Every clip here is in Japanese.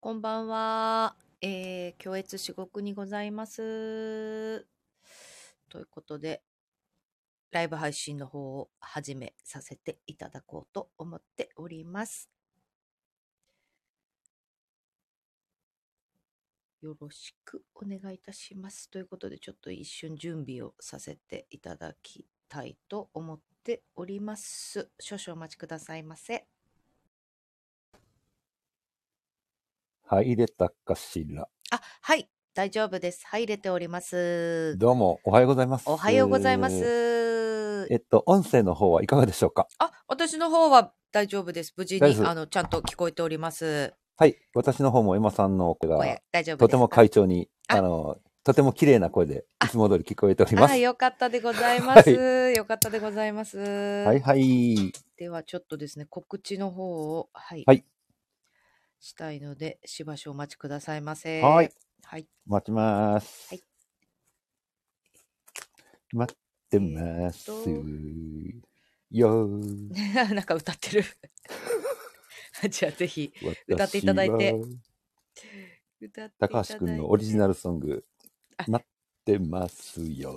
こんばんは。えー、共越至極にございます。ということで、ライブ配信の方を始めさせていただこうと思っております。よろしくお願いいたします。ということで、ちょっと一瞬準備をさせていただきたいと思っております。少々お待ちくださいませ。入れたかしら。あ、はい、大丈夫です。入れております。どうも、おはようございます。おはようございます。えっと、音声の方はいかがでしょうかあ、私の方は大丈夫です。無事に、あの、ちゃんと聞こえております。はい、私の方もエマさんの声が、大丈夫とても快調に、あの、とても綺麗な声で、いつも通り聞こえております。よかったでございます。はい、よかったでございます。はいはい。では、ちょっとですね、告知の方を、はい。はい。したいので、しばしお待ちくださいませ。はい。はい。 待ちます。はい。待ってますよ。なんか歌ってる じゃあぜひ歌っていただいて。歌って高橋君のオリジナルソング、待ってますよ。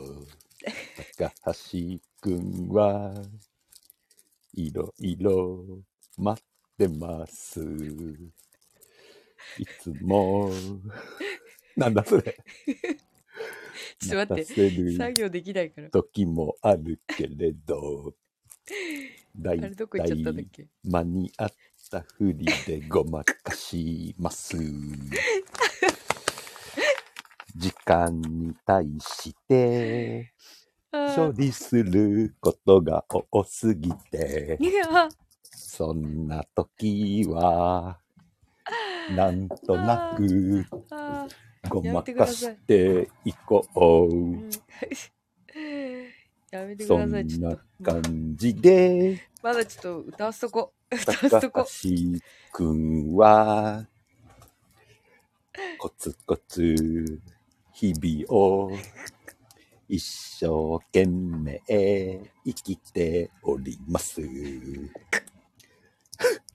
高橋君はいろいろ待ってっます。いつも。なんだそれ。ちょっと待って。作業できないから。時もあるけれど。だいたい間に合ったふりでごまかします。 時間に対して処理することが多すぎて。そんな時は、なんとなく、ごまかしていこう。 やめてください、そんな感じで、まだちょっと歌わすとこ。歌わすとこ。しくんは、コツコツ、日々を、一生懸命生きております。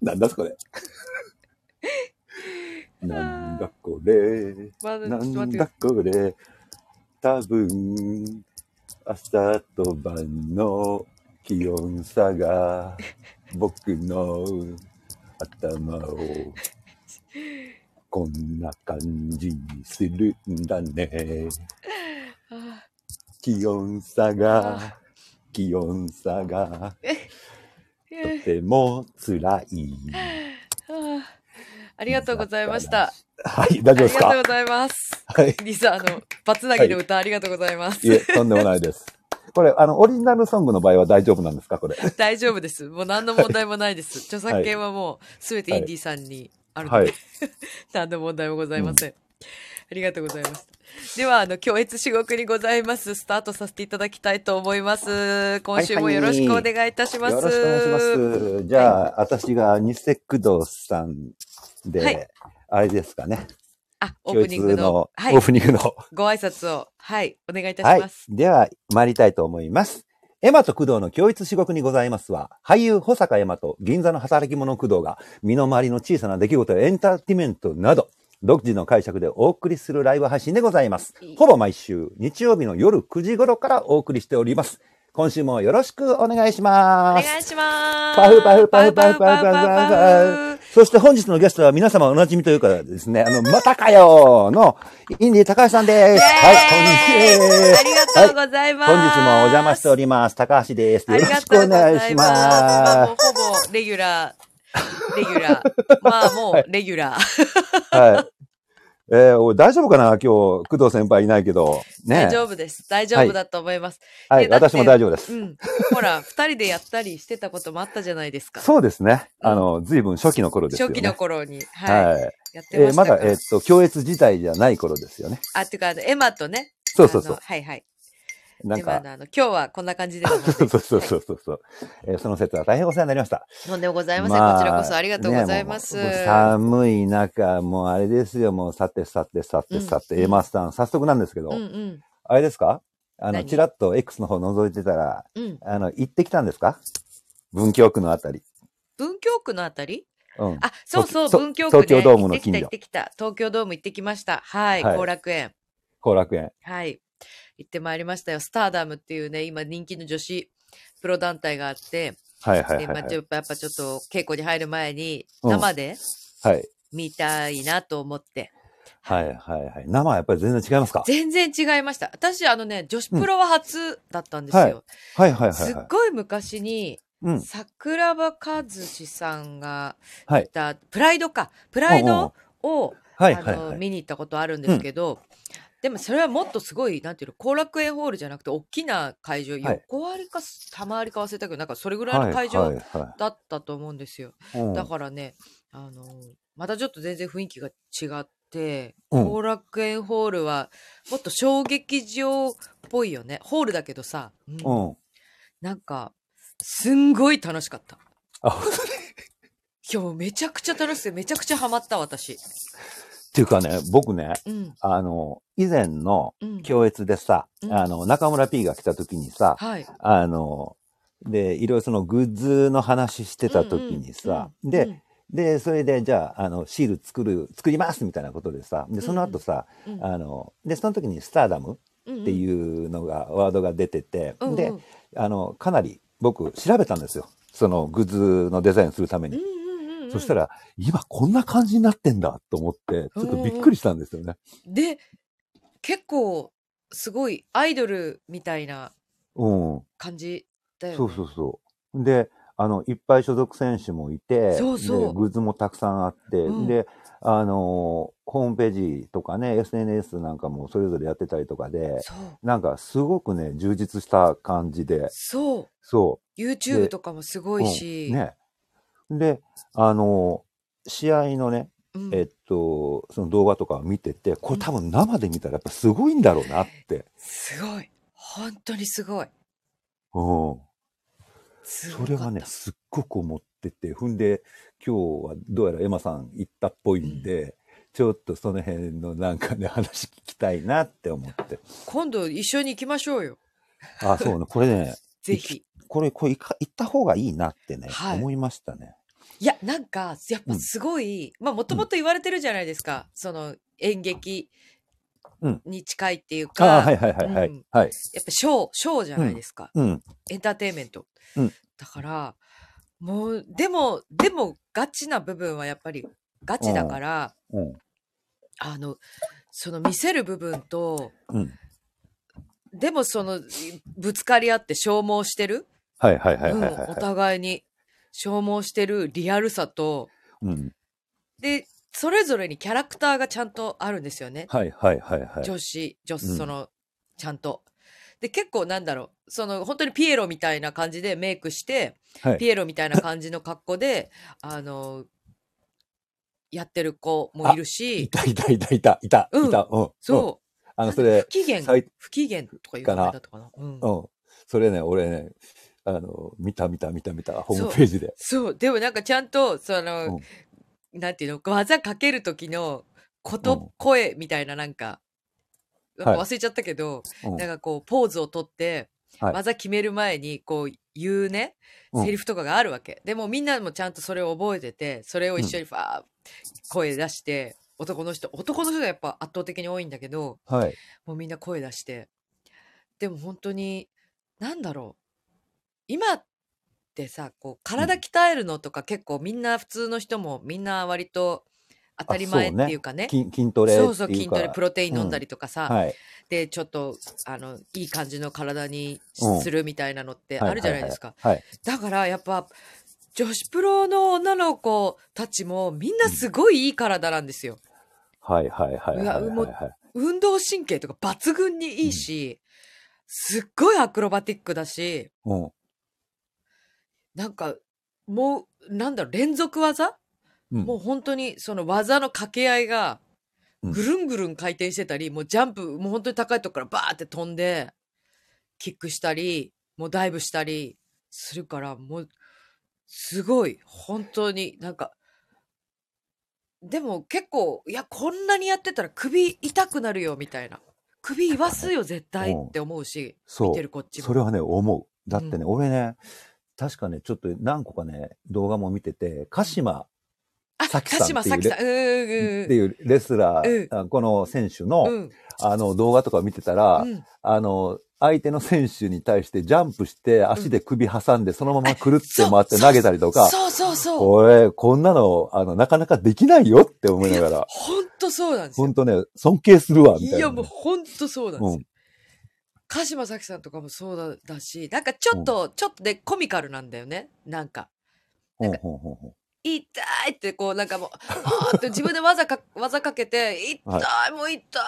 なんだこれ。なんだこれ。ま、なんだこれ。多分、朝と晩の気温差が 僕の頭をこんな感じにするんだね。気温差が、気温差が。とても辛 い。ありがとうございました。はい、大丈夫ですかありがとうございます。はい。リサ、あの、バツナギの歌、はい、ありがとうございます。いえ、とんでもないです。これ、あの、オリジナルソングの場合は大丈夫なんですかこれ。大丈夫です。もう何の問題もないです。はい、著作権はもう、すべてインディーさんにあるので、はい、何の問題もございません。うん、ありがとうございました。では、あの、共越至極にございます。スタートさせていただきたいと思います。今週もよろしくお願いいたします。はいはい、よろしくお願いします。じゃあ、はい、私がニセクドさんで、はい、あれですかね。あ、オープニングの、オープニングの、はい、ご挨拶を、はい、お願いいたします。では、参りたいと思います。エマと工藤の教育至極にございますは、俳優保坂エマと銀座の働き者工藤が、身の回りの小さな出来事やエンターテイメントなど、独自の解釈でお送りするライブ配信でございます。ほぼ毎週日曜日の夜9時頃からお送りしております。今週もよろしくお願いします。。お願いしますパフパフパフパフパフパフパフ。そして本日のゲストは皆様おなじみというかですね、あの、またかよのインディ高橋さんです。はい、こんにちは。ありがとうございます、はい、本日もお邪魔しております。高橋です。よろしくお願いします。まあ、ほぼレギュラー。レギュラー。まあもう、レギュラー。はい。えー、大丈夫かな今日、工藤先輩いないけど。ね、大丈夫です。大丈夫だと思います。はい、私も大丈夫です。うん。ほら、二人でやったりしてたこともあったじゃないですか。そうですね。あの、随分初期の頃ですよ初期の頃に。はい。やってましたえまだ、えっと、強烈自体じゃない頃ですよね。あ、っていうか、あの、エマとね。そうそうそう。はいはい。なんか、あの、今日はこんな感じで。 そうそうそうそうそう。えー、その説は大変お世話になりました。とんでもございません。まあ、こちらこそありがとうございます。ね、もうもう寒い中、もうあれですよ、もうさてさてさてさて、うん、エマさん、早速なんですけど、うんうん、あれですかあの、ちらっと X の方覗いてたら、うん、あの、行ってきたんですか文京区のあたり。文京区のあたりうん。あ、そうそう、そ文京区ね。東京ドームの近所行ってきた、行ってきた。東京ドーム行ってきました。はい、はい後楽園。後楽園。はい。行ってまいりましたよ。スターダムっていうね、今人気の女子プロ団体があって、はいはいではまあい、はちい。ょっとやっぱちょっと稽古に入る前に、うん生ではい。見たいなと思って。はいはいはい。生はやっぱり全然違いますか全然違いました。私、あのね、女子プロは初だったんですよ。はいはいはすいっはい。ごい昔に、うん。桜庭和志さんがはいいた、プライドか。プライうんうんうんドを、はいはいあはのい。見に行ったことあるんですけど、でもそれはもっとすごいなんていうの後楽園ホールじゃなくて大きな会場、はい横割りか玉割りか忘れたけどなんかそれぐらいはのい会は場いはだったと思うんですよ、い。うんだからねあのまたちょっと全然雰囲気が違ってうん後楽園ホールはもっと小劇場っぽいよねホールだけどさ、うんうん。なんかすんごい楽しかったあ、本当にっ 今日めちゃくちゃ楽しくてめちゃくちゃハマった私ていうかね、僕ね、うんあの、以前のうん教越でさ、うんあの、中村 P が来た時にさ、はいあの、で、いろいろそのグッズの話してた時にさ、うんうんで、うんうんで、それで、じゃあ、あの、シール作る、作りますみたいなことでさ、で、その後さ、うんあの、で、その時にスターダムっっていうのが、ワードが出てて、うんうん、でうんうん、あの、かなり僕調べたんですよ。そのグッズのデザインするために。うんうん、そしたら。ら、今こんな感じになってんだと思って、ちょっとびっくりしたんですよね。で、結構、すごいアイドルみたいなうん。感じだよね。そうそうそう。で、あの、いっぱい所属選手もいて、そうそうでグッズもたくさんあって、うんで、あのーホームページとかね、SNS なんかもそれぞれやってたりとかで、そう。なんかすごくね、充実した感じで、そう。そ YouTube とかもすう。ごいし。うんね。で、あのー試合のね、うんえっと、その動画とかを見てて、これ多分生で見たらやっぱすごいんだろうなって。すごい。本当にすごい。うん。すごそかっれたはね、すっごく思ってて、踏んで、今日はどうやらエマさん行ったっぽいんで、ちょっとその辺のなんかね、 話聞きたいなって思って。今度一緒に行きましょうよ。あ、そうね、これね、ぜひ。これ、これ行か行った方がいいなってね、はい思いましたね。いや、なんか、やっぱすごい、まあ、もともと言われてるじゃないですか。その、演劇うんに近いっていうあか、はいやっはいはいはい。うんはぱい。ショー、ショーじゃないですか。うん。エンターテインメント。うんだから、もう、でも、でも、ガチな部分はやっぱり、ガチだから、うん。あの、その見せる部分と、うん。でもその、ぶつかり合って消耗してる、はいはいはいはいはいうんおは互いに消耗してるリアルさと、い。うん。で、それぞれにキャラクターがちゃんとあるんですよね。はいはいはいはい。女子、女う子、んその、ちゃんと。で、結構なんだろう、その、本当にピエロみたいな感じでメイクして、はい。ピエロみたいな感じの格好で、あの、やってる子もいるいし、たいたいたいたいたうんいた。うん。うん。そあう。の、それ不、機嫌、最不機嫌とかいう名前だったかな。うんうん。それね、俺ね、あの、見た見た見た見た、ホームページで。そう。でもなんかちゃんと、その、なんていうの、技かける時の、こと、うん声みたいななんか、なんか忘れちゃったけど、うんなんかこう、ポーズをとって、はい技決める前に、こう、言うね、うんセリフとかがあるわけ。でもみんなもちゃんとそれを覚えてて、それを一緒にファー、声出して、男の人、男の人がやっぱ圧倒的に多いんだけど、はい。もうみんな声出して。でも本当に、なんだろう。今ってさ、こう、体鍛えるのとか結構みんな普通の人もみんな割と当たり前っていうかね。筋筋トレっていうそか。うそう、筋トレ、プロテイン飲んだりとかさ、はい。で、ちょっと、あの、いい感じの体にうんするみたいなのってあるじゃないですか。はい。だからやっぱ、女子プロの女の子たちもみんなすごいいい体なんですよ。はいはいはいはい。うわもうはい運動神経とか抜群にいいし、すっごいアクロバティックだし、うん。なんか、もう、なんだろう、連続技、うんもう本当にその技の掛け合いが、うんぐるんぐるん回転してたり、もうジャンプ、もう本当に高いとこからバーって飛んで、キックしたり、もうダイブしたりするから、もう、すごい、本当になんか、でも結構、いや、こんなにやってたら首痛くなるよ、みたいな。首言わす よ、絶対って思うし、そ見てるう。こっちも。それはね、思う。だってね、う俺ね、確かね、ちょっと何個かね、動画も見てて、鹿島さき鹿さん島っていさうきレさん。うーっていうレスラー、あこの選手の、うん。うん。あの動画とかを見てたら、うんあの、相手の選手に対してジャンプして足で首挟んでそのままくるって回って投げたりとか、そうそうそう。これ、こんなの、あの、なかなかできないよって思いながら、ほんとそうなんですほよん。とね、尊敬するわ、みいたいなや、ね、もうほんとそうなんですよ。鹿島咲さんとかもそうだだし、なんかちょっと、ちょっとでコミカルなんだよね。なんか、うん。なんかほんほんほん痛いってこう、なんかもう、あーって自分で技か、 技かけて、痛い、もう痛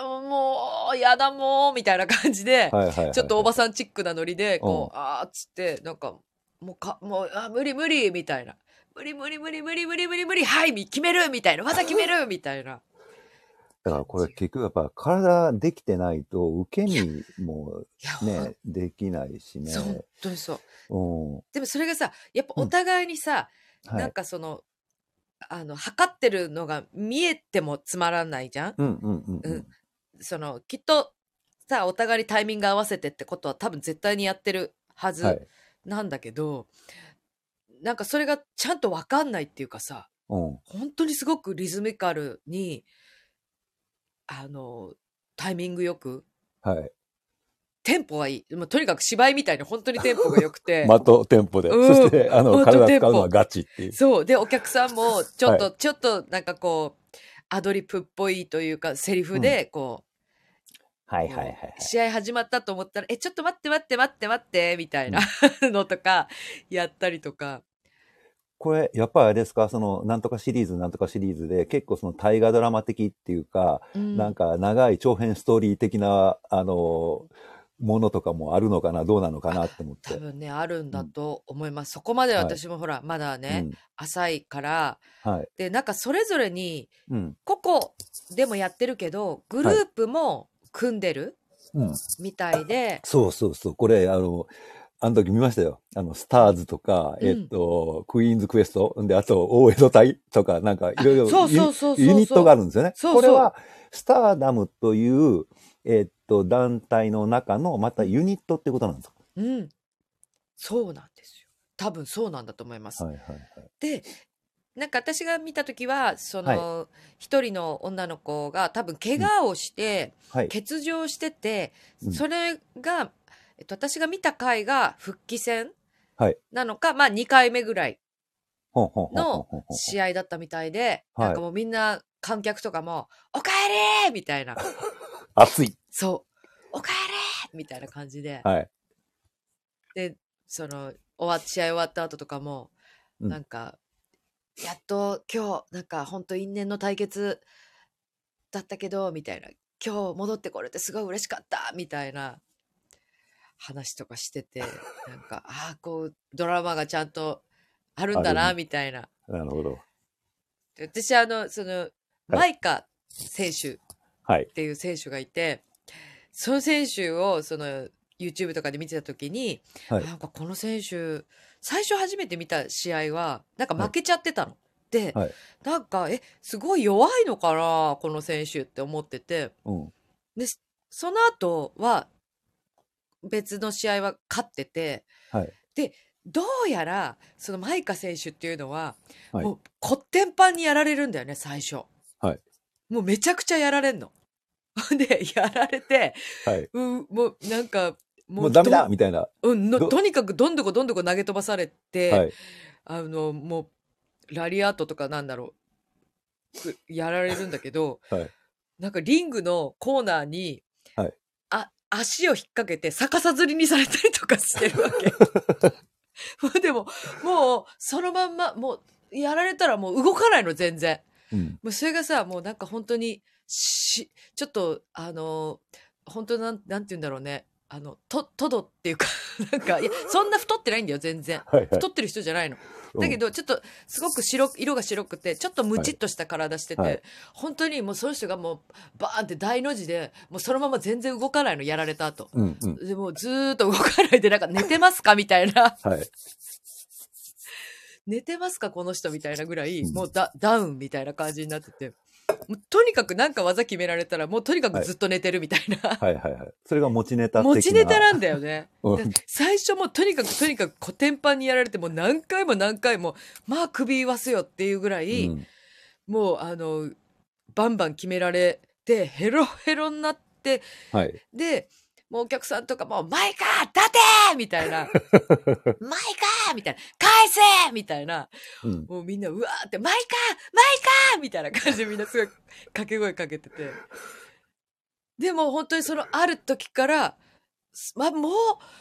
い、もう、やだもう、みたいな感じで、ほんはいはいはい。ちょっとおばさんチックなノリで、こう、あーっつって、なんか、もうか、もう、あー、無理無理、みたいな。無理無理無理無理無理無理無理、はい、み決めるみたいな。技決めるみたいな。だからこれ結局やっぱ体できてないと受け身もいや、ほんね、できないしね。そう本当にそう。うん。はでもそれがさ、やっぱお互いにさ、なんい。かその、あの、測ってるのが見えてもつまらないじゃんうんうんうんううんん。その、きっと、さ、お互いにタイミング合わせてってことは多分絶対にやってるははずい。なんだけど、なんかそれがちゃんとわかんないっていうかさ、うん。本当にすごくリズミカルに、あの、タイミングよく、はい。テンポがいい。もうとにかく芝居みたいに本当にテンポが良く て。的テンポで。うんそ して、あの、的体テン使ポうのはガチっていう。そう。で、お客さんも、ちょっと、はちょっと、なんかこう、アドリブっぽいというか、セリフで、こはう、いはいはいはい。試合始まったと思ったら、え、ちょっと待って待って待って待って、みたいな のとか、やったりとか。これ、やっぱりあれですか、その、なんとかシリーズ、なんとかシリーズで、結構その大河ドラマ的っていうか、うんなんか長い長編ストーリー的な、あの、ものとかもあるのかな、どうなのかなって思っ多て。分ね、あるんだと思います。そこまでははい私もほら、まだね、うん浅いから、はい。で、なんかそれぞれに、うん。個々でもやってるけど、グループも組んでるうん。みたいで、そうそうそう。これ、あの、あの時見ましたよ。あの、スターズとか、うんえっと、クイーンズクエスト、で、あと、大江戸隊とか、なんか、いろいろユニ、そうそうそうそうそうユニットがあるんですよね。そうそうこれは、スターダムという、えっと、団体の中の、またユニットってことなんですか、うん。そうなんですよ。多分そうなんだと思います。はいはいはい。でなんか私が見た時はその一、人の女の子が多分怪我をして、はい。欠場してて、うんそれが、えっと、私が見た回が復帰戦はいなのか、まあ2回目ぐらいほんほんほんほんのほんほん試合だったみたいで、はいなんかもうみんな観客とかも「おかえり!」みたい な熱い。そう「おかえり!」みたいな感じで、はい。でその終わ試合終わった後とかも、うんなんかやっと今日なんか本当因縁の対決だったけどみたいな今日戻ってこれてすごい嬉しかったみたいな話とかして てなんかああこうドラマがちゃんとあるんだあなるみたいななるほど。で私あのそのマイカ選手っはい。ていう選手がいて、その選手をその YouTube とかで見てた時に、はいなんかこの選手最初初めて見た試合はなんか負けちゃってたの。で、はいなんかえすごい弱いのかなこの選手って思っててうん。でその後は別の試合は勝ってて、はいでどうやらそのマイカ選手っていうのは、はいもうこってんぱんにやられるんだよね最初。はいもうめちゃくちゃやられんの。 でやられてはい。うん、もうなんかももうダメだどみたいな。はうん、のどとにかくどんどこどんどこ投げ飛ばされて、い。あのもうラリアートとかなんだろうくやられるんだけど、 はいなんかリングのコーナーに、はいあ足を引っ掛けて逆さずりにされたりとかしてるわけ。 もうでももうそのまんまもうやられたらもう動かないの全然。うん。もうそれがさ、もうなんか本当に、し、ちょっと、あの、本当なん、なんて言うんだろうね。あの、と、とどっていうか、 なんか、いや、そんな太ってないんだよ、全然。はいはい。太ってる人じゃないの。うんだけど、ちょっと、すごく白く、色が白くて、ちょっとムチっとした体してて、はいはい本当にもうその人がもう、バーンって大の字で、もうそのまま全然動かないの、やられた後。うんうん。で、もうずーっと動かないで、なんか寝てますかみたいな。 はい。寝てますかこの人みたいなぐらい、うんもうダダウンみたいな感じになっててもうとにかくなんか技決められたら、もうとにかくずっと寝てるみたいな。はいはいはい。それが持ちネタ的 な。持ちネタなんだよね。うんだから最初もうとにかくとにかくコテンパンにやられて、もう何回も何回も、まあ首言わせよっていうぐらい、うんもうあの、バンバン決められて、ヘロヘロになって、はい。で、もうお客さんとかも、マイカー立てーみたいな。マイカーみたいな。返せーみたいな。うん。もうみんな、うわーって、マイカーマイカーみたいな感じでみんなすごい掛け声かけてて。でも本当にそのある時から、すまあもう、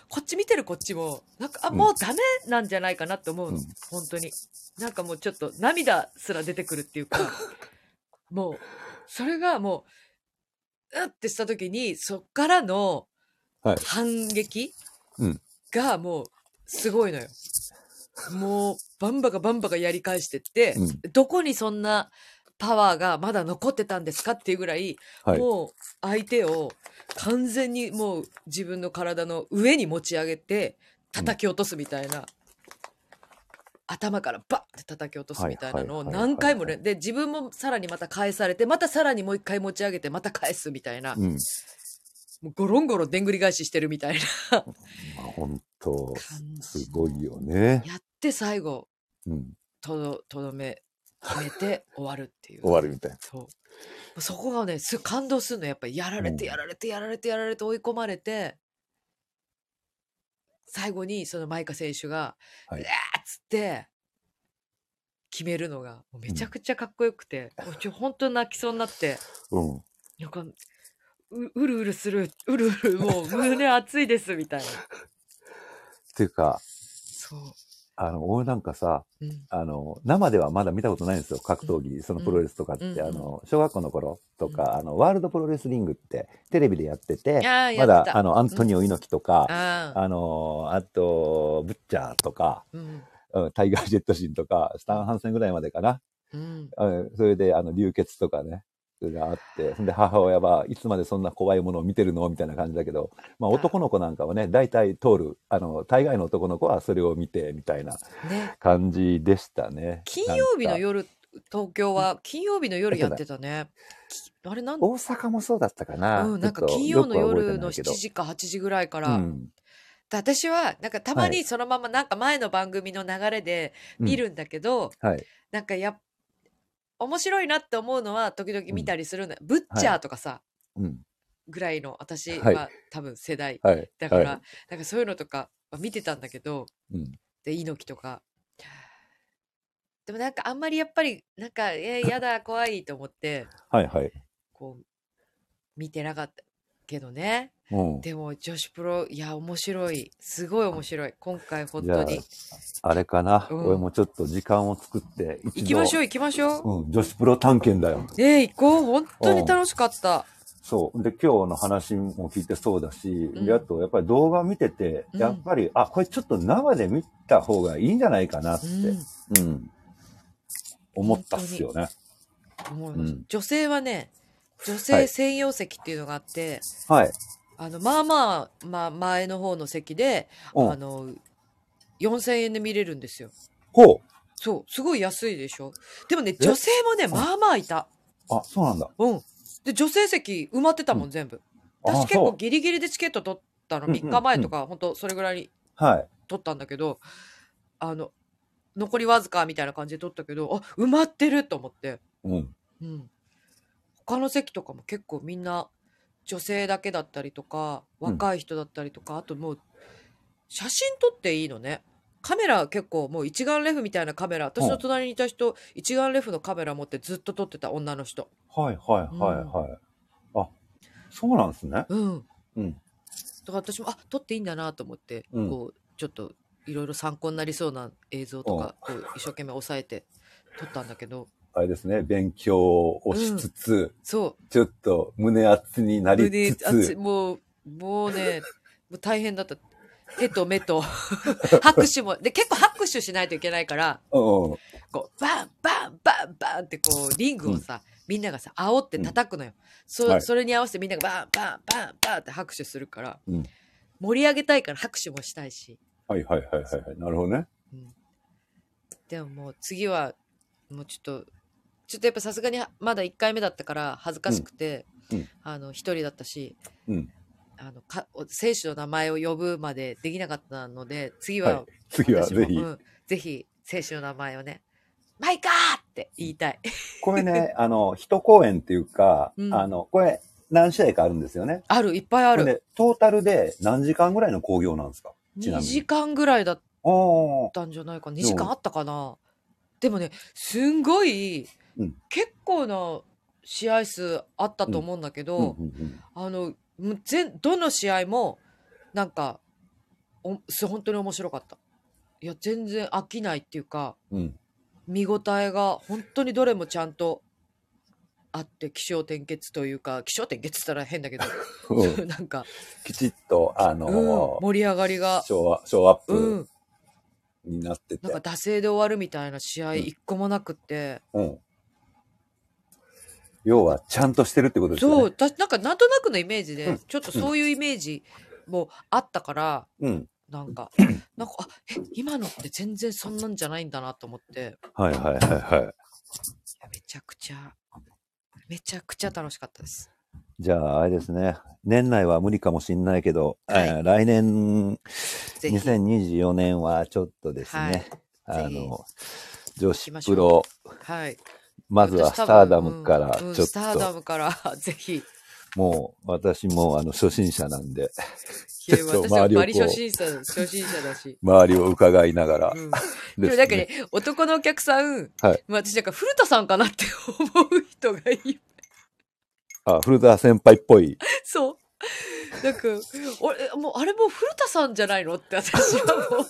こっち見てるこっちも、なんか、あ、うんもうダメなんじゃないかなって思うの、うん本当に。なんかもうちょっと涙すら出てくるっていうか、もう、それがもう、うってした時に、そっからのはい反撃うんがもう、すごいのよ。もう、バンバカバンバカやり返してって、うんどこにそんなパワーがまだ残ってたんですかっていうぐらい、はい。もう相手を完全にもう自分の体の上に持ち上げて叩き落とすみたいな、頭からバッって叩き落とすみたいなのをはいはいはいはい何回もねで自分もさらにまた返されてまたさらにもう一回持ち上げてまた返すみたいな、うん。もうゴロンゴロンでんぐり返ししてるみたいなまあ本当感じすごいよね。やって最後うん。とどとどめ決めて終わるっていう終わるみたいな。そうもうそこがねす感動するのやっぱりやられてうんやられてやられてやられて追い込まれて最後にそのマイカ選手が「はいうわーっつって決めるのがもうめちゃくちゃかっこよくて、もうちょ本当に泣きそうになってうん。なんかううるうるするうるうるもう胸熱いですみたい なっていうか、そあの、俺なんかさ、う、うん、あの、生ではまだ見たことないんですよ。格闘技、そのプロレスとかって、うんあの、小学校の頃とか、あの、ワールドプロレスリングってテレビでやってて、やーやまってただ、あの、アントニオ猪木とか、あああの、あと、ブッチャーとか、うんうんタイガー・ジェットシンとか、スタン・ハンセンぐらいまでかな。うんうんそれで、あの、流血とかね、それがあって、ほんで、母親はいつまでそんな怖いものを見てるのみたいな感じだけど、まあ、男の子なんかはね、大体通る、あの、大概の男の子はそれを見て、みたいなね感じでしたね。金曜日のなんか夜東京は金曜日の夜やってたねきあれなん大阪もそうだったかな。うん、なんかちょっと金曜のよくは覚え夜てなのいけど7時か8時ぐらいかうら、んで私はなんかたまはにそのままなんか前の番組の流れでうん見るんだけど、はい。なんかやっ面白いなって思うのは時々見たりするんだ、ブッチャーとかさ、うん。ぐらいの私はいは多分世代はい。だから、はなんかそういうのとかは見てたんだけどいうん。で猪木とかでもなんかあんまりやっぱりなんかえ ー、やだ怖いと思ってはいはい。こう見てなかったけどねうん。でも女子プロいや面白いすごい面白い今回本じゃ当あに、あれかな。うん俺もちょっと時間を作って、一行き度ましょう行きましょう、うん。女子プロ探検だよ。ねえ行こう本当に楽しかった、そう。で、今日の話も聞いてそうだし、うんであと、やっぱり動画見てて、うんやっぱり、あ、これちょっと生で見た方がいいんじゃないかなって、ううん。思ったっすよね。ん、思います、うん女性はね女は性い専用席っていうのがあって、はい。あのまあまあ、まあ、前の方の席で、うあん。の4000円で見れるんですよほそうすごい安いでしょでもね女性もねまあまあいたう。あ、そうなんだ。うんで女性席埋まってたもん全部、あ私結そ構うギリギリでチケット取ったのうんうん3日前とか、ほんとそれぐらいにはい。取ったんだけどあの残りわずかみたいな感じで取ったけどあ埋まってると思って、うん。うん、他の席とかも結構みんな女性だけだったりとかうん若い人だったりとか、あともう写真撮っていいのねカメラ結構もう一眼レフみたいなカメラ私の隣にいた人、一眼レフのカメラ持ってずっと撮ってた女の人はいはいはいはい。あ、そうなんですね。うんうん。だから私もあ撮っていいんだなと思って、うんこうちょっといろいろ参考になりそうな映像とかこう一生懸命押さえて撮ったんだけどあれですね、勉強をしつつ、そちょっと胸熱になうり胸つ熱いつ、もうもうねもう大変だった手と目と 拍手もで結構拍手しないといけないからうん。はこうバンバンバンバンってこうリングをさ、みんながさ煽って叩くのよ、そはいそれに合わせてみんながバンバンバンバンって拍手するから、うん盛り上げたいから拍手もしたいしいはいはいはいはい。なるほどね。でももう次はもうちょっとちょっとやっぱさすがにまだ1回目だったから恥ずかしくて、うんうんあの一人だったしうん。あのかお選手の名前を呼ぶまでできなかったので次は。はい次は私もぜひう。ん、ぜひ選手の名前をねマイカーって言いたいこれね、 あの、一公演っていうか、うんあの、これ何試合かあるんですよね。あるいっぱいあこれるね、トータルで何時間ぐらいの興行なんですかちな2みに時間ぐらいだっおー。たんじゃないかな2時間あったかなでもねすんごい、うん結構な試合数あったと思うんだけど、うんうんあのもう全どの試合もなんかおす本当に面白かったいや全然飽きないっていうかうん。うん。見応えが本当にどれもちゃんとあって起承転結というか起承転結って言ったら変だけど うん なんか、きちっと、あのうん、ー盛り上がりが、ショーアショーアッうん、プになっててなん。か惰性で終わるみたいな試合うん一個もなくって、うん。要は、ちゃんとしてるってことですよそね。う私なんかなんとなくのイメージで、うんちょっとそういうイメージもあったから。う。うん。なんか、なんか、あ、え、今のって全然そんなんじゃないんだなと思って、はいはいはいはい。いやめちゃくちゃ、めちゃくちゃ楽しかったです。じゃあ、あれですね。年内は無理かもしんないけど、はいえー来年、ぜひ、行2024年はちょっとですね。はいあぜひの、女き子ましょプうロ、はい。まずは私ス多分ターダムから、うんうんちょっスターダと、ムから ぜひ、いもう私もあの初心者なんで、やちょっと私は周りをこうバリ初心者、初心者だし。周りを伺いながらうん、でですもねなんかね、男のお客さん、はいまあ私なんか古田さんかなって思う人がいい。あ、古田先輩っぽい。そう。なんか、俺、もうあれもう古田さんじゃないのって私はもう。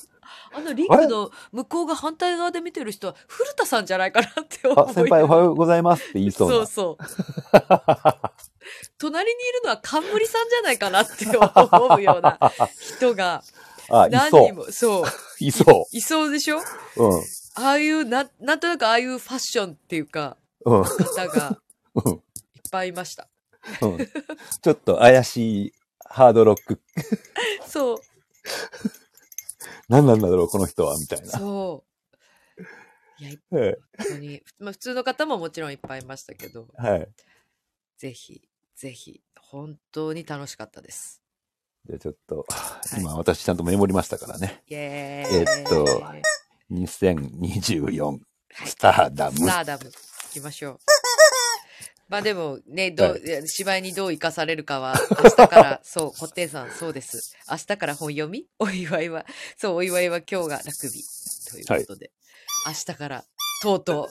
あのリンあれグの向こうが反対側で見てる人は古田さんじゃないかなって 思あ、い先輩おはようございますって言いそうそなう。そう隣にいるのは冠さんじゃないかなって思うような人があ、い何そ人う。もそういそいそうでしょう。うん。ああいうななんとなくああいうファッションっていうかうん。方がうんいっぱいいましたうんちょっと怪しいハードロック、そう何なんだろう、この人は、みたいな。そういやえ本当に、まあ、普通の方ももちろんいっぱいいましたけどえはい。ぜひぜひ本当に楽しかったですじゃあちょっと、い今私ちゃんとメモりましたからね。イエーイえっと2024はいスターダムス。ターダム行きましょう。 まあでもね、どう、はいいや芝居にどう生かされるかは、明日 から、そう、ホッテンさん、そうです。明日から本読み お祝いは、そう、お祝いは今日が楽日ということで、明日から、とうとう、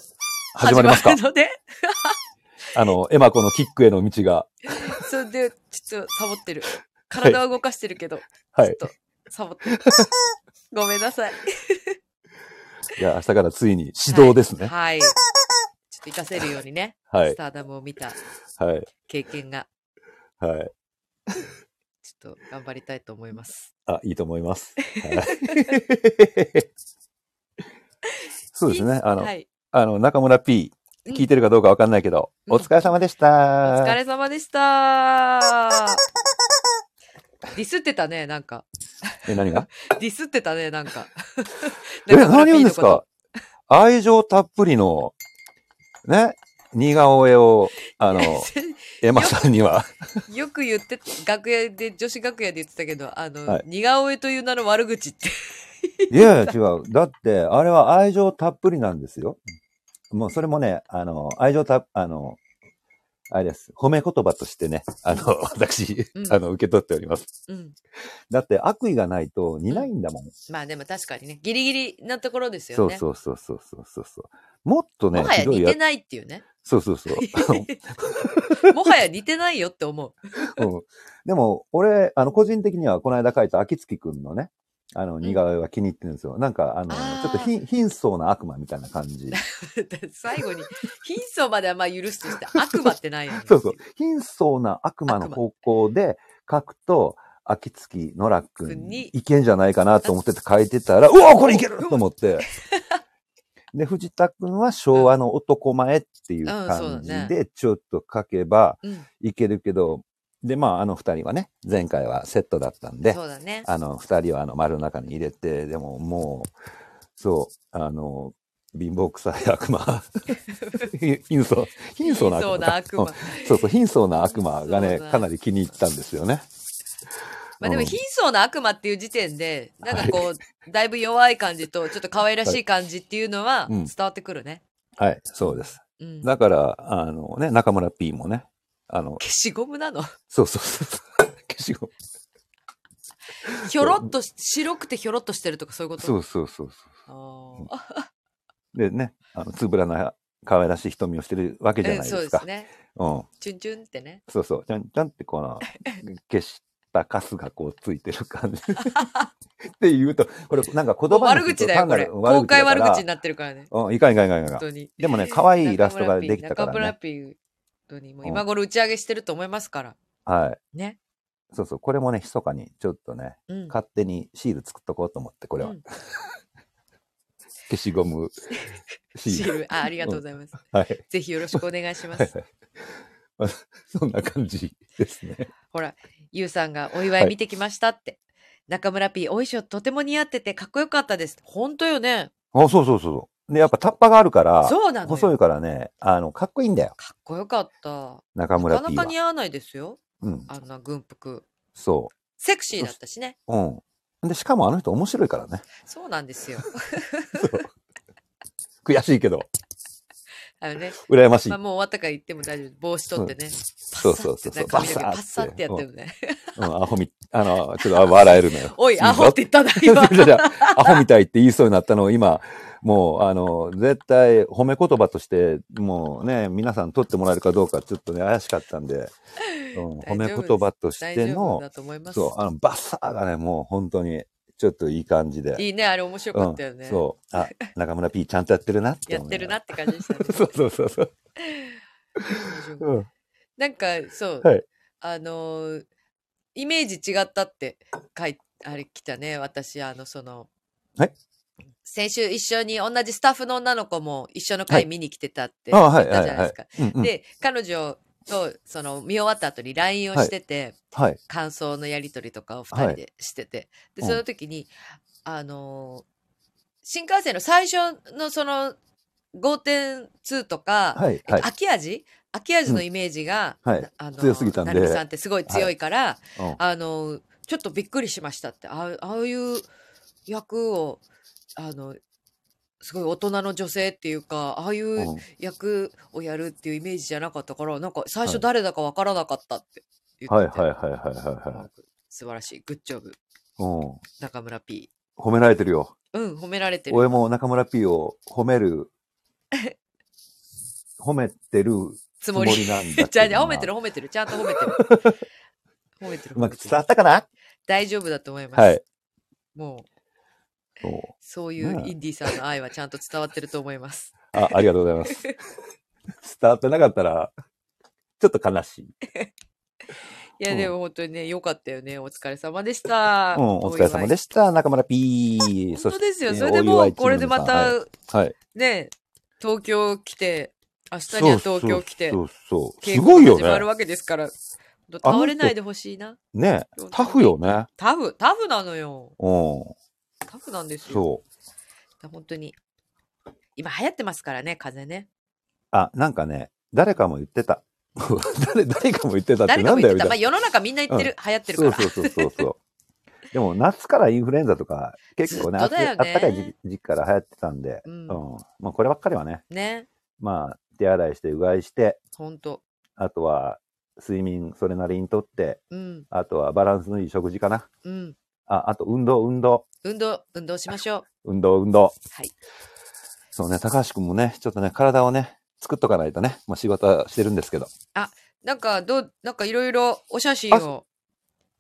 始まりますか始るので、あの、エマ子のキックへの道が。 それで、ちょっとサボってる。体は動かしてるけど、はいち。ょっと、サボって る。ごめんなさい。じゃあ明日からついに指導ですね。はい。ちょっと活かせるようにね、はいス。ターダムを見たはい。経験が、はい。ちょっと頑張りたいと思います。あ、いいと思います。はい、 そうですね。あの、はい。あの、中村 P、うん聞いてるかどうかわかんないけど、うんお疲れ様でした。お疲れ様でした。ディスってたね、なんか。え、何がディスってたね、なんか。 え、中村何 P 言うんのこですとか愛情たっぷりの、ね、似顔絵を、あ の、エマさんには、よく言って、楽屋で、女子楽屋で言ってたけど、あの、はい似顔絵という名の悪口って。いやいや違う。だって、あれは愛情たっぷりなんですよ。もうそれもね、あの、愛情た、あの、あれです。褒め言葉としてね、あの、私、うんあの、受け取っております。うん。だって、悪意がないと似ないんだもん。まあでも確かにね、ギリギリなところですそようね。そうそうそうそうそうそう。もっとねも、はやひどい似やて、ないっていうね。そうそ うそう。もはや似てないよって思う。 うん、でも、俺、あの、個人的には、この間書いた秋月くんのね、あの、似顔絵は気に入ってるんですよ。なんか、あの、あーちょっと貧貧相な悪魔みたいな感じ。最後に、貧相まではまあ許すと して、悪魔ってないよね。そうそう。貧相な悪魔の方向で書くと、秋月野良くんにいけんじゃないかなと思ってて書い てたら、うおこれいけると思って。で、藤田くんは昭和の男前っていう感うんうんじそうで、ちょっと書けばうん。いけるけど、で、まあ、あの二人はね、前回はセットだったんで、そうだね。あの二人はあの丸の中に入れて、でももう、そう、あの、貧乏くさい 悪魔。貧相、貧相な悪貧魔。相な悪魔うんそうそう、貧相な悪魔貧がね、相なかなり気に入ったんですよね。まあでも、うん貧相な悪魔っていう時点で、なんかこう、だいぶ弱い感じと、ちょっと可愛らしい感じっていうのはうん伝わってくるね。はい、そうです。うん。消だから、あのね、中村 P もね、あの、しゴムなのそうそうそう。消しゴム。ひょろっとし、白くてひょろっとしてるとかそういうことそうそうそうそあーう。でね、あの、つぶらな可愛らしい瞳をしてるわけじゃえないそうですでか。すね。うん。チュンチュンってね。そうそう、ちゃんちゃんってこの、消したカスがこうついてる感じ。って言うと、これなんか言葉悪にす口るとだよ、単こなれ。る公開悪口にななってるからね。うん、いかんいかんいかんいか本当ん。に。でもね、可愛いイラストができたか中村らね。ピー、中村ピー本当にもう今頃打ち上げしてると思いますから。はい。ね。そうそう、これもね、密かにちょっとね、うん。勝手にシール作っとこうと思って、これは。うん消し ゴムシシーール。ル。あ、ありがとうございます。はい。ぜひよろしくお願いしまはいす。はい まあそんな感じで すね。ほら、ゆうさんがお祝い見てきましたって。中村 P、お衣装とても似合っててかっこよかったです。本当よね。あ、そうそうそう。で、やっぱタッパがあるから、そうなのよ細いからね、あの、かっこいいんだよ。かっこよかった。中な村か P なかは。似合わないですよ。うん。あんな軍服。そセクシーだったしね。う。うん。で、しかもあの人面白いからね。そうなんです よ。悔しいけど、あのね、羨ましいまあ、。もう終わったから言っても大丈夫。帽子取ってね。そうそうそうそう。パバッサッてね髪の毛サパッサーってやってるね。。うん、アホみ、あの、ちょっとあ笑えるのよ おい、アホって言った な、いいぞ。今。じゃじゃアホみたいって言いそうになったのを今、もう、あの、絶対褒め言葉として、もうね、皆さん取ってもらえるかどうか、ちょっとね、怪しかった んで、うん、褒め言葉とし大て丈夫のだ、と思います。そう、あの、バッサーがね、もう本当に、ちょっといい感じで。いいね、あれ面白かったよね。うん、そう。あ、中村 P ちゃんとやってるなってや思っいてなるがなら。って感じでしたね。 そうそうそうそう。大丈夫うん、なんか、そう、はいあのーイメージ違ったって書いあれ来たね、私、あの、その、はい先週一緒に同じスタッフの女の子も一緒のは回い見に来てたってあ言っはいたじゃないですか。うんうん、で、彼女と、その、見終わった後に LINE をしてて、はい。感想のやり取りとかを二人はいでしてて、でうんその時に、あのー新幹線の最初のその5.2とか、はい。えはい。秋味秋味のイメージが、うんはいなあのー強すぎたんで成美さんってすごい強いから、うんあのーちょっとびっくりしましたってああああいう役をあのすごい大人の女性っていうかああいううん役をやるっていうイメージじゃなかったからなんか最は初い誰だかわからなかったって言っはいててはいはいはいはいはい。素晴らしい。グッジョブ、うん。中村 P。褒められてるよ。うん、褒められてる。俺も中村 P を褒 める、褒めてるつつももり。りなんだけどな じゃあ、じゃあ褒めてる、褒めてる。ちゃんと褒めてる。 褒めてる。うま褒めくて伝るわったかな大丈夫だと思います。はい。もう、そうそういうねえインディーさんの愛はちゃんと伝わってると思います。あ、ありがとうござい ます。伝わってなかったら、ちょっと悲しい。いや、うんでも本当にね、良かったよね。お疲れ様でした。うん、お疲れ様でしした。中村 P。た本当ですよ。してそれでもう、これでま、おた、祝いチームさんはい。はいね、東京来て、明日には東京来てそ、うそうそう。稽す古ごいがよ始まるね。わけですから、倒れないでほしいな。ねタフよね。タフ、タフなのよ。うん。タフなんですよ。そう。本当に。今流行ってますからね、風邪ね。あ、なんかね、誰かも言ってた。 誰、誰かも言ってたって誰なかもんだ言ってよ、た。みたいまあな。世の中みんな言ってる。流行ってるかそうら。そうそうそうそう。でも、夏からインフルエンザとか、結構ね、ずあっとだよねったかい時時期から流行ってたんで、ううんん。まあ、こればっかりはね、ね。まあ、手洗いして、うがいして、本当あとは、睡眠それなりにとって、うん、あとはバランスのいい食事かな。うん。あ、あと、運動、運動、運動、運動しましょう。運動、運動。はい。そうね、高橋くんもね、ちょっとね、体をね、作っとかないとね、まあ、仕事はしてるんですけど。なんか、どう、なんかいろいろお写真あを。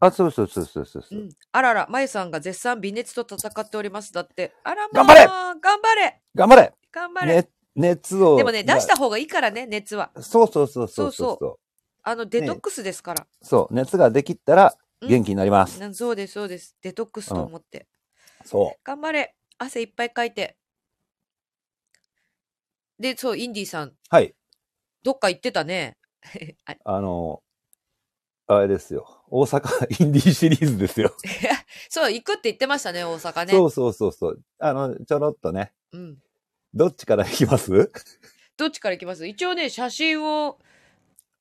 あ、そうそうそうそうそううそう。ん。あらら、まゆさんが絶賛微熱と戦っております。だって。あらまあ、頑張れ頑張れ頑張れ頑張れ、ね、熱を。でもね、出まあした方がいいからね、熱は。そうそうそうそうそうそうそう。あの、デトックスですから。そう、熱ができたらうん元気になります。なんそうです、そうです。デトックスと思って。そ頑張れ汗いっぱいかいて。で、そう、インディーさん、う。はい。どっか行ってたね。ああの、あれですよ。大阪 インディーシリーズですよ。そう、行くって言ってましたね、大阪ね。そうそうそうそう。あの、ちょろっとね、うん。どっちからいきますどっちからいきます一応ね、写真を、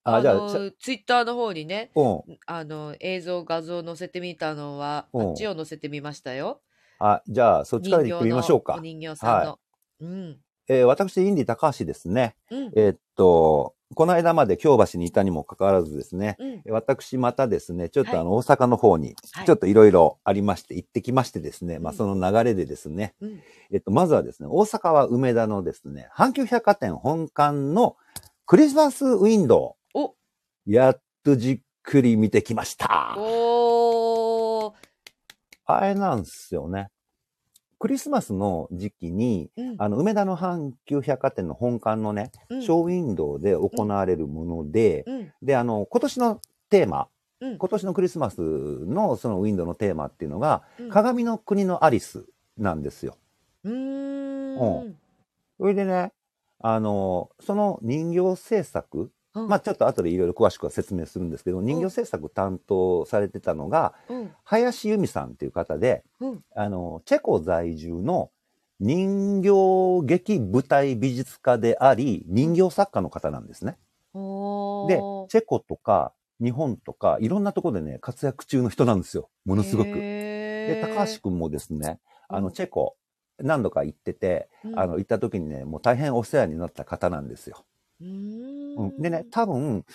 あ、あじゃあ、のしゃツイッターの方にね、うん。あの、映像、画像載せてみたのは、うんあっちを載せてみましたよ。あ、じゃあ、そっち人か形ら行ってみましょうのおか。人形さんの。うん。えー私、インディ高橋ですね。うん。えーっと、この間まで京橋にいたにもかかわらずですね、うん。私またですね、ちょっとはいあの、大阪の方に、はいちょっといろいろありまして、行ってきましてですね、まあうんその流れでですね、うんえっと、まずはですね、大阪は梅田のですね、阪急百貨店本館のクリスマスウィンドウ。おやっとじっくり見てきました。おー。あれなんですよね。クリスマスの時期に、うん。あの、梅田の阪急百貨店の本館のね、うんショーウィンドウで行われるもので、うん。で、あの、今年のテーマ、うん今年のクリスマスのそのウィンドウのテーマっていうのが、うん鏡の国のアリスなんですよ。うー。うんそれでね、あの、その人形制作、うんまあちょっと後でいろいろ詳しくは説明するんですけど、人形制作担当されてたのが、うん。林由美さんっていう方で、うんあの、チェコ在住の人形劇舞台美術家であり、人形作家の方なんですね。おでー、。チェコとか日本とか、いろんなところでね、活躍中の人なんですよ。ものすごく。で、で高橋くんもですね、あうの、んチェコ、何度か行ってて、君あの、、行った時にね、もう大変お世話になった方なんですよ。うーうんんでね、多分、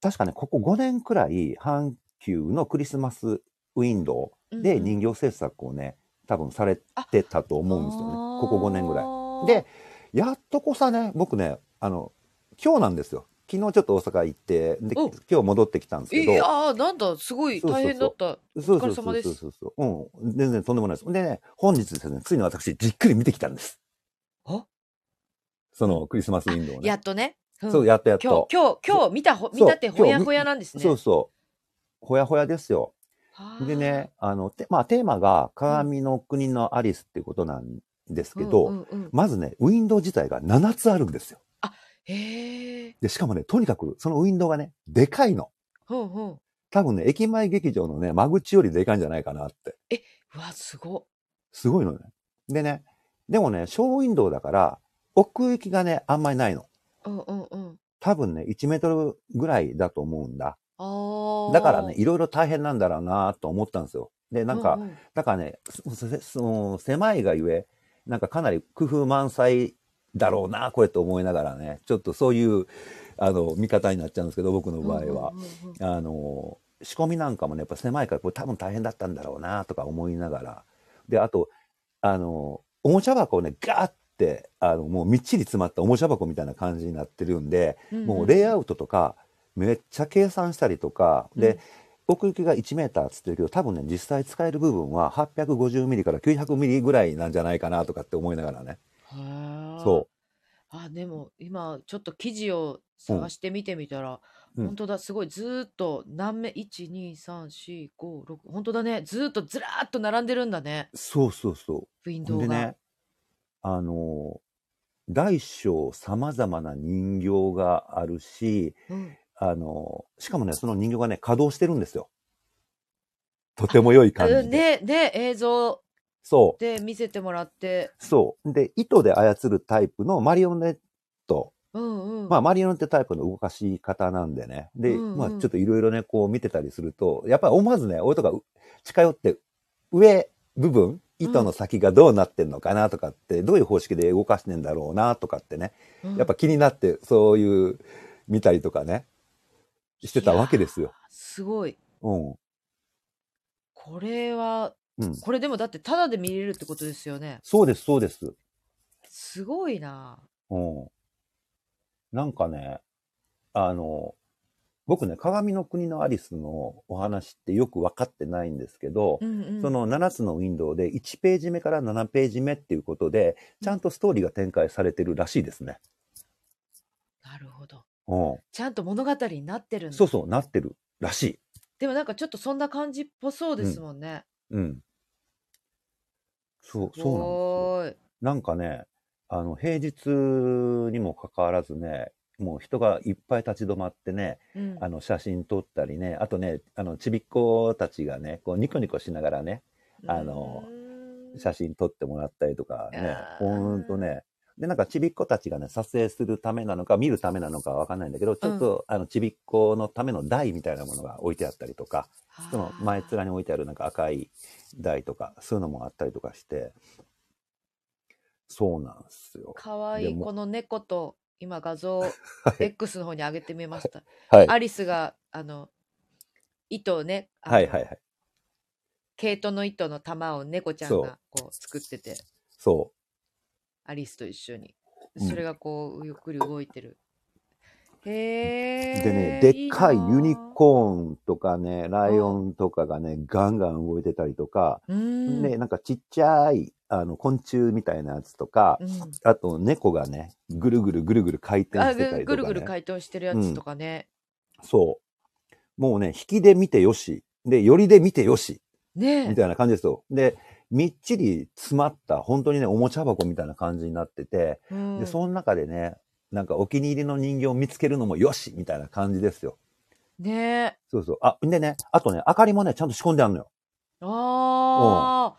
確かね、ここ5年くらい、阪急のクリスマスウィンドウ、で、人形制作をね、多分されてたと思うんですよね。ここ5年ぐらい。いで、やっとこさね、僕ね、あの、今日なんですよ。昨日ちょっと大阪行って、で、お今日戻ってきたんですけいど、やーなんだすごいそうそうそう大変だったそうお疲そうれそ様うですそうそうそう。うん、全然とんでもないです。でね、本日ですね、ついに私、じっくり見てきたんです。あそのクリスマスウィンドウをね。やっとねうんそう、やっとやっ今日と。今日今日見たほそう見たって今日ほやほやなんですねそうそう。ほやほやですよ。はーでね、あの、てまあ、テーマが、鏡の国のアリスっていうことなんですけど、うんうんうんまずね、ウィンドウ自体が7つあるんですよ。へえで、しかもね、とにかく、そのウィンドウがね、でかいの。ほうほう多分ね、駅前劇場のね、間口よりでかいんじゃないかなって。うわすごすごいのね。でね、でもね、ショーウィンドウだから、奥行きがね、あんまりないの。うんうんうん多分ね、1メートルぐらいだと思うんだ。あーだからね、いろいろ大変なんだろうなと思ったんですよ。で、なんかう、うだからね、そそその狭いがゆえ、なんかかなり工夫満載だろうな、これと思いながらね、ちょっとそういう、あの、見方になっちゃうんですけど、僕の場合はう。んうんうんうんあの、仕込みなんかもね、やっぱ狭いから、これ多分大変だったんだろうな、とか思いながら。で、あと、あの、おもちゃ箱をね、ガーって、あの、もうみっちり詰まったおもちゃ箱みたいな感じになってるんで、うんもうレイアウトとか、めっちゃ計算したりとか、うでん、奥行きが1メーターつってるけど、多分ね、実際使える部分は850ミリから900ミリぐらいなんじゃないかなとかって思いながらね。へーそあでも今ちょっと記事を探して見てみたら、うん本当だすごいずーっと何目12345本当だねずーっとずらーっと並んでるんだねう。そうそうそウィンう。ドほんウでが、ね、あの、大小様々な人形があるし、うん、あの、しかもね、その人形がね、稼働してるんですよ。とても良い感じで。うんねね映像そう。で見せてもらってそう。で、糸で操るタイプのマリオネットうんうんまあ、マリオンってタイプの動かし方なんでね。で、うんうんまあ、ちょっといろいろね、こう見てたりすると、やっぱり思わずね、俺とかう近寄って、上部分、糸の先がどうなってんのかなとかって、どういう方式で動かしてんだろうなとかってね、うんやっぱ気になって、そういう、見たりとかね、してたわけですよ。すごいうん。これは、うんこれでもだってタダで見れるってことですよねそうです、そうです。すごいなうん。なんかね、あの、僕ね、鏡の国のアリスのお話ってよく分かってないんですけど、うんうんその7つのウィンドウで1ページ目から7ページ目っていうことで、ちゃんとストーリーが展開されてるらしいですね。なるほどうちゃんと物語になってるんん。だそうそう、なってるらしい。でもなんかちょっとそんな感じっぽそうですもんね。うん。そう、そうなんですよ。おーいなんかね、あの、平日にもかかわらずね、もう人がいっぱい立ち止まってね、うんあの、写真撮ったりね、あとね、あの、ちびっ子たちがね、こう、ニコニコしながらね、あのうーん写真撮ってもらったりとかいねや、ーほんとね、で、なんかちびっ子たちがね、撮影するためなのか、見るためなのかわかんないんだけど、ちょっと、あの、ちびっ子のための台みたいなものが置いてあったりとか、その前面に置いてあるなんか赤い台とか、そういうのもあったりとかして、そうなんですよ。かわいでいもこの猫と今画 像を X の方に上げてみました、はい。アリスがあの糸をねあのはいはいはい。毛糸の糸の玉を猫ちゃんそうがこう作っててそアリスと一緒にうんそれがこうゆっくり動いてる、へう。えでね、でっかいユニーコーンとかね、ライオンとかがね、ガンガン動いてたりとか、ンうん、ね、なんかちっちゃい、あの、昆虫みたいなやつとか、うんあと猫がね、ぐるぐるぐるぐる回転あしてたりとか、ね。ぐぐるぐる回答してるやつとかね、そう。もうね、引きで見てよし。で、寄りで見てよし。みねえたいな感じですよ。で、みっちり詰まった、本当にね、おもちゃ箱みたいな感じになってて、うんで、その中でね、なんかお気に入りの人形を見つけるのもよしみたいな感じですよ。ねえそうそう。あ、んでね、あとね、明かりもね、ちゃんと仕込んであるのよ。ああ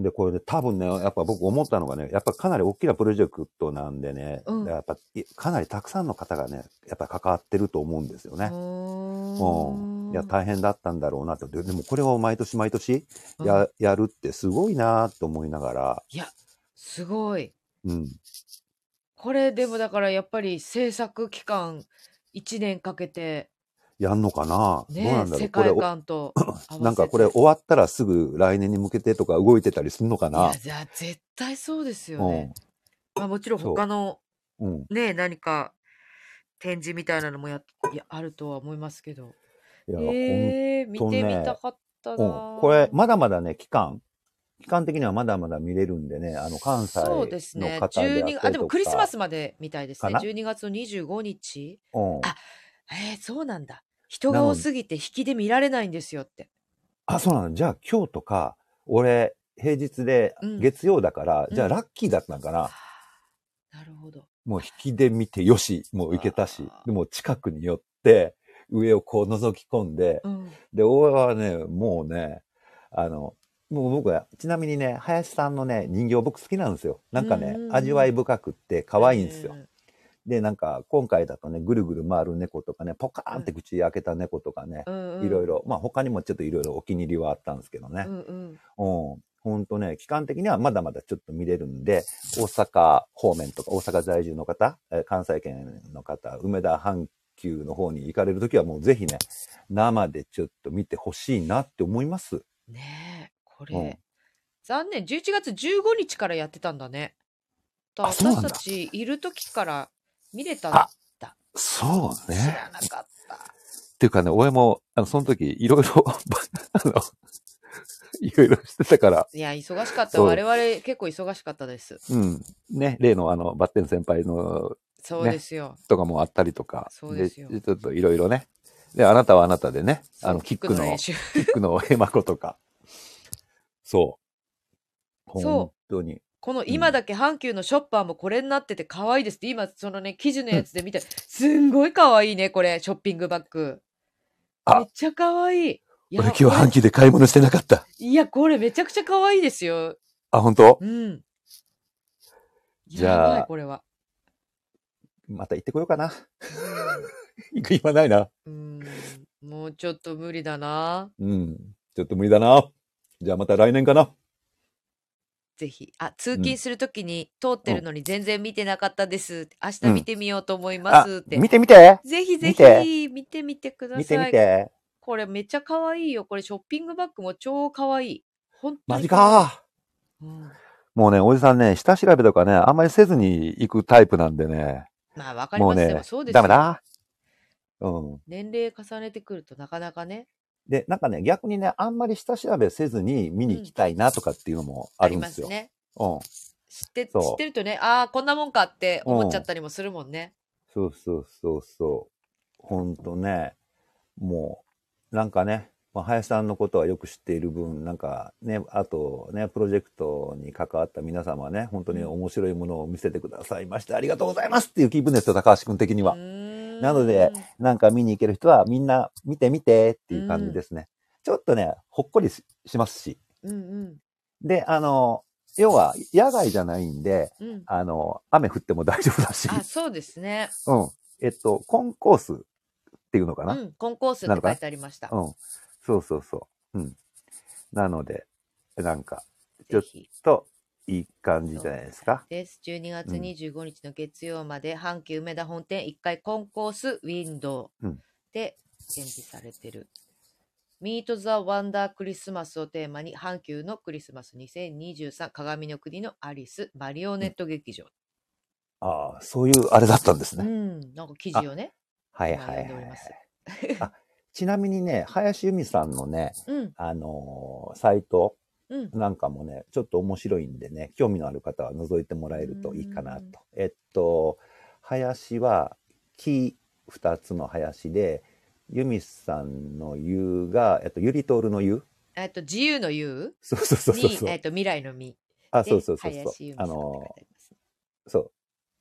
で、これね、多分ね、やっぱ僕思ったのがね、やっぱかなり大きなプロジェクトなんでね、うんやっぱいかなりたくさんの方がね、やっぱ関わってると思うんですよね。うんいや、大変だったんだろうなって。ででもこれを毎年毎年や,、やるってすごいなと思いながら、いやすごいうん。これでもだからやっぱり制作期間1年かけてやんのかな、どうねなんだろ世うこれ界お、観となんかこれお終わったらすぐ来年に向けてとか動いてたりするのかないやじゃあ絶対そうですようね、まあ、もちろんそう他のん。うん。ね何か展示みたいなのもやいやあるとは思いますけどいや、えー、見ほんとねてみたかったなほん、あ、うん。これ、まだまだね、期間。期間的にはまだまだ見れるんでね、あの、関西のそ方うであっですねたりと12か。あでもクリスマスまでみたいですねかな12月の25日うん。あえー、そうなんだ人が多すぎて引きで見られないんですよってあ、そうなの。じゃあ今日とか、俺、平日でうん月曜だから、うんじゃあラッキーだったんかな。なるほどもう引きで見てよし、もう行けたしあ、ーでもう近くに寄って、上をこう覗き込んで、うんで、大江はね、もうね、あの、もう僕は、ちなみにね、林さんのね、人形僕好きなんですよ。なんかうんねうんう、ん味わい深くって可愛いんですよう。んで、なんか、今回だとね、ぐるぐる回る猫とかね、ポカーンって口開けた猫とかね、うんうんいろいろ、まあ他にもちょっといろいろお気に入りはあったんですけどね。うんうんうん。ほんとね、期間的にはまだまだちょっと見れるんで、大阪方面とか、大阪在住の方、えー関西圏の方、梅田阪急の方に行かれるときはもうぜひね、生でちょっと見てほしいなって思います。ねえこれ、うん残念11月15日からやってたんだねとあそうな私んだたちいる時から見れたあのそう知ね。らなかったっていうかね、俺も、あの、その時、いろい ろ、あの、いろいろしてたから、いや忙しかったそう我々結構忙しかったですうん。ね、例のあの、バッテン先輩のそうですよ、とかもあったりとか、そうですよちょっといろいろね。で、あなたはあなたでね、そうあの、キックの、練習キックのヘマコとか。そう。そう本当に。この今だけ阪急のショッパーもこれになってて可愛いですって今そのね記事のやつで見て、すんごい可愛いねこれショッピングバッグあめっちゃ可愛いいや俺今日阪急で買い物してなかった。いやこれめちゃくちゃ可愛いですよあ、本当うん。じゃあやばいこれは。また行ってこようかな。 行く暇ないな。うん。もうちょっと無理だな。うん。ちょっと無理だな。じゃあまた来年かな。ぜひ。あ、通勤するときに通ってるのに全然見てなかったです。明日見てみようと思いますって。見て見てぜひぜ見てひ見てみてください。見て見て。これめっちゃ可愛いよ。これショッピングバッグも超可愛い。本当マにジ可愛い。か。もうね、おじさんね、下調べとかね、あんまりせずに行くタイプなんでね。うんまあわかりもまうすねでもそう、ですよダメだ。うん。年齢重ねてくるとなかなかね。で、なんかね、逆にね、あんまり下調べせずに見に行きたいなとかっていうのもああるりんでますすよ。ね。うん。知って、知そうってるとね、ああ、こんなもんかって思っちゃったりもするもんね。そうそうそうそう。ほんとね、もう、なんかね、まあ、林さんのことはよく知っている分、なんかね、あとね、プロジェクトに関わった皆様はね、本当に面白いものを見せてくださいまして、ありがとうございますっていう気分ですよ、高橋くん的には。ななので、なんか見に行ける人はみんな見て見てっていう感じですね。ちょっとね、ほっこりししますし。うんうん、で、あの、要は、野外じゃないんで、うん。あの、雨降っても大丈夫だし、あ、そうですね。うん。えっと、コンコースっていうのかうな、ん。コンコースってなの書かないてありました。うん。そうそうそう。うん。なので、なんか、ちょぜっひ。と、いい感じじゃないですか。です。12月うん25日の月曜まで、阪急梅田本店1階コンコースウィンドうウんで展示されてる。ミート・ザ・ワンダー・クリスマスをテーマに、阪急のクリスマス2023鏡の国のアリスマリオネット劇場。ああ、そういうあれだったんですうね。ん、なんか記事をね。はい今はい読んではおりいま。すちなみにね、林由美さんのね、うん、あのーサイトうん。なんかもね、ちょっと面白いんでね、興味のある方は覗いてもらえるといいかなうんと。えっと、林は木二つの林で、由美さんの湯が、えっと、ゆりとおるの湯えっと、自由の優そうそうそうそうに、そえうっ。と、未来の実。あ、でそうそうそうそう林由。美さあんって書いてあのーりますねそう。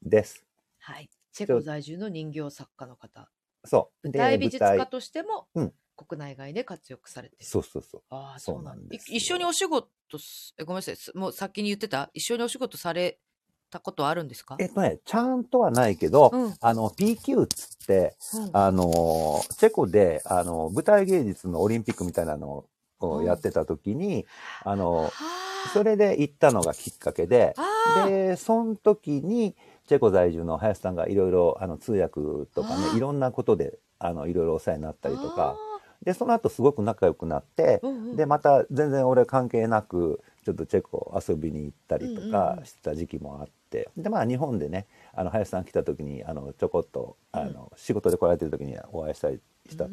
です。はい。チェコ在住の人形作家の方。そう。舞で台美術家。としても、うん国内外で活躍されてる。そうそうそう。ああ、そうそうなんなんでですす。よい一緒にお仕事す、えごめんなさい、すもう先に言ってた、一緒にお仕事されたことあるんですかえっとね、ちゃんとはないけど、うん。うんあの、PQ っつって、あのーチェコで、あのー舞台芸術のオリンピックみたいなのうをんやってた時に、あのーはそれで行ったのがきっかけで、あーで、その時に、チェコ在住の林さんがいろいろ、あの、通訳とかあーね、いろんなことで、あの、いろいろお世話になったりとか、あで、その後すごく仲良くなってー、うんうんで、また全然俺関係なく、ちょっとチェコ遊びに行ったりとうんうんかうんしてた時期もあって、で、まあ日本でね、あの、林さん来た時に、あの、ちょこっと、あの、仕事で来られてる時にお会いしたりしたと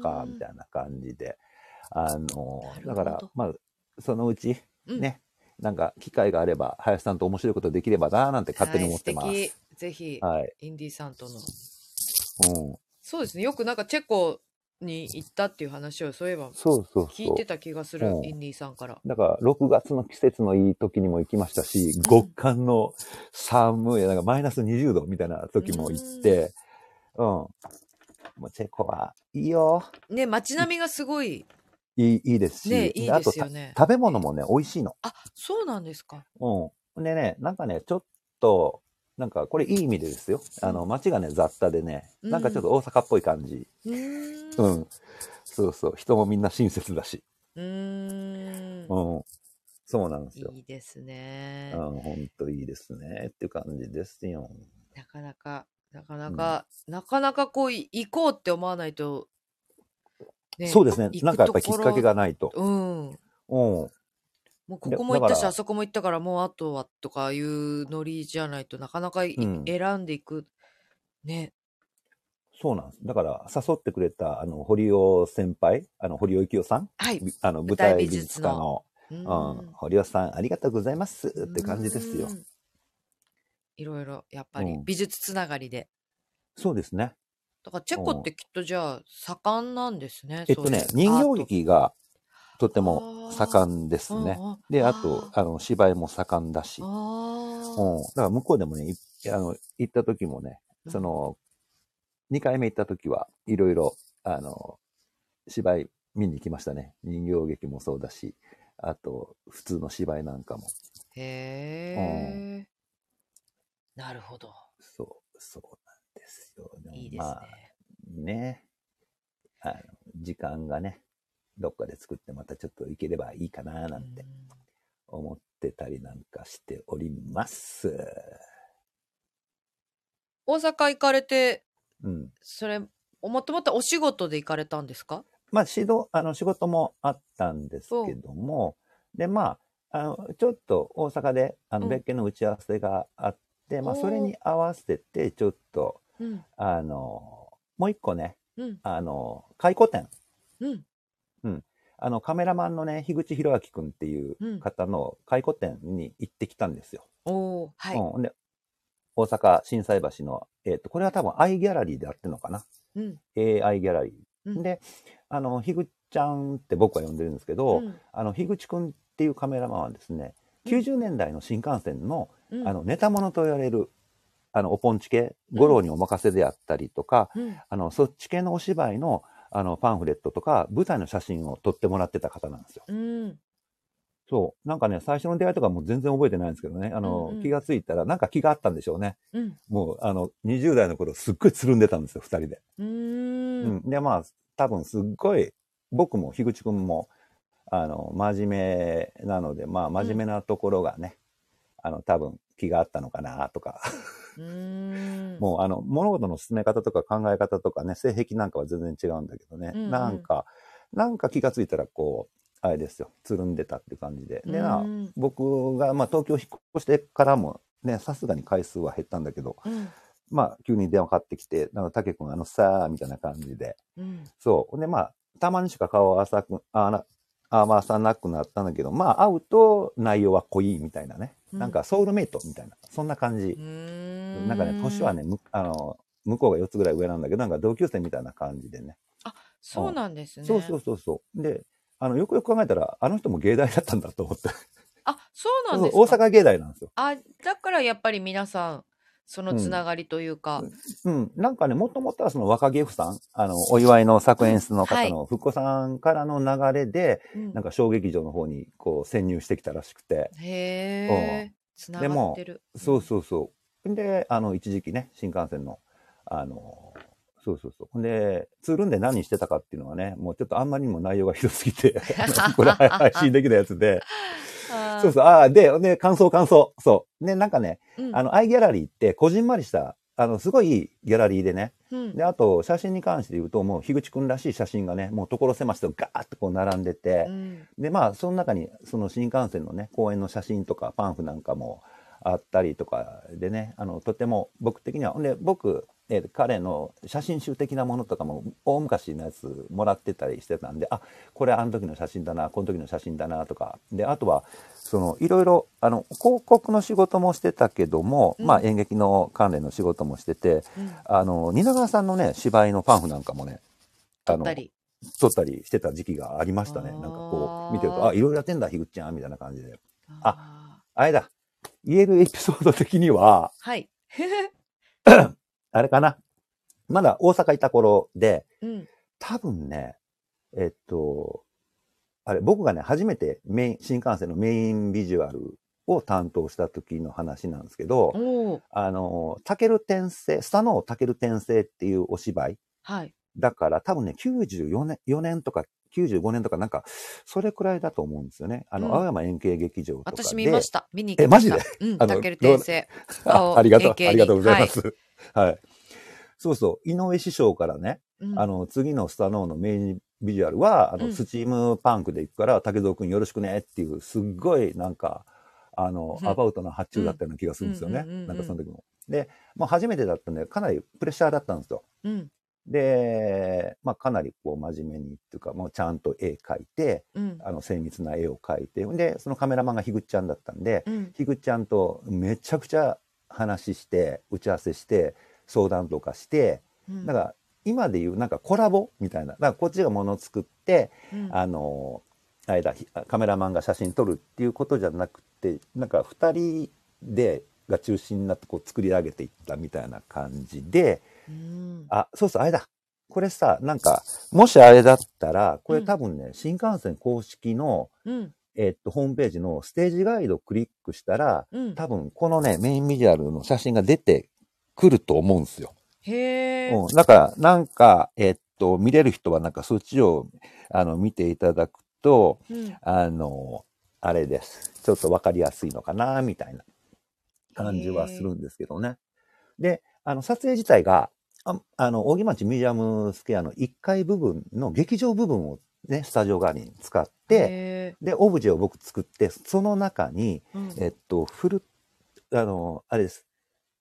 か、みたいいな感じで、あのなるほ、どだから、まあ、そのうち、うんね、なんか機会があれば、林さんと面白いことできればなーなんて勝手に思ってます。ははいい素。敵ぜひ、インディーさんとの。うん。そうですね、よくなんかチェコに行ったっていう話を、そういえばそうそう聞いそうて。た気がする、うんインディーさんから。だから、6月の季節のいい時にも行きましたし、極寒の寒い、なんかマイナス20度みたいな時も行って、うん。もうチェコはいいよ。ね、街並みがすごい、いい、いいですし。ね、いいですよあとね。た、食べ物もね、美味しいの。あ、そうなんですか。うん。でね、なんかね、ちょっと、なんかこれいい意味でですよ。あの、街がね、雑多でね、なんかちょっと大阪っぽい感じ。うー。うんん。そうそう。人もみんな親切だし。うーんうん。そうなんですよ。いいですねう。ん、ほんといいですね。っていう感じですよ。なかなか、なかなか、なかなかこう、い行こうって思わないと、ねそうですね。行くなんかやっぱりきっかけがないとと。ころうん。うん。もうここも行っただかし、らあそこも行ったから、もうあとはとかいうノリじゃないとなかなかいうん選んでいく。ね。そうなんです。だから、誘ってくれた、あの、堀尾先輩、あの、堀尾幸雄さん、はい。あの、舞舞台台美美術術の家の、ううん、堀尾さん、ありがとうございますって感じですよう。んいろいろ、やっぱりうん美術つながりで。そうですね。だからチェコってきっとじゃあ盛んなんですね。えっとね、人形劇がとても盛んでですね。。で、あと、あの、芝居も盛んだし。あうん。ーだから、向こうでもね、いあの、行った時もね、そ、の、2回目行った時はいろいろ、あの、芝居見に行きましたね。人形劇もそうだし、あと、普通の芝居なんかも。へえ。なるほど。そう、そうなんですよ。でもいいですね。まあね。あの、時間がね、どっかで作ってまたちょっと行ければいいかな、なんてうん思ってたりなんかしております。大阪行かれて、うん。それ、もともとお仕事で行かれたんですかまあ、指導、あの、仕事もあったんですけども、で、まあ、あの、ちょっと大阪で、あうの、ん別件の打ち合わせがあって、まあ、おーそれに合わせて、ちょっと、うん。あの、もう一個ね、うん。あの、回顧展。うん。あの、カメラマンのね、樋口博明くんっていううん方の回顧展に行ってきたんですよ。おー、はい。うん。で、大阪、心斎橋の、えっ、と、これは多分 i ギャラリーでやってるのかなうん。 AI ギャラリー。うんで、あの、ひぐちゃんって僕は呼んでるんですけど、うんあの、ひぐちくんっていうカメラマンはですね、90年代の新幹線の、うんあの、ネタものと言われる、あの、おポンチ系、五郎にお任せであったりとか、うん。あの、そっち系のお芝居の、あの、パンフレットとか、舞台の写真を撮ってもらってた方なんですよ。うん。そう。なんかね、最初の出会いとかもう全然覚えてないんですけどね。あの、うんうん気がついたら、なんか気があったんでしょうね。うん。もう、あの、20代の頃、すっごいつるんでたんですよ、二人で。うー。うんん。で、まあ、多分すっごい、僕も樋口くんも、あの、真面目なので、まあ、真面目なところがね、あの、多分気があったのかな、とか。 うーん。もう、あの、物事の進め方とか考え方とかね、性癖なんかは全然違うんだけどね。うんうんなんか、なんか気がついたら、こう、あれですよ、つるんでたっていう感じで。で、なう、ん僕が、まあ、東京引っ越してからも、ね、さすがに回数は減ったんだけど、うん。まあ、急に電話かかってきて、なんか、竹君、あのさー、みたいな感じで。うん。そう。で、まあ、たまにしか顔を合わさく、あな、合わさなくなったんだけど、まあ、会うと内容は濃いみたいなね。うんなんか、ソウルメイトみたいな、そんな感じう。ーん。なんかね、年は。ね、むあの、向こうが4つぐらい上なんだけど、なんか同級生みたいな感じでね。そうなんですね。そうそうそうそう。で、あの、よくよく考えたら、あの人も芸大だったんだと思って。あ、そうなんそうです大か。阪芸大なんですよ。あ、だからやっぱり皆さん、そのつながりというか。うん。なんかね、もともとはその若芸夫さん、あの、お祝いの作演出のは方いの復古さんからの流れで、うんなんか小劇場の方にこう潜入してきたらしくて。へえ。つなでがっもてる。そうそうそう。で、あの、一時期ね、新幹線の、あの、そうそうそう。ほんで、つるんで何してたかっていうのはね、もうちょっとあんまりにも内容がひどすぎて、 あのこれ配信できないやつで。あーそうそう。ああ、で、で、感想感想。そう。ね、なんかね、うんあの、アイギャラリーって、こじんまりした、あの、すごいいいギャラリーでね。うんで、あと、写真に関して言うと、もう、樋口くんらしい写真がね、もう、所狭しとガーッとこう並んでて、うんでまあその中にその新幹線のね公園の写真とかパンフなんかもあったりとかでねあのとても僕的にはほんで僕、えー彼の写真集的なものとかも大昔のやつもらってたりしてたんであこれあの時の写真だなこの時の写真だなとかであとはそのいろいろあの広告の仕事もしてたけども、うんまあ演劇の関連の仕事もしててうんあの蜷川さんのね芝居のパンフなんかもね撮ったり。撮ったりしてた時期がありましたね。あーなんかこう、見てると、あ、いろいろやってんだ、ひぐっちゃん、みたいな感じで。あー。あれだ、言えるエピソード的には、はい。 あれかな。まだ大阪いた頃で、うん。多分ね、えっと、あれ、僕がね、初めてメイン、新幹線のメインビジュアルを担当した時の話なんですけど、おーあの、タケル転生、スタノータケル転生っていうお芝居はい。だから、多分ね、94年、4年とか、95年とか、なんか、それくらいだと思うんですよね。あの、うん青山円形劇場とかで。。私見ましたた。見にえ行きました。マうん。あのタケル転生。青あありがとう円、形にありがとうございます。はい、そうそう、井上師匠からね、うんあの、次のスタノーのメインビジュアルは、あの、うんスチームパンクで行くから、竹蔵くんよろしくねっていう、すっごい、なんか、あの、うんアバウトな発注だったような気がするんですよねうんうんうんうん。なんかその時も。で、まあ初めてだったんで、かなりプレッシャーだったんですよ。うん。で、まあ、かなりこう真面目にっていうか、もうちゃんと絵描いて、うん。あの精密な絵を描いて、で、そのカメラマンがひぐっちゃんだったんで、うん。ひぐっちゃんとめちゃくちゃ話して、打ち合わせして、相談とかして、うんだから今でいうなんかコラボみたいな、だからこっちがもの作って、うんあの、あれだ、ひカメラマンが写真撮るっていうことじゃなくて、なんか二人で、が中心になってこう作り上げていったみたいな感じで、うんあ、そうそう、あれだ。これさ、なんか、もしあれだったら、これ多分ね、新幹線公式の、うん。えっと、ホームページのステージガイドをクリックしたら、うん。多分このね、メインビジュアルの写真が出てくると思うんですよ。へえ。うん。だから、なんか、えっと、見れる人はなんかそっちを、あの、見ていただくと、うんあの、あれです。ちょっとわかりやすいのかな、みたいな感じはするんですけどね。で、あの、撮影自体が、ああの、大木町ミュージアムスケアの1階部分の劇場部分をね、スタジオ側に使って、へで、オブジェを僕作って、その中に、ーうんえっと、フル、あの、あれです。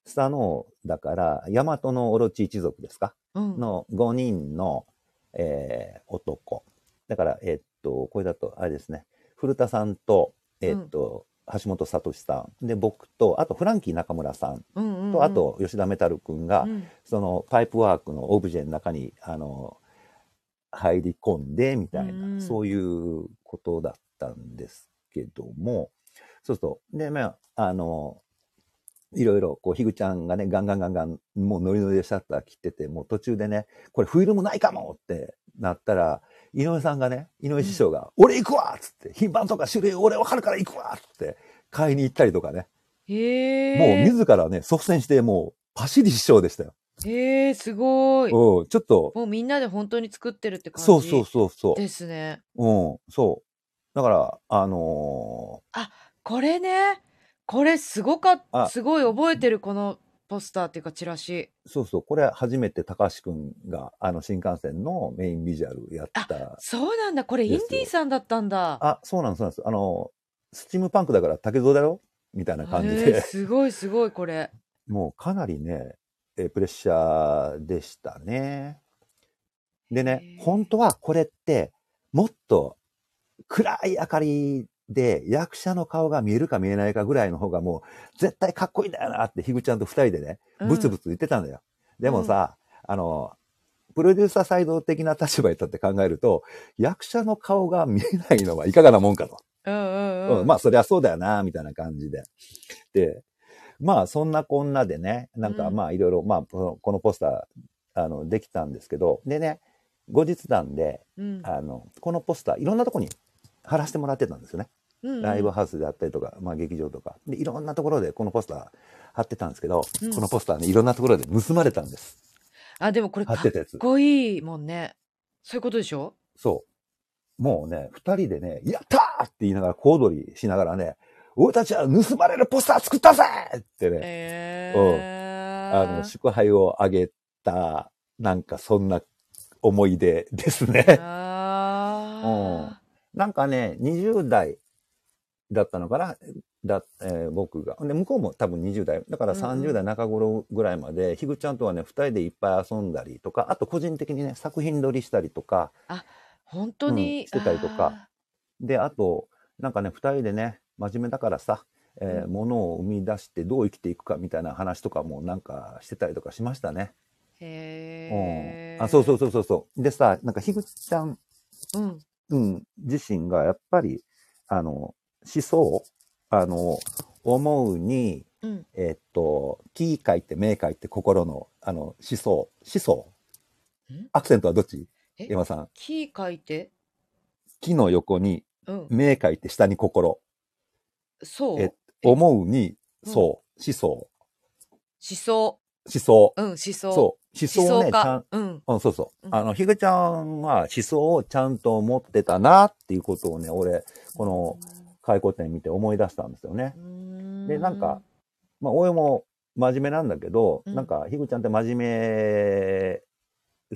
スタノーだから、大和のオロチ一族ですかうんの5人の、えー男。だから、えっと、これだと、あれですね、古田さんと、えっと、橋本聡さん、で、僕と、あと、フランキー中村さんと、うんうんうんあと、吉田メタル君が、うんその、パイプワークのオブジェの中に、あの、入り込んで、みたいな、うんそういうことだったんですけども、そうそう。で、まあ、あの、いろいろ、こう、ひぐちゃんがね、ガンガンガンガン、もうノリノリでシャッター切ってて、もう途中でね、これフィルムないかもってなったら、井上さんがね、井上師匠が、俺行くわっつって、品番とか種類俺わかるから行くわっつって、買いに行ったりとかね。へえ。もう自らね、率先してもう、パシリ師匠でしたよ。へえ、すごい。うん、ちょっと、もうみんなで本当に作ってるって感じそうそうそうそう。ですね。うん、そう。だから、あのこれね、これすごかっあすごい覚えてる、このポスターっていうかチラシ。ーそうそう、これ初めて高橋くんが、あの、新幹線のメインビジュアルやった。そうなんだ、これイでンすよディーさんだったんだ。あ、そうなんです、そうなんです。あの、スチームパンクだから竹蔵だよみたいな感じへえで、すごいすごい、これ。 もうかなりね、えープレッシャーでしたね。でねへ、ー本当はこれって、もっと暗い明かりで役者の顔が見えるか見えないかぐらいの方がもう絶対かっこいいんだよなってひぐちゃんと二人でね、うんブツブツ言ってたんだよ。でもさ、あの、プロデューサーサイド的な立場に立って考えると、役者の顔が見えないのはいかがなもんかと。うんうんうん。うん、まあ、そりゃそうだよな、みたいな感じで。で、まあ、そんなこんなでね、なんかうんまあ、いろいろ、まあ、このこのポスター、あの、できたんですけど、でね、後日談で、うん、あの、このポスター、いろんなとこに貼らせてもらってたんですようね。んうんライブハウスであったりとか、まあ、劇場とか。で、いろんなところでこのポスター貼ってたんですけど、うんこのポスターね、いろんなところで盗まれたんです。 あ、でもこれ貼かっってたやつ。こいいもんね。そういうことでしょそう。もうね、二人でね、やったーって言いながら、小躍りしながらね、俺たちは盗まれるポスター作ったぜってね、えうんえあの、祝杯をあげた、なんかそんな思い出ですね。あなんかね、20代だったのかなだ、えー僕が。で、向こうも多分20代。だからうんうん30代中頃ぐらいまで、ひぐちゃんとはね、二人でいっぱい遊んだりとか、あと個人的にね、作品撮りしたりとか、ー本当に、うんしてたりとかで、あと、なんかね、二人でね、真面目だからさ、えーうものを生み出してどう生きていくかみたいな話とかもなんかしてたりとかしましたね。あーうへん。あ、そうそううそうそうそう。でさ、なんか樋口ちゃん、そう、うん、うん、自身がやっぱり、あの、思想、あの、思うに、うん、えっと、気書いて明書いて心の、あの、思想、思想ん。アクセントはどっちえ山さん。木書いて木の横に、うん明書いて下に心。そうえ思思うに、うんそう、思想、想思想。うん思想そう、思想を思想ね、ちゃ家、んうんうん、そうそうう。んあの、ひぐちゃんは思想をちゃんと持ってたなっていうことをね、俺、この回顧展見て思い出したんですよね。のでなんかまあ、俺も真面目なんだけど、うんなんか、ひぐちゃんって真面目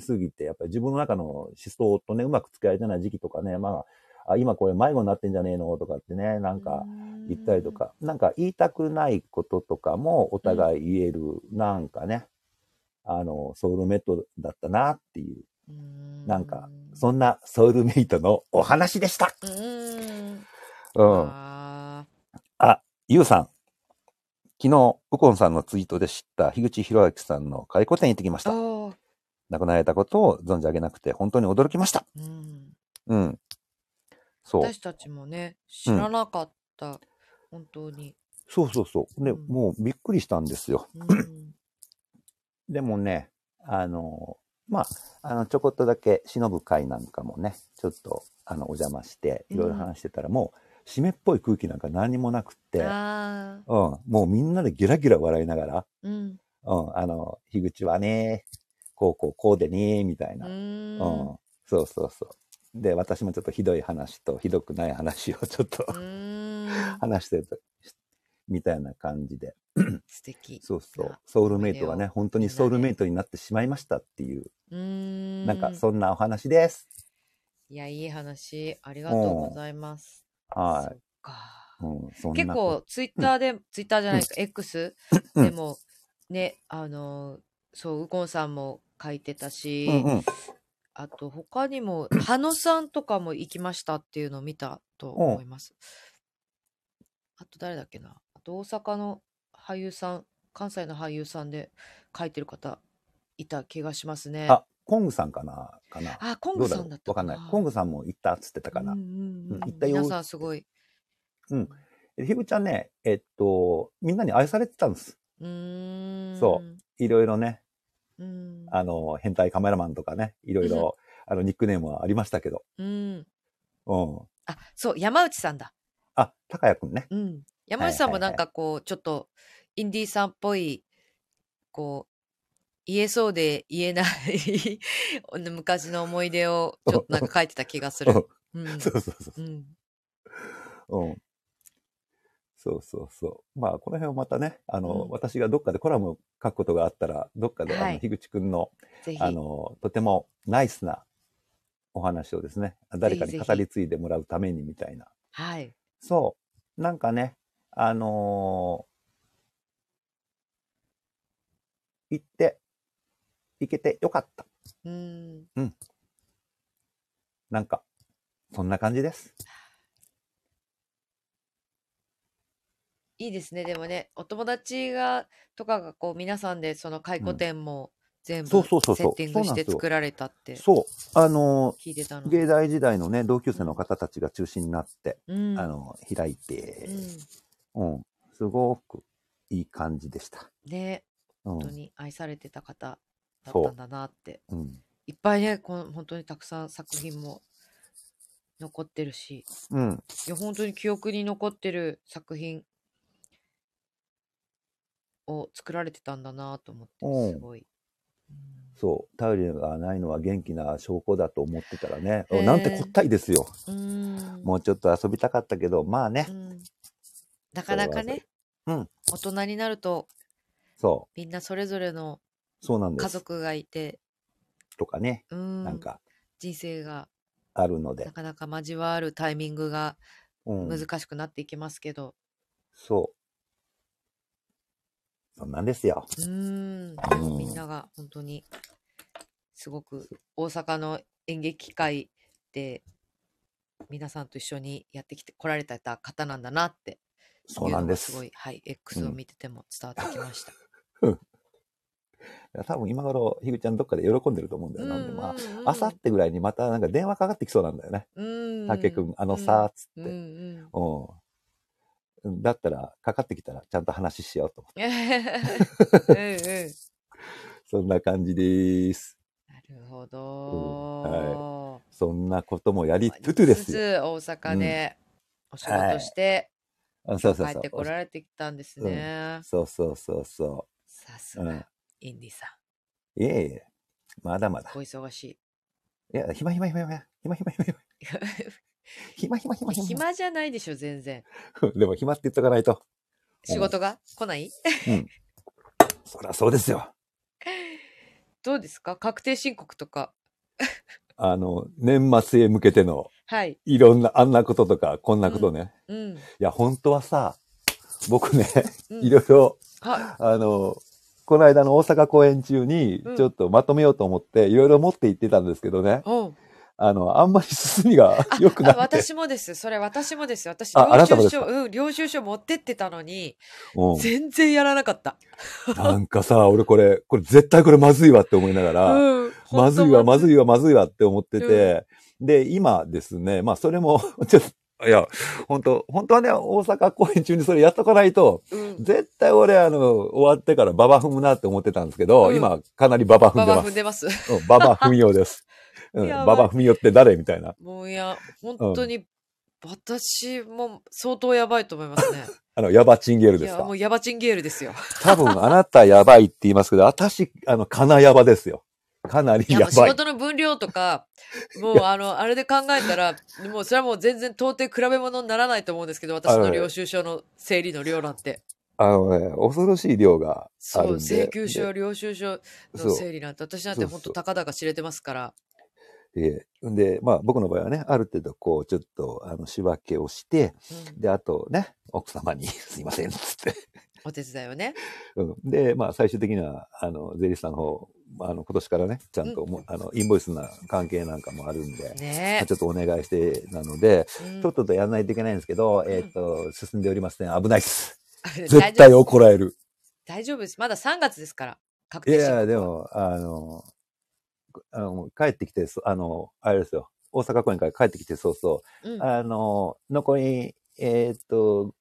すぎて、やっぱり自分の中の思想とね、うまく付き合えてない時期とかね、まあ、あ今これ迷子になってんじゃねえのとかってね、なんか言ったりとか、なんか言いたくないこととかもお互い言える、なんかね、あの、ソウルメイトだったなっていうなんかそんなソウルメイトのお話でした。うーんうう。んんゆうさん。昨日、ウコンさんのツイートで知った樋口博明さんの回顧展行ってきましあた。ー亡くなられたことを存じ上げなくて本当に驚きました。うんうん。そう。私たちもね知らなかった、本当に、そうそうそう。で、うんもうびっくりしたんですよ。うん、でもね、あの、まあ、あの、ちょこっとだけ忍ぶ会なんかもね、ちょっと、あの、お邪魔して、いろいろ話してたら、もう、湿っぽい空気なんか何にもなくって、うん。あもうみんなでゲラゲラ笑いながら、ーうんうん、あの、樋口はね、こうこうこうでね、みたいうな、うん。ーんそうそうそう。で、私もちょっとひどい話とひどくない話をちょっとうーん話してると、みたいな感じで。素敵そうそうあ。ソウルメイトがね、本当みにんなでソウルメイトになってしまいましたっていう、うーんなんかそんなお話です。いやいい話ありがとうございますはそっかい。うん、そんな結構ツイッターで、ツイッターじゃないですか、X うんでもねあのそう右近さんも書いてたし、うんうん。あと他にも羽野さんとかも行きましたっていうのを見たと思いますあと誰だっけなあと大阪の俳優さん関西の俳優さんで書いてる方いた気がしますねあ、コングさんかなかな。あ、コンどグうださろんだうったわかんない。コングさんも行ったっつってたかなうん。うんうんうん行ったよ皆さんすごい。うんでひぐちゃんね、えっと、みんなに愛されてたんです。うーん。そういろいろね、うん。あの、変態カメラマンとかね、いろいろ、あの、ニックネームはありましたけど。うん。うん。あ、そう、山内さんだ。あ、高谷くんね。うん。山内さんもはいはないはいんかこう、ちょっと、インディーさんっぽい、こう、言えそうで言えない 昔の思い出をちょっとなんか書いてた気がす る。うん。そうそうそう。うん。うん。そうそうそう。まあ、この辺をまたね、あの、うん私がどっかでコラムを書くことがあったら、どっかで、はあいの、樋口くんの、ぜひ。あの、とてもナイスなお話をですね、誰かに語り継いでもらうためにみたいな。はい。そう。なんかね、あのー行って、行けてよかった。うん。なんか、そんな感じです。いいですね。でもね、お友達が、とかがこう、皆さんでその回顧展も全部セそうそうそうそうッティングして作られたってそう。あの聞いてたーの。芸大時代のね、同級生の方たちが中心になって、うん。あの、開いうて、ん。うん、すごくいい感じでした。ね、う本当ん、に愛されてた方だっそうたんだなって。うん、いっぱいね、この本当にたくさん作品も残ってるし、うん、いや、本当に記憶に残ってる作品を作られてたんだなと思うって、んすごい。そう、頼りがないのは元気な証拠だと思ってたらね、へーなんてこったいですよ。うん。もうちょっと遊びたかったけど、まあねう、んなかなかね、うん大人になるとそみんなそれぞれのう、そうなんで家す。族がいて、とかね、うん、なんか人生があるのでな、かなか交わるタイミングがうん、難しくなっていきますけど、そう。そんなんですよ。うーんうんみんなが本当にすごく大阪の演劇界で皆さんと一緒にやってきて来られてた方なんだなってそうなんですいのがすごい、はい、X を見てても伝わってきま した。多分今頃、ひぐちゃんどっかで喜んでると思うんだよ。なんで、まうんうんあ、あさってぐらいにまたなんか電話かかってきそうなんだよね。うん、たけくん、あのさ、つうっんうて。 ん、うん。だったら、かかってきたら、ちゃんと話しようと思っうんうんうんて。そんな感じです。なるほど。そんなこともやりまあつつでつすよ。つ大阪でお仕はい事してあ帰そうそうそってこう。られてきたんですうんね。そうそうそうそさすう。うんが、。インディさん。いえいえ。まだまだお。忙しい。いや、暇暇暇暇暇暇暇暇暇暇暇 暇暇じゃないでしょ、全然。でも暇って言っとかないと。仕事が来ないそりゃそうですよ。どうですか確定申告とか。あの、年末へ向けての、はい。いろんな、あんなこととか、こんなことね。いうん。や、本当はさ、僕ね、うんいろいろ、はあの、この間の大阪公演中にうん、ちょっとまとめようと思って、いろいろ持って行ってたんですけどね。おうあの、あんまり進みが 良くあなくて。私もです。それ私もです。私、ああ領なたも収です書、かうん、領収書持ってってたのに、う全然やらなかった。ん。なんかさ、俺これ、これ絶対これまずいわって思いながら、うん。まずいわ、まずい。いわ、まずいわって思ってて、で、今ですね、まあそれも、 ちょっと、いや、本当本当はね、大阪公演中にそれやっとかないと、うん。絶対俺、あの、終わってからババ踏むなって思ってたんですけど、うん今、かなりババ踏バんでバま踏んでます。す。うんババ踏みようです。うん、やばいババ踏みよって誰みたいな。もういや、本当に、私も相当やばいと思い ますね。あの、ヤバチンゲールいですや、かも。うヤバチンゲールですよ。多分、あなたやばいって言いますけど、私、あの、かなやばですよ。かなりいややもう仕ばい。事の分量と か、もうあの、あれで考えたら、もうそれはもう全然到底比べ物にならないと思うんですけど、私の領収書の整理の量なんて。あのね、恐ろしい量があそるんう、で。請求書、領収書そのう整理なんて、私なんて本当たかだか知れてますから。ええんで、まあ僕の場合はね、ある程度こう、ちょっと、あの、仕分けをして、うんで、あとね、奥様に、 すいません、つって。お手伝いをね。うん、で、まあ最終的には、あの、税理士さんの方、まああの、今年からね、ちゃんともう、あの、インボイスな関係なんかもあるんで、まね あちょっとお願いして、なので、え。うんとっととやらないといけないんですけど、んえっ、と、進んでおりません。危ないっす。あ 大絶丈夫対怒られる。大丈夫です。まだ3月ですから。確い定申告や、で。も、あの、あの帰ってきて、そあの、あれですよ。大阪公演から帰ってきて早々、うんあの、残り、えーっと、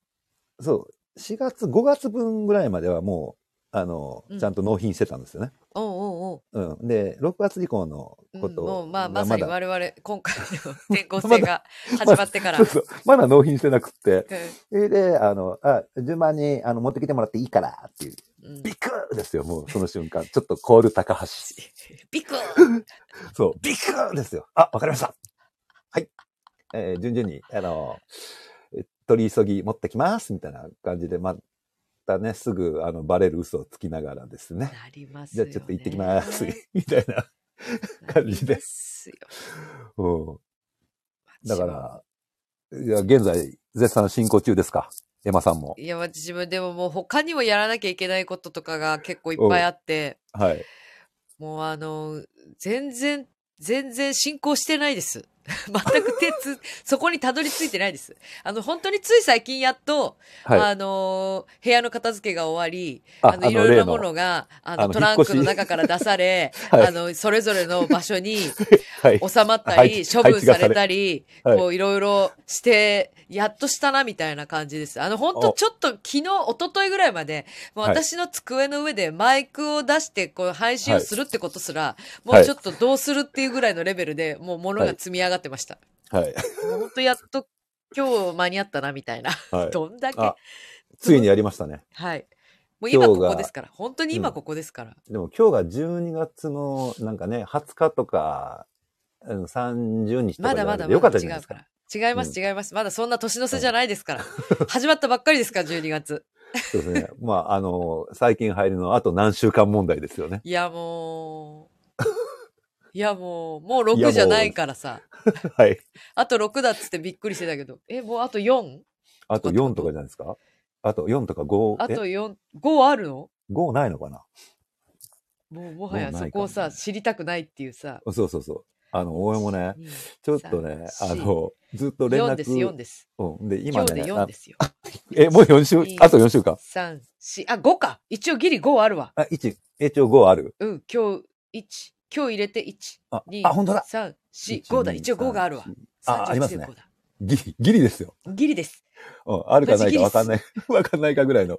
そう、4月、5月分ぐらいまではもあのうんちゃんと納品してたんですよね。おうおうおううん、で6月以降のうんこともうまあまがさにだ我 々今回の転校ま生だが始まって から、そうそうまだ納品してなくってうそれであのあ順番にあの持ってきてもらっていいからっていうんうんビクーですよもうその瞬間ちょっとコール高橋ビクッそうビクーですよあわかりましたはい、えー順々にあのえ取り急ぎ持ってきますみたいな感じでまたねすぐあのバレる嘘をつきながらですねなりますじゃよ、あね。ちょっと行ってきます。 みたいな。感じ なでりますよ。うん。 だから、いや、現在、絶賛進行中ですか。エマさんも。いや、私もでももう他にもやらなきゃいけないこととかが結構いっぱいあって、はい。もうあの、全然、全然進行してないです。 全く手 つ、そこにたどり着いてないです。あの、本当につい最近やっと、はい。あの、部屋の片付けが終わり、ああの、いろいろなものが、あの、あのトランク引のっ越し中から出され、 はいあの、それぞれの場所にはい。収まった はいり、処分されたり、はいはいこう、いろいろして、やっとしたな、みたいな感じです。あの、本お当ちょっと昨日、一昨日ぐらいまで、もうはい私の机の上でマイクを出して、こう、配信をするってことすら、はいもうちょっとどうするっていうぐらいのレベルで、もう物が積み上がってました。はい。もう本当やっと、今日間に合ったな、みたいな。はい。どんだけ。あ、ついにやりましたね。はい。もう今こ今こ日がですから。本当に今ここですから。でも今日が12月の、なんかね、20日とか、うん30日とかまじゃだまなくだてよかまだった違じうゃないですかか。ら。違います、違います。まだそんな年の瀬じゃないです から。始まったばっかりですから、12月。そうですね。まあ、あの、最近入るのはあと何週間問題で すよね。いや、もう。 いや、もう、もう6じゃないからさ。はい。あと6だっつってびっくりしてたけど。え、もうあと 4? あと4とかじゃないですか。あと4とか5、あとえ4、5あるの ?5 ないのかなもう、もはもうやないかそこをもさ、ね知りたくないっていうさ。そうそうそう。あの、俺もね、うんちょっとね、さあの、ずっと連絡。 4です、4です。うん。で、今今日でね、 4あですよ。え、もう4週、あと4週か。 3、4、あ、5か。一応ギリ5あるわ。あ、1、一応5ある。うん、今日、1、今日入れて1、あ、 2、あ、本当だ。 3、4、 1 5だ。 2一応5があるわ。あありますね31で5だ。ギリ、ギリですよ。ギリです。うん、あるかなマいジギかリわかんない、 わかんないかぐらいの。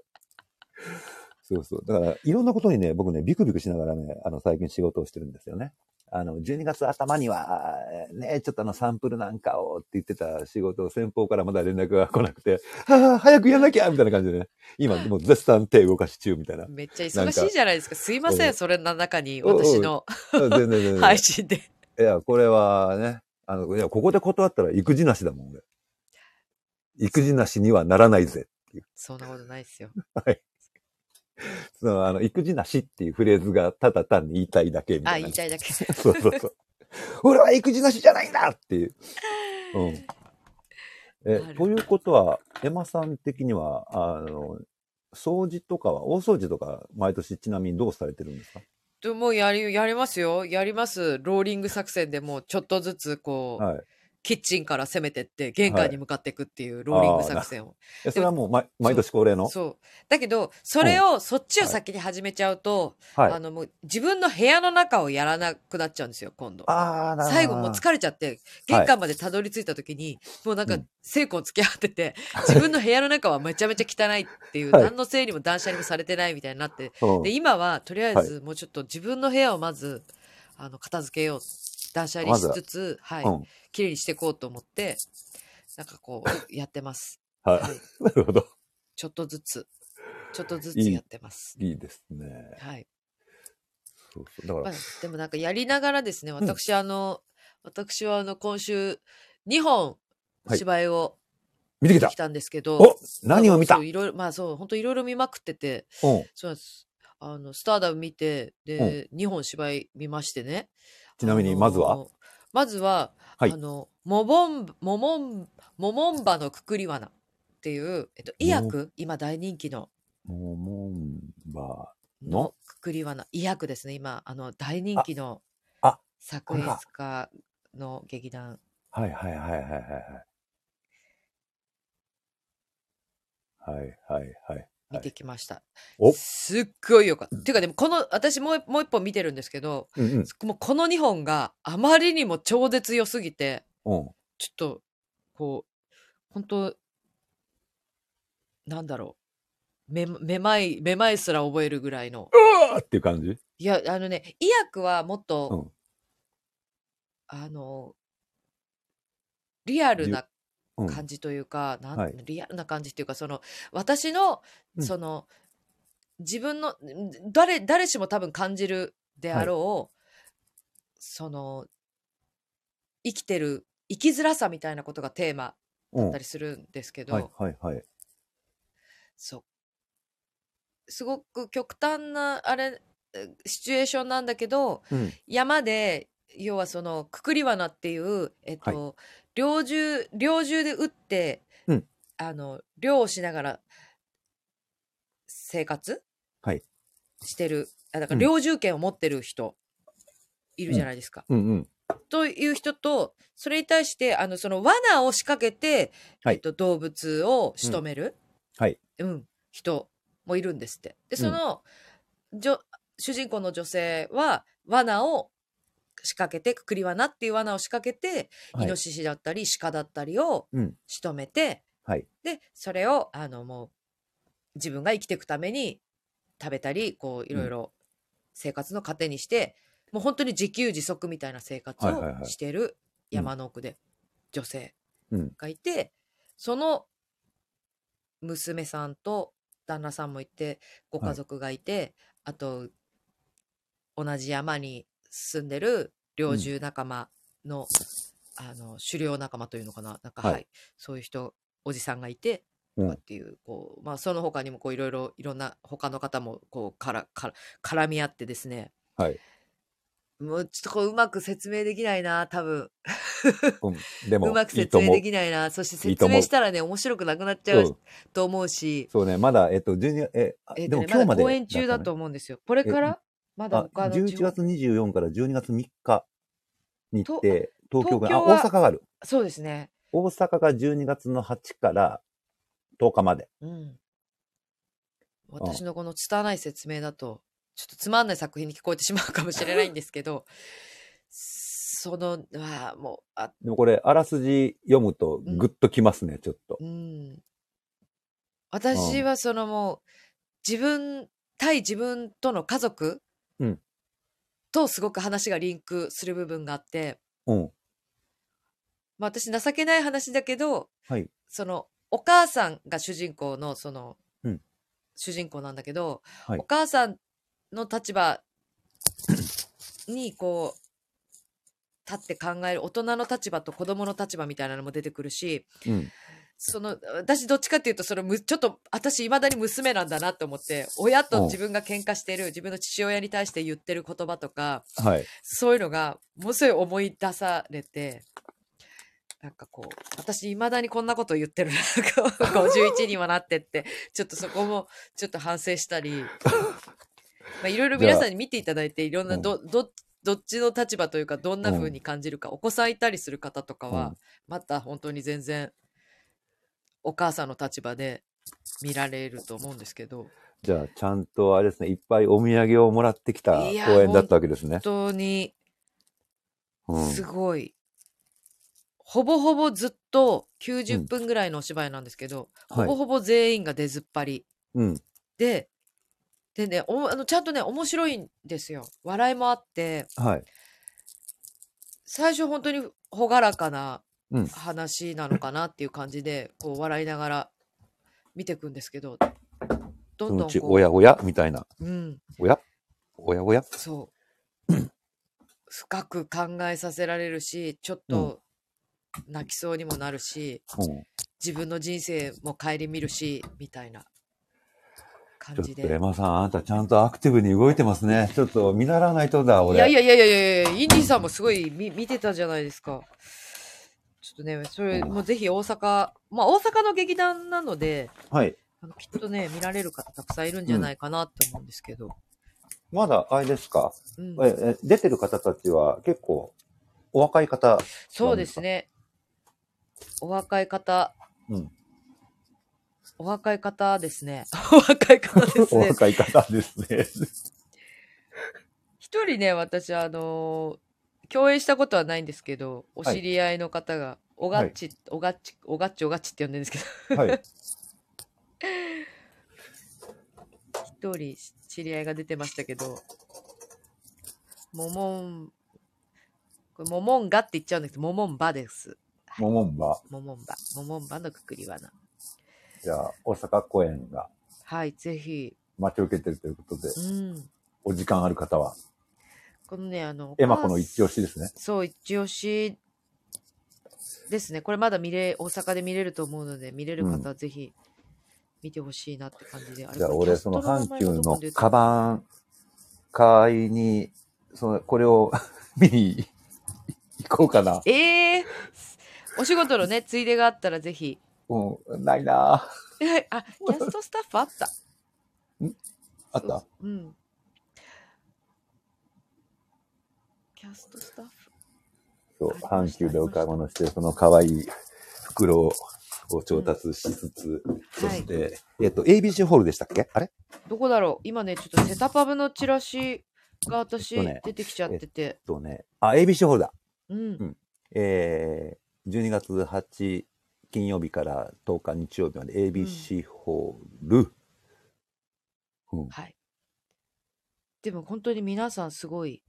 そうそう。だから、いろんなことにね、僕ね、ビクビクしながらね、あの、最近仕事をしてるんですよね。あの、12月頭には、えーね、ちょっとあの、サンプルなんかをって言ってた仕事を先方からまだ連絡が来なくて、ああ、早くやんなきゃみたいな感じでね。今、もう絶賛手動かし中みたいな。 めっちゃ忙しいじゃないですか。すいませうんん、それの中にうんうん私の全然全然。配信で。いや、これはね、あの、いや、ここで断ったら育児なしだもん、俺。育児なしにはならないぜ。そんなことない ですよ。その、あの、育児なしっていうフレーズがただ単に言いたいだけみあ、たいな。言いたいだけ。 そうそうそう。俺は育児なしじゃないんだっていう。うん。えな、るということは、エマさん的には、あの、掃除とかは、大掃除とか、毎年ちなみにどうされてるんですかでもうやり、やりますよ。やります。ローリング作戦でもうちょっとずつこう、はい。キッチンから攻めてって、玄関に向かっていくっていうローリング作戦を。え、それはもう、ま、毎年恒例のそう。だけど、それを、そっちを先に始めちゃうと、はい。ああのもう自分の部屋の中をやらなくなっちゃうんですよ、今度。あー、なるほど。最後もう疲れちゃって、はい玄関までたどり着いた時に、もうなんうかん、精魂付き合ってて、自分の部屋の中はめちゃめちゃ汚いっていう、はい何の整理も断捨離もされてないみたいになって、うんで、今はとりあえずもうちょっと自分の部屋をまず、あの、片付けよう。断捨離しつ つ、はいうん。綺麗にしていこうと思って、なんかこ う、やってます。はいはい。 なるほど。ちょっとずつ、ちょっとずついいやってます。いいですね。はい。そうそう。だから、まあ、でもなんかやりながらですね、ん私、あの、私はあの、今週、2本はい芝居を見てき見てたきたんですけど、お何を見たそうういろいろ、まあそう、本当いろいろ見まくってて、ん。そうなんです。あの、スターダム見て、で、2本芝居見ましてね。ちなみにあのーまずはまずは、はいあの、モボン、モモン、モモンバのくくり罠っていう、えっと、医薬、今大人気の、モモンバののくくりはな、医薬ですね、今、あの、大人気のああ作これ演だ出家の劇団。ー。はいはいはいはいはいはい。はいはいはい。見てきました。おすっごいよかった。っていうかでもこの私もうもう一本見てるんですけど、うんうん。もうこの2本があまりにも超絶良すぎて、うん。ちょっとこう本当なんだろめ、めまい、めまいすら覚えるぐらいの。うわーっていう感じいや、あのね、医薬はもっと、あの、リアルなうん。感じというか、なんはいリアルな感じっていうか、その、私の、うんその、自分の、ん誰、誰しも多分感じるであろう、その、生きてる、生きづらさみたいなことがテーマうだんったりするんですけど、はいはいはい。そう。すごく極端な、あれ、えシチュエーションなんだけど、うん。山で、要はその、くくり罠っていう、えっと、猟銃、猟銃で撃って、うんあの、猟をしながら、生活はいしてる。あだかうんら、猟銃権を持ってる人、いるじゃないですか。うんうん。という人と、それに対して、あの、その罠を仕掛けて、はいえっと、動物を仕留める、はい。うん、人もいるんですって。で、その、じょ主人公の女性は、罠を仕掛けて、くくり罠っていう罠を仕掛けて、はイいノ。シシだったり、鹿だったりをうん。仕留めて、はい。で、それを、あの、もう、自分が生きていくために食べたり、こう、いろいろ生活の糧にして、もう本当に自給自足みたいな生活はいはいはをいしてる山の奥で女性うん。がいて、その娘さんと旦那さんもいて、ご家族がいて、あと、同じ山に住んでる猟銃仲間の、あの、狩猟仲間というのかな、なんか、ははいい、そういう人、おじさんがいて、うとんかっていう、こう、まあ、その他にも、こう、いろいろ、いろんな、他の方も、こう、から、から、絡み合ってですね、はい。もう、ちょっとこう、うまく説明できないな、多分。うん。でも、うまくいい説と明思うで。きないな。そしていい説と思う明したらね、面白くなくなっちゃうんう。と思うし、そうね、まだ、えっと、12、え、あえっでともね、今日ままだで。公演中だと。思うんですよ。これからまだあ、他の地11方月24から12月3日に行って、東京東が、あ、京大は阪がある。そうですね。大阪が12月の8から10日まで。うん。私のこの拙い説明だと、ちょっとつまんない作品に聞こえてしまうかもしれないんですけど、その、あーもう、あ、でもこれ、あらすじ読むとグッときますね、ちょっと。うん。私はそのもう、自分、対自分との家族うんとすごく話がリンクする部分があって、うん。まあ、私情けない話だけど、はいそのお母さんが主人公のその、うん主人公なんだけど、はいお母さんの立場にこう立って考える大人の立場と子供の立場みたいなのも出てくるしうん。その私どっちかっていうとそれむちょっと私いまだに娘なんだなと思って親うんと自分が喧嘩してる自分の父親に対して言ってる言葉とか、はい。そういうのが、ものすごい思い出されて、なんかこう、私、未だにこんなこと言ってる な、こう51にはなってって、ちょっとそこも、ちょっと反省したり、まあ、いろいろ皆さんに見ていただいて、いろんなど、ど、どっちの立場というか、どんな風に感じるか、お子さんいたりする方とかは、うんまた本当に全然、お母さんの立場で見られると思うんですけど、じゃあ、ちゃんとあれですね、いっぱいお土産をもらってきたいや公演だったわけです本ね。当に、うん。すごい。ほぼほぼずっとうん90分ぐらいのお芝居なんですけど、はいほぼほぼ全員が出ずっぱり。うん。で、でね、おあのちゃんとね、面白いんですよ。笑いもあって、はい。最初本当に朗らかなうん話なのかなっていう感じで、こう笑いながら見ていくんですけど、どそんどのんうち、こう、おやおやみたいな。うん、おやおやおや そう。深く考えさせられるし、ちょっと泣きそうにもなるし、うん。自分の人生も顧みるしみたいな感ちょじっとエで。マさん、あなたちゃんとアクティブに動いてますね。ちょっと見習わないとだ、い俺。やいやいやいやいやいや、インディさんもすごい見見てたじゃないですか。ちょっとね、それもうぜひ大阪、まあ大阪の劇団なので、はい。あのきっとね、見られる方たくさんいるんじゃないかなって思うんですけど。まだ、あれですか、うんええ出てる方たちは結構、お若い方。そうですね。お若い方、うん。お若い方ですね。 お若い方です おね。若い方ですね。一人ね私あのー共演したことはないんですけどお知り合いの方が、おがっち、おがっちおがっちおがっちって呼んでるんですけどはい。 一人知り合いが出てましたけど、モモン、これモモンガって言っちゃうんですけど、モモンバです。モモンバ。モモンバ。モモンバのくくり罠。じゃあ、大阪公演がはい、ぜひ。待ち受けてるということで、うん。お時間ある方は、このね、あの、エマ子の一押し。しですね。そう、一押しですね。これまだ見れ、大阪で見れると思うので、見れる方はぜひ見てほしいなって感じで。あれじゃあ、これ俺、そのキャス阪ト名前急がどのこで出てカバン買いに、その、これを 見に行こうかな。ええお仕事 のね、ついでがあったらぜひ。 うん、ないなぁえあ、キャストスタッフあった。あったうん。キャストスタッフ。そう、ありま阪した急でお買い物して、その可愛い袋を調達しつつ、そはいし。て、えっと、ABC ホールでしたっけあれどこだろう今ね、ちょっとセタパブのチラシが私えっとね出てきちゃってて。とね、あ、ABC ホールだ。うん。えー、12月8金曜日から10日日曜日まで ABC ホール。うんはい。でも本当に皆さんすごい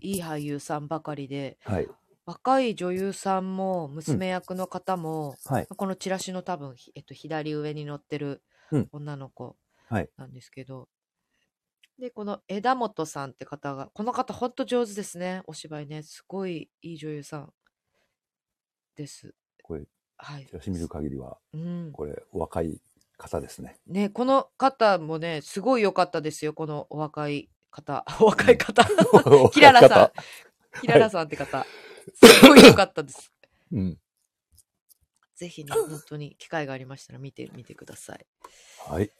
いい俳優さんばかりで、はい。若い女優さんも娘役の方も、はい。このチラシの多分、ひえっと、左上に載ってるうん女の子はいなんですけど、でこの枝元さんって方がこの方ほんと上手ですねお芝居ねすごいいい女優さんですこれ、はいチラシ見る限りは、うん、これ、お若い方ですね。ねこの方もねすごい良かったですよこのお若い方 お若い方 キララさんキララさんって方、すごい良かったですん。うん。ぜひね本当に機会がありましたら見てみてくださいはい。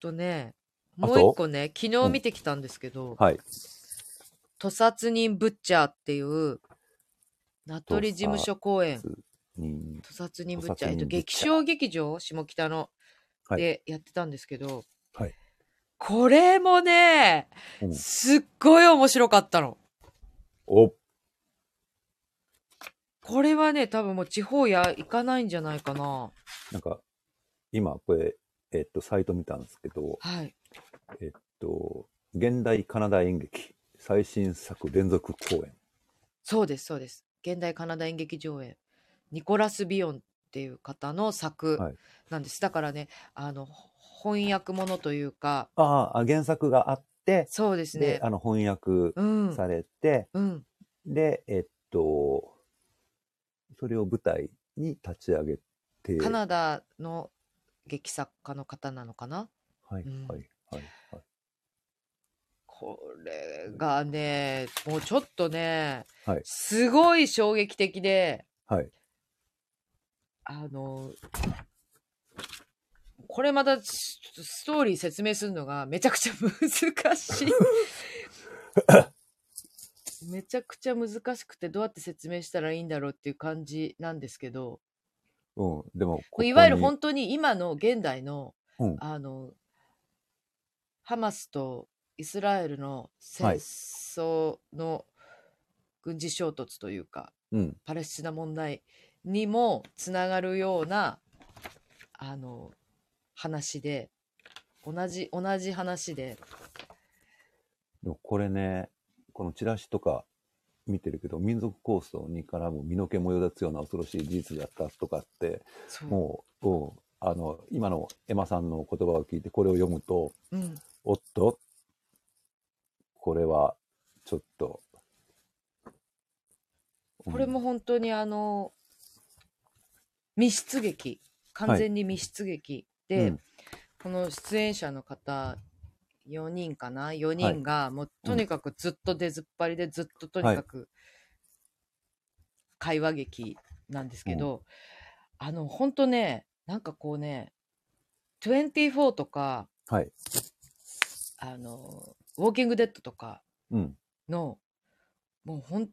とね、あともう一個ね、昨う日ん見てきたんですけど、はい。屠殺人ブッチャーっていう、名取事務所公演、うん屠殺人ブッチャー、屠殺人えっと、ブッ劇チャー場劇場、下北の、はいでやってたんですけど、はいこれもね、うんすっごい面白かったの。お、これはね、多分もう地方や行かないんじゃないかな。なんか、今、これ、えっと、サイト見たんですけど、はい。えっと、現代カナダ演劇最新作連続公演。そうです、そうです。現代カナダ演劇上演。ニコラス・ビヨンっていう方の作はいなんです。だからね、あの、ほ翻訳ものというか、ああ、原作があって、そうですで、ね。あの、翻訳うん。されて、うん。で、えっと、それを舞台に立ち上げて、カナダの劇作家の方なのかなはい、うんはい、はい、はいこれがね、もうちょっとね、はいすごい衝撃的で、はいあの、これまたスストーリー説明するのがめちゃくちゃ難 しい。めちゃくちゃ難しくてどうやって説明したらいいんだろうっていう感じなんですけど、うん、でもここにいわゆる本当に今の現代の、うんあのハマスとイスラエルの戦争の軍事衝突というか、うん、パレスチナ問題にもつながるようなあの話で同じ同じ話ででもこれね、このチラシとか見てるけど、民族構想に絡む身の毛もよだつような恐ろしい事実だったとかって、そうもう、うん、あの、今のエマさんの言葉を聞いて、これを読むと、うん、おっと、これは、ちょっと。これもうん、本当にあの密室劇完全に密室劇で、うんこの出演者の方4人かな4人がもうとにかくずっと出ずっぱりでずっととにかく会話劇なんですけど、あのほんとねなんかこうね24とかはい。あのウォーキングデッドとかうん。のもうほん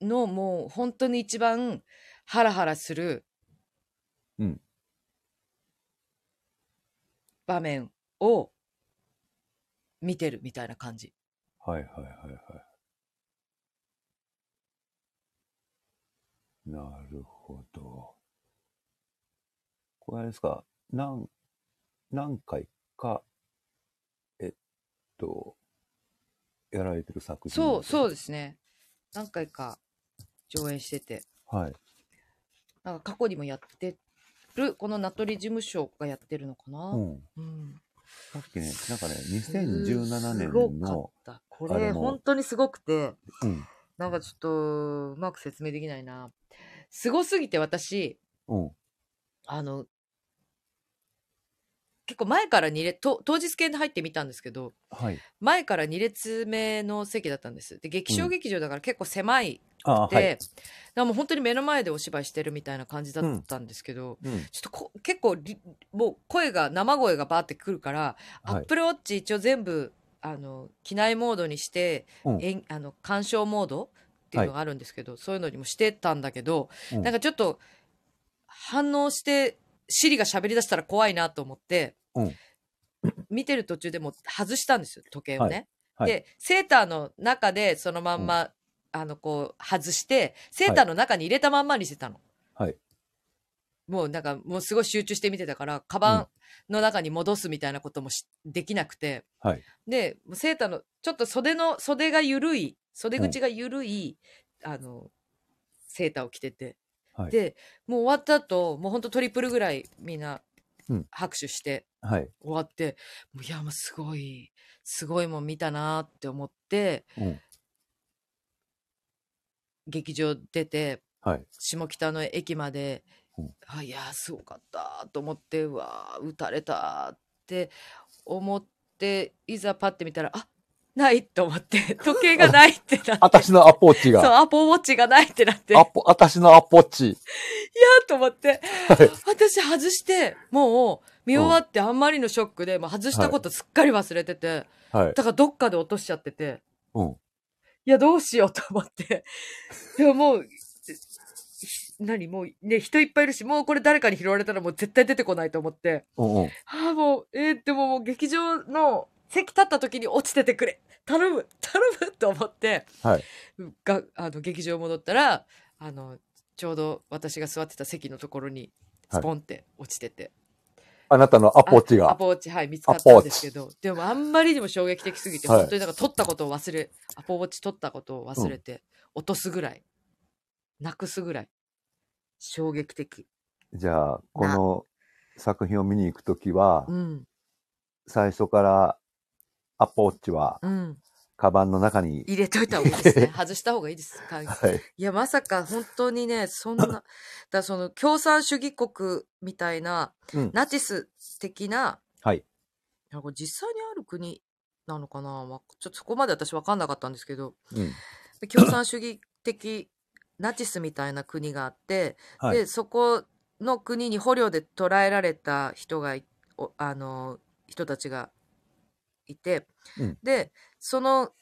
のもう本当に一番ハラハラするうん場面を見てるみたいな感じ。はいはいはいはい。なるほど。これあれですか、何、何回か、えと、やられてる作品。そう、そうですね。何回か上演してて。はい。なんか過去にもやってる、この名取事務所がやってるのかな。うん。うんさっきね、なんかね、2017すご年のか、った。こあれ、れも本当にすごくて、うん、なんかちょっと、うまく説明できないな。すごすぎて私、うん、あの、結構前から2列、と当日券で入ってみたんですけど、はい。前から2列目の席だったんです。で、劇う場ん劇場だから結構狭いあで、ーはい。だからもう本当に目の前でお芝居してるみたいな感じだったんですけど、うん、ちょっとこ結構りもう声が生声がバーってくるから、アはッい。プルウォッチ一応全部あの機内モードにして、うんえんあの鑑賞モードっていうのがあるんですけど、そういうのにもしてたんだけど、うんなんかちょっと反応してシリが喋り出したら怖いなと思って、うん見てる途中でもう外したんですよ時計をね。はいはいでセーターの中でそのまんま、あのこう外してセーターの中に入れたまんまにしてたの。はいもうなんかもうすごい集中して見てたからカバンの中に戻すみたいなこともしできなくて、はいでもうセーターのちょっと袖の袖が緩い袖口が緩い、あのセーターを着てて、はいでもう終わった後もうほんとトリプルぐらいみんなうん拍手してはい。終わって、もういやもうすごいすごいもん見たなーって思ってうん、劇場出てはい。下北の駅まで、うんあいやーすごかったと思ってうわー打たれたって思っていざパッて見たらあないと思 って時計がないってなって私のアポッチそうが、アポウォッチがないってなってアポ、私のアポッチ。あと思って、はい私外してもう見終わってあんまりのショックで、もう外したことすっかり忘れてて、はい。だからどっかで落としちゃっててうん。いやどうしようと思って でももう何もうね人いっぱいいるしもうこれ誰かに拾われたらもう絶対出てこないと思ってうんうん。ああもうえー、でももう劇場の席立った時に落ちててくれ頼む頼むと思って、はいがあの劇場戻ったらあのちょうど私が座ってた席のところにはいスポンって落ちてて、あなたのアポッチあアが。ポーチ、はい、見つかったんですけど、でもあんまりにも衝撃的すぎて、はい本当になんか取ったことを忘れ、アポーチ取ったことを忘れて、落とすぐらい、なくすぐらい、衝撃的。じゃあ、この作品を見に行くときはう、ん、最初からアポッチは、うん。カバンの中に、入れといた方がいいですね。 外した方がいいです。はいはい。いや、まさか本当にね、そん な、だからその共産主義国みたいな、うんナチス的な、はい。なんか実際にある国なのかな、まあ、ちょっとそこまで私分かんなかったんですけど、うん。で共産主義的ナチスみたいな国があって、はいでそこの国に捕虜で捕らえられた人がいおあの人たちがいて、うんでその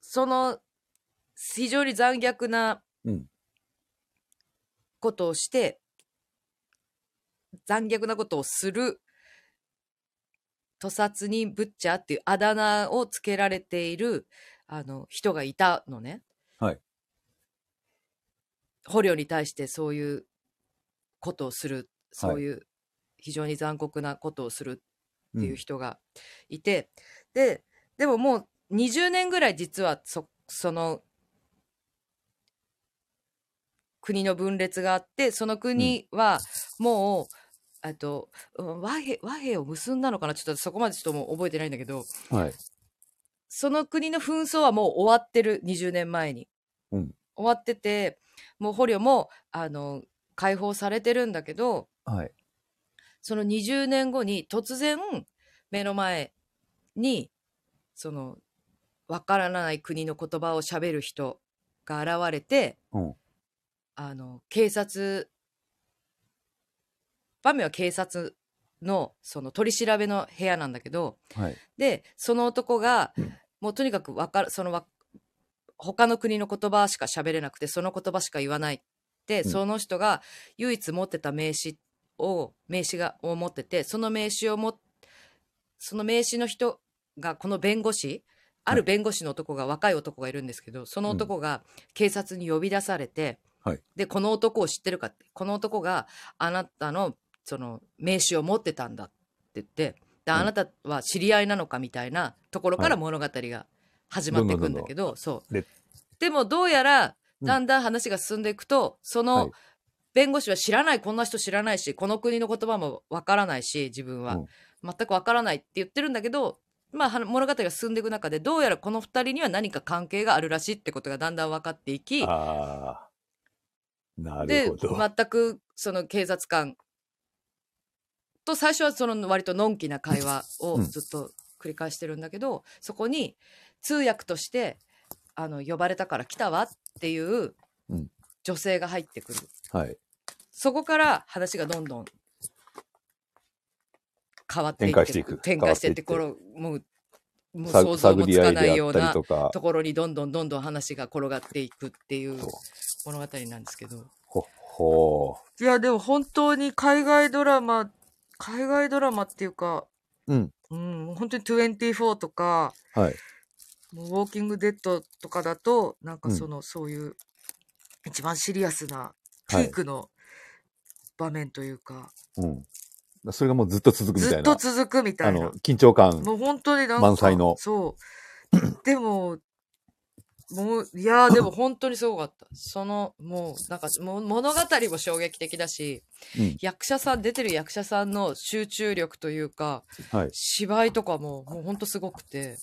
その非常に残虐なうんことをして、残虐なことをする屠殺人ブッチャーっていうあだ名をつけられているあの人がいたのね。はい捕虜に対してそういうことをする、そういう非常に残酷なことをするっう。ていうん人がいて、ででももう20年ぐらい実はそその国の分裂があってその国はもう、あとうん和平和平を結んだのかなちょっとそこまでちょっともう覚えてないんだけどはい。その国の紛争はもう終わってる20年前に、うん終わっててもう捕虜もあの解放されてるんだけど、はい。その20年後に突然目の前にそのわからない国の言葉を喋る人が現れて、うんあの警察場面は警察のその取り調べの部屋なんだけどはい。でその男が、うんもうとにかくわかるそのわ他の国の言葉しか喋れなくてその言葉しか言わないで、うんその人が唯一持ってた名刺を名刺がを持っててその名刺をもその名刺の人がこの弁護士ある弁護士の男が、若い男がいるんですけどその男が警察に呼び出されて、はいでこの男を知ってるかってこの男があなたのその名刺を持ってたんだっ言ってであなたは知り合いなのかみたいなところから物語が始まっていくんだけど、そうででもどうやらうんだんだん話が進んでいくと、そはいの弁護士は知らないこんな人知らないしこの国の言葉もわからないし自分は、うん全くわからないって言ってるんだけど、まあ、は物語が進んでいく中でどうやらこの二人には何か関係があるらしいってことがだんだん分かっていきああ。なるでほど。全くその警察官と最初はその割とのんきな会話をうんずっと繰り返してるんだけど、そこに通訳としてあの呼ばれたから来たわっていううん女性が入ってくる、はい。そこから話がどんどん変わっていって展開していく展開していって変こわろもうもうさ想像探もりつ合かいなでいあよっうたりなとか。ところにどんどんどんどん話が転がっていくっていうそう物語なんですけど。ほ、ほいや、でも本当に海外ドラマ、海外ドラマっていうか、う。うん。うん、本当に24とか、はい。もうウォーキングデッドとかだと、なんかうんその、そういう、一番シリアスな、ピはいー。クの場面というか、うん。それがもうずっと続くみずたっいとな。続くみたあいのな。、緊張感。もう本当になんか、満載のそう。でも、もう、いやーでも本当にすごかった。その、もう、なんか、もう物語も衝撃的だし、うん。役者さん出てる役者さんの集中力というかはい。芝居とかももうほんとすごくて、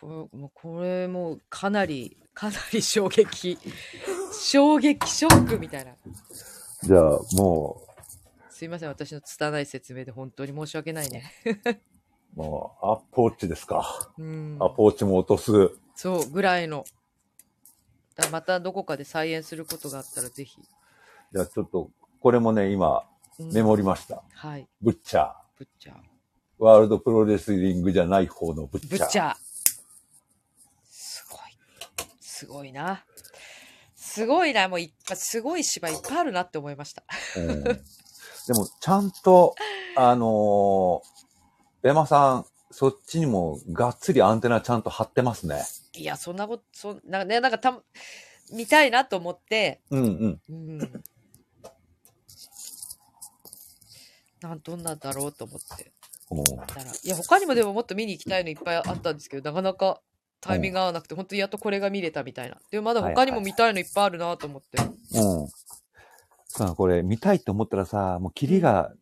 うこんれもうこれもうかなりかなり衝撃衝撃ショックみたいなじゃあ、もすいません私の拙い説明で本当に申し訳ないねう、もう、アポーチですか。うんアポーチも落とす。そうぐらいのだまたどこかで再演することがあったらぜひ、じゃあ、ちょっと、これもね、今、うんメモりました。はいブッチャー。ブッチャーワールドプロレスリングじゃない方のブッチブャー。ッチャー。すごい。すごいな。すごいな。もういっぱい、すごい芝居いっぱいあるなって思いました。うんでも、ちゃんと、あのー、山さん、そっちにもがっつりアンテナちゃんと張ってますね。いや、そんなこと、そんな、ね、なんかた、見たいなと思って、うんうん。 うん。なん、どんなんだろうと思ってうんたら。いや、他にもでももっと見に行きたいのいっぱいあったんですけど、なかなかタイミング合わなくて、本当にやっとこれが見れたみたいな。で、まだ他にも見たいのいっぱいあるなと思って。うん。さあ、これ見たいって思ったらさ、もうキリが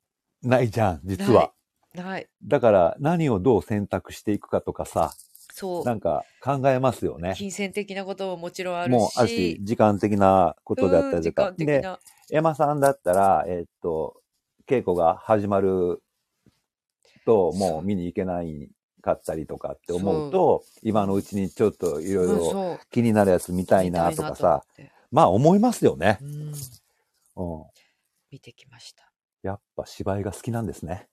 ないじゃん、実は。はい。だから、何をどう選択していくかとかさ、そう。なんか考えますよね。金銭的なことももちろんあるし、もうあるし、時間的なことだったりとかうん。時間的で、な。山さんだったら、えーっと、稽古が始まると、そうもう見に行けないかったりとかって思うと、今のうちにちょっといろいうんろそう気になるやつ見たいなとかさ、、まあ思いますよね見たいなと。思ってうんうん。見てきました。やっぱ芝居が好きなんですね。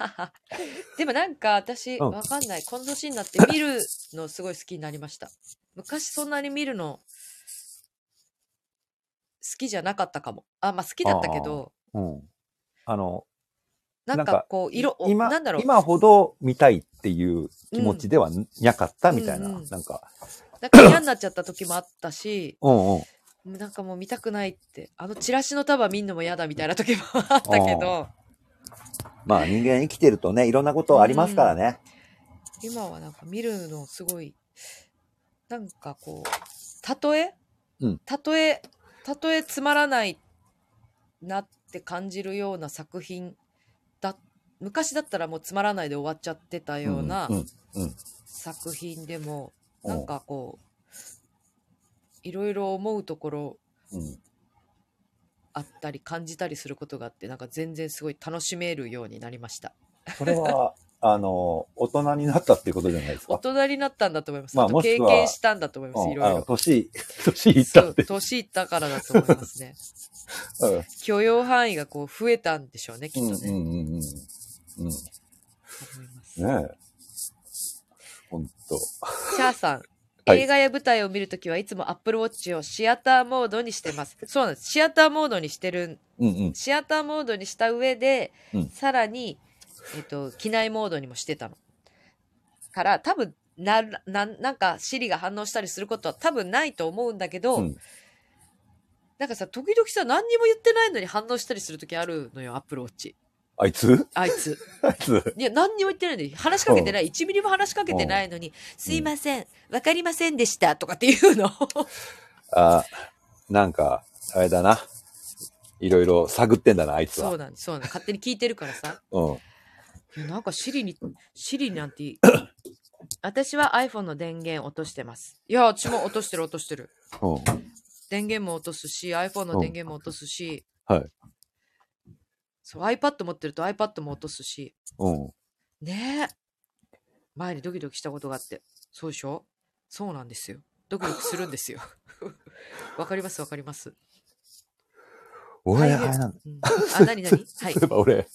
でもなんか私、うんわかんない。この年になって見るのすごい好きになりました。昔そんなに見るの好きじゃなかったかも。あ、まあ好きだったけど、うん。あの、なんなんかかこう、色、お今なんだろう。今ほど見たいっていう気持ちではなかったみたいな、うんうんなんか、なんか嫌になっちゃった時もあったし、うんうん。なんかもう見たくないって、あのチラシの束見んのも嫌だみたいな時もあったけど、まあ人間生きてるとね、いろんなことありますからね。今はなんか見るのすごいなんかこうたとえ、うんたとえたとえつまらないなって感じるような作品だ昔だったらもうつまらないで終わっちゃってたようなうんうん作品でも、うなんんかこういろいろ思うところうんあったり感じたりすることがあってなんか全然すごい楽しめるようになりましたそれは、あの、大人になったっていうことじゃないです大か。人になったんだと思います、まああともし経くは験したんだと思います、ういん、ろあいろの、年、 年いったって。そう年いったからだと思います ねうん許容範囲がこう増えたんでしょうねきっうとんね、うん思いうんうん。うん。ねますえ。ほんと。シャーさんはい映画や舞台を見るときはいつも Apple Watch をシアターモードにしてます。そうなんです。シアターモードにしてる、うんうん。シアターモードにした上で、うんさらに、えっと、機内モードにもしてたの。から、多分な、な、なんか、Siri が反応したりすることは多分ないと思うんだけど、うんなんかさ、時々さ、何にも言ってないのに反応したりするときあるのよ、アップルウォッチ。あいつ あいつ。あいついや、何にも言ってないのに、話しかけてない、1ミリも話しかけてないのに、すいません、わかりませんでした、とかっていう の。あ、なんか、あれだな。いろいろ探ってんだな、あいつそうは。なんそうなん勝手に聞いてるからさ。うん。いやなんかシリに、シリなんていい、私は iPhone の電源落としてます。いや、私も落としてる落としてる。うん。電源も落とすし、iPhone の電源も落とすし、はい。そう、iPad 持ってると iPad も落とすし、うん。ねえ。前にドキドキしたことがあって、そうでしょそうなんですよ。ドキドキするんですよ。 わかりますわかります。俺、大変あれなんだうん、あ、なにな にはいそうい。えば俺、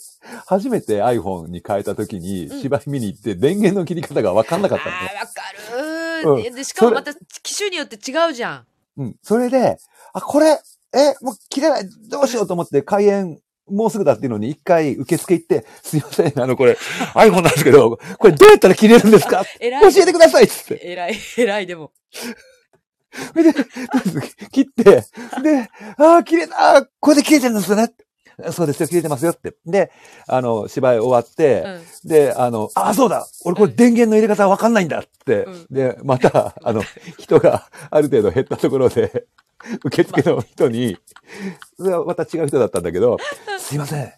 初めて iPhone に変えた時にうん芝居見に行って電源の切り方が分かんなかったのね。あー、わかるー、で。しかもまた機種によって違うじゃん。うん。それで、あ、これ、え、もう切れない、どうしようと思って開演、もうすぐだっていうのに一回受付行って、すいません、あの、これ、iPhone なんですけど、これどうやったら切れるんですか偉い。教えてくださいっつって。えらい、えらい、でも。それで、とりあえず切って、で、ああ、切れた、あーこれで切れてるんですよね。そうですよ、切れてますよって。で、あの、芝居終わっうて、ん。で、あの、あ、そうだ俺これ電源の入れ方わかんないんだって。うんで、また、あの、人がある程度減ったところで、 受付の人に、それはまた違う人だったんだけど、すいません。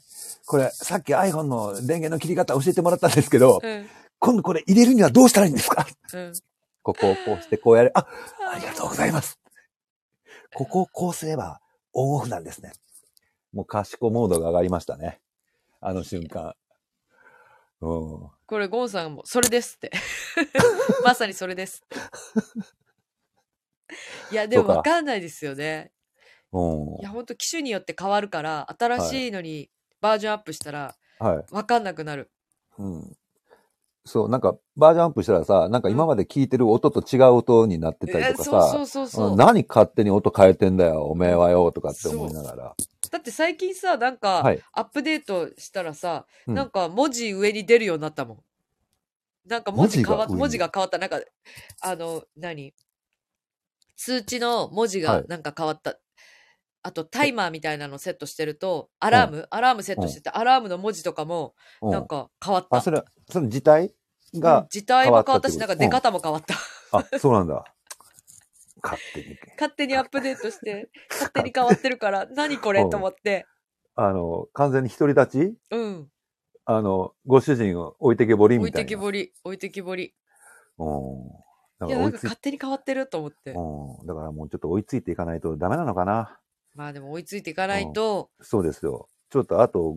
これ、さっき iPhone の電源の切り方教えてもらったんですけど、うん。今度これ入れるにはどうしたらいいんですかうん。 ここをこうしてこうやる。あ、ありがとうございます。ここをこうすればオンオフなんですね。もう賢モードが上がりましたね。あの瞬間。うん。これ、ゴンさんも、それですって。 まさにそれですって。いや、でもそうかわかんないですよね。うい。んや、ほんと機種によって変わるから、新しいのにバージョンアップしたら、はい。わかんなくなる。うん。そう、なんかバージョンアップしたらさ、なんか今まで聞いてる音と違う音になってたりえとかそうそう、さ。そうそううん何勝手に音変えてんだよ、おめえはよ、とかって思いながら。だって最近さ、なんか、はいアップデートしたらさ、うんなんか文字上に出るようになったもん。なんか文字変わっ文字文字が変わった。なんか、あの、何通知の文字はがいなんか変わった。あと、タイマーみたいなのセットしてると、アラーム、アラームセットしてて、アラームの文字とかも、うなんん。か変わった。あ、それ、その自体が、自体も変わったし、変なわんったかって出方ことも変わった。あ、そうなんだ。勝手に。勝手にアップデートして、勝手に変わってる から、何これと思って。あの、完全に独り立ちうん。あの、ご主人を置いてけぼり置みいたいてな。きぼり、置いてきぼり。うん。いだかや、らなん追いかつい勝手に変わってると思って。うん。だからもうちょっと追いついていかないとダメなのかな。まあでも追いついていかないと、そうですよ。ちょっとあと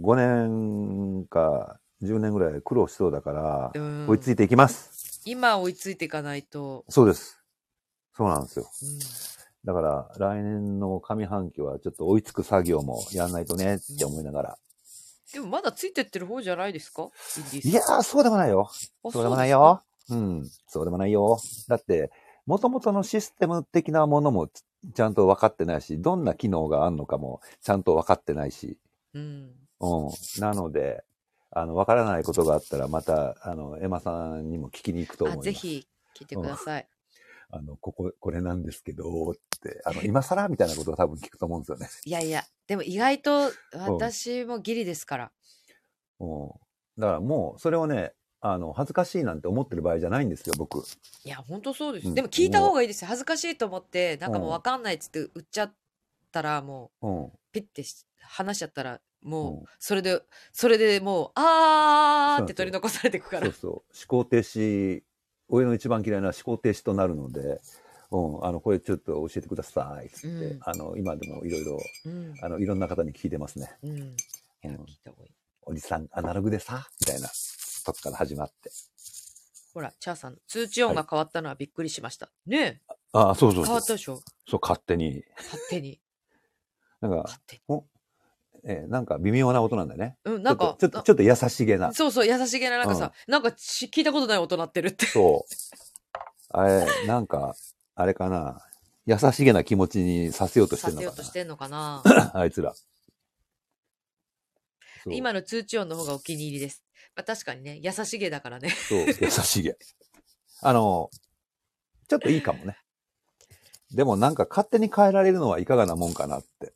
5年か10年ぐらい苦労しそうだから、うん追いついていきます。今追いついていかないと、そうです。そうなんですよ。うんだから来年の上半期はちょっと追いつく作業もやんないとねって思いながら。でもまだついてってる方じゃないですかインディーさんいやー、そうでもないよ。あそうでもないすかよ。うん。そうでもないよ。だって、元々のシステム的なものもちちゃんと分かってないし、どんな機能があるのかもちゃんと分かってないし。うん。うん。なので、あの、わからないことがあったら、また、あの、エマさんにも聞きに行くと思いあ、ます。ぜ。ひ聞いてください。あの、ここ、これなんですけど、って、あの、今更みたいなことを多分聞くと思うんですよね。いやいや、でも意外と私もギリですから。うん。だからもう、それをね、あの、恥ずかしいなんて思ってる場合じゃないんですよ、僕。いや、本当そうでうす。んでも聞いた方がいいですよ。恥ずかしいと思って、なんかもうわかんないっつって売っちゃったら、もうん。うピッてし話しちゃったら、うもんう、それで、それでもう、あーってそう取なんですり残さよれていくかそらう。そう。思考停止、俺の一番嫌いな思考停止となるので、うん、あの、これちょっと教えてください、つって、うんあの、今でもいろいろ、うん。あの、いろんな方に聞いてますね。うん。いやうん聞いた方がいい。おじさん、アナログでさ、みたいなとこから始まって。ほら、チャーさん、通知音が変わったのはびっくりしました。ねえ、ああ、そうそ変うそわうっ。たでしょそう、勝手に。勝手に。なんか、勝手に。えーなんか微妙な音なんだよね。うん、なんか、ちょっと、ちょっとちょっと優しげなな。そうそう、優しげな、なんかさ、なんかし聞いたことない音鳴ってるって。そう。あれ、なんか、あれかな。優しげな気持ちにさせようとしさてるせのようかとな。してんのかな。 あいつら。そう今の通知音の方がお気に入りです。まあ確かにね、優しげだからね。そう、優しげ。あの、ちょっといいかもね。でもなんか勝手に変えられるのはいかがなもんかなって。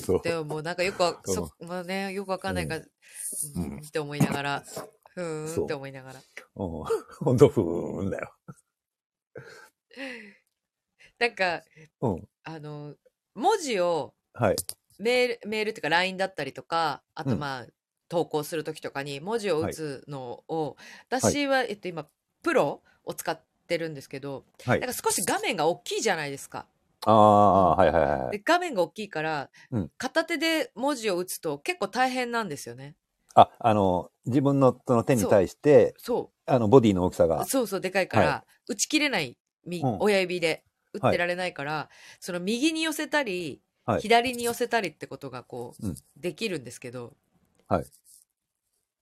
そううんでももうなんかよく わ、うんそまあね、よくわかんないから、ううんん、って思いながら、ふーそんうって思いながら。うん。ほんと、ふーんだよ。なんか、うん。あの、文字をはい。メール、メールっていうか LINE だったりとか、あとうんまあ、投稿するときとかに文字を打つのを、い私は、えっと今、プロを使ってるんですけど、はいなんか少し画面が大きいじゃないですか。ああ、はいはいはいはい。で画面が大きいから、うん片手で文字を打つと結構大変なんですよね。あ、あの、自分のその手に対して、そあの、ボディの大きさうが。そうそうでかいから、は打ち切れない、みうん親指で打っはていられないから、その右に寄せたり、はい左に寄せたりってことがこう、うんできるんですけど、はい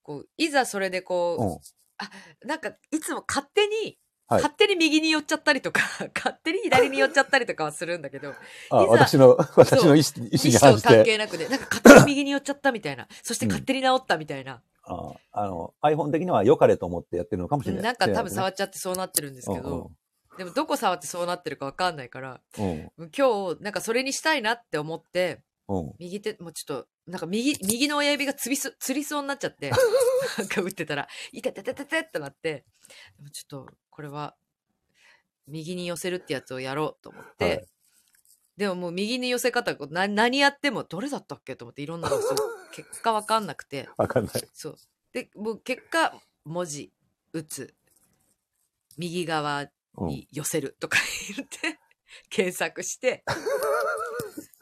こういざそれでこう、うん。なんかいつも勝手に、はい勝手に右に寄っちゃったりとか 勝手に左に寄っちゃったりとかはするんだけどあ、いざ私の、私の意 思 意思に意思反と関して。係なくねなんか勝手に右に寄っちゃったみたいなそしてうん勝手に治ったみたいな、ああの、iPhone 的には良かれと思ってやってるのかもしうれんない。なんか多分触っっちゃってそうなってるんですけど、うでもどこ触ってそうなってるかわかんないからんうん。今日なんかそれにしたいなって思ってうん。うん右手もうちょっとなんか右右の親指がつりすつりそうになっちゃ ってなんか打ってたら「いててててて」ってなってでもちょっとこれは右に寄せるってやつをやろうと思って、はいでももう右に寄せ方こうな何やってもどれだったっけと思っていろんなのそう結果わかんなくてわかんない。そうでもう結果文字打つ右側うん。に寄せるとか言って、検索 して、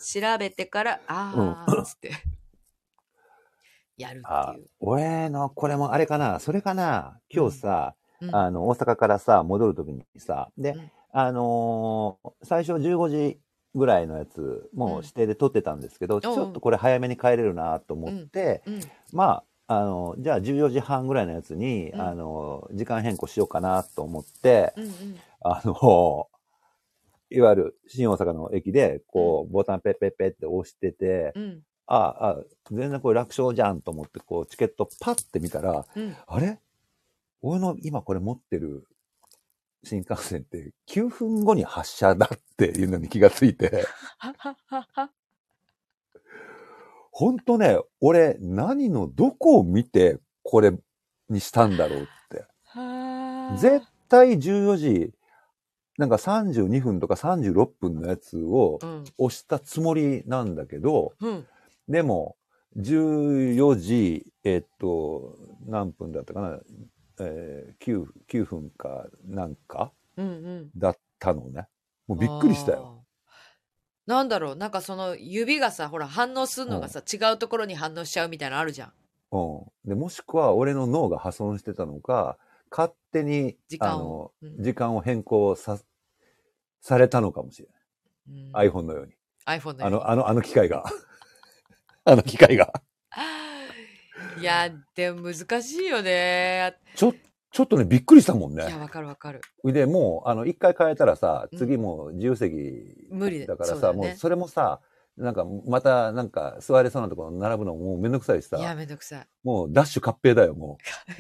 調べてから、あーっつって、やるっあていう。俺の、これもあれかな、それかな、今日さ、うんあの、大阪からさ、戻るときにさ、で、うんあのー最初15時ぐらいのやつ、もう指定で撮ってたんですけど、ちょっとこれ早めに帰れるなと思って、うん、まあ、あの、じゃあ14時半ぐらいのやつに、うんあの、時間変更しようかなと思って、うん、うん。あの、いわゆる新大阪の駅で、こう、ボタンペッペッペッって押してて、うん、ああ、あ全然これ楽勝じゃんと思って、こう、チケットパッて見たら、うん。あれ俺の今これ持ってる新幹線って9分後に発車だっていうのに気がついて、はははは。ほんとね、俺何のどこを見てこれにしたんだろうって。は絶対14時、なんか32分とか36分のやつをうん、押したつもりなんだけど、うん、でも、14時、えっと、何分だったかな、えー、9, 9分かなんかうん、うん。だったのね。もうびっくりしたよ。あー。なんだろうなんかその指がさ、ほら反応するのがさ、違うところに反応しちゃうみたいなのあるじゃん。うん、でもしくは俺の脳が破損してたのか、勝手に時間あをの、うん時間を変更さされたのかもしれうんない。iPhone のように。 iPhone のあようにの、あの、あの機械が。 あの機械が。 いや、でも難しいよね。ちょ、ちょっとね、びっくりしたもんいや、 ね。わかるわかる。で、もう、あの、一回変えたらさ、うん次もう自由席無理だからそうださ、よねもうそれもさ、なんか、また、なんか、座れそうなところに並ぶのももうめんどくさいしいや、さ、めんどくさもうダッシュ合併だよ、も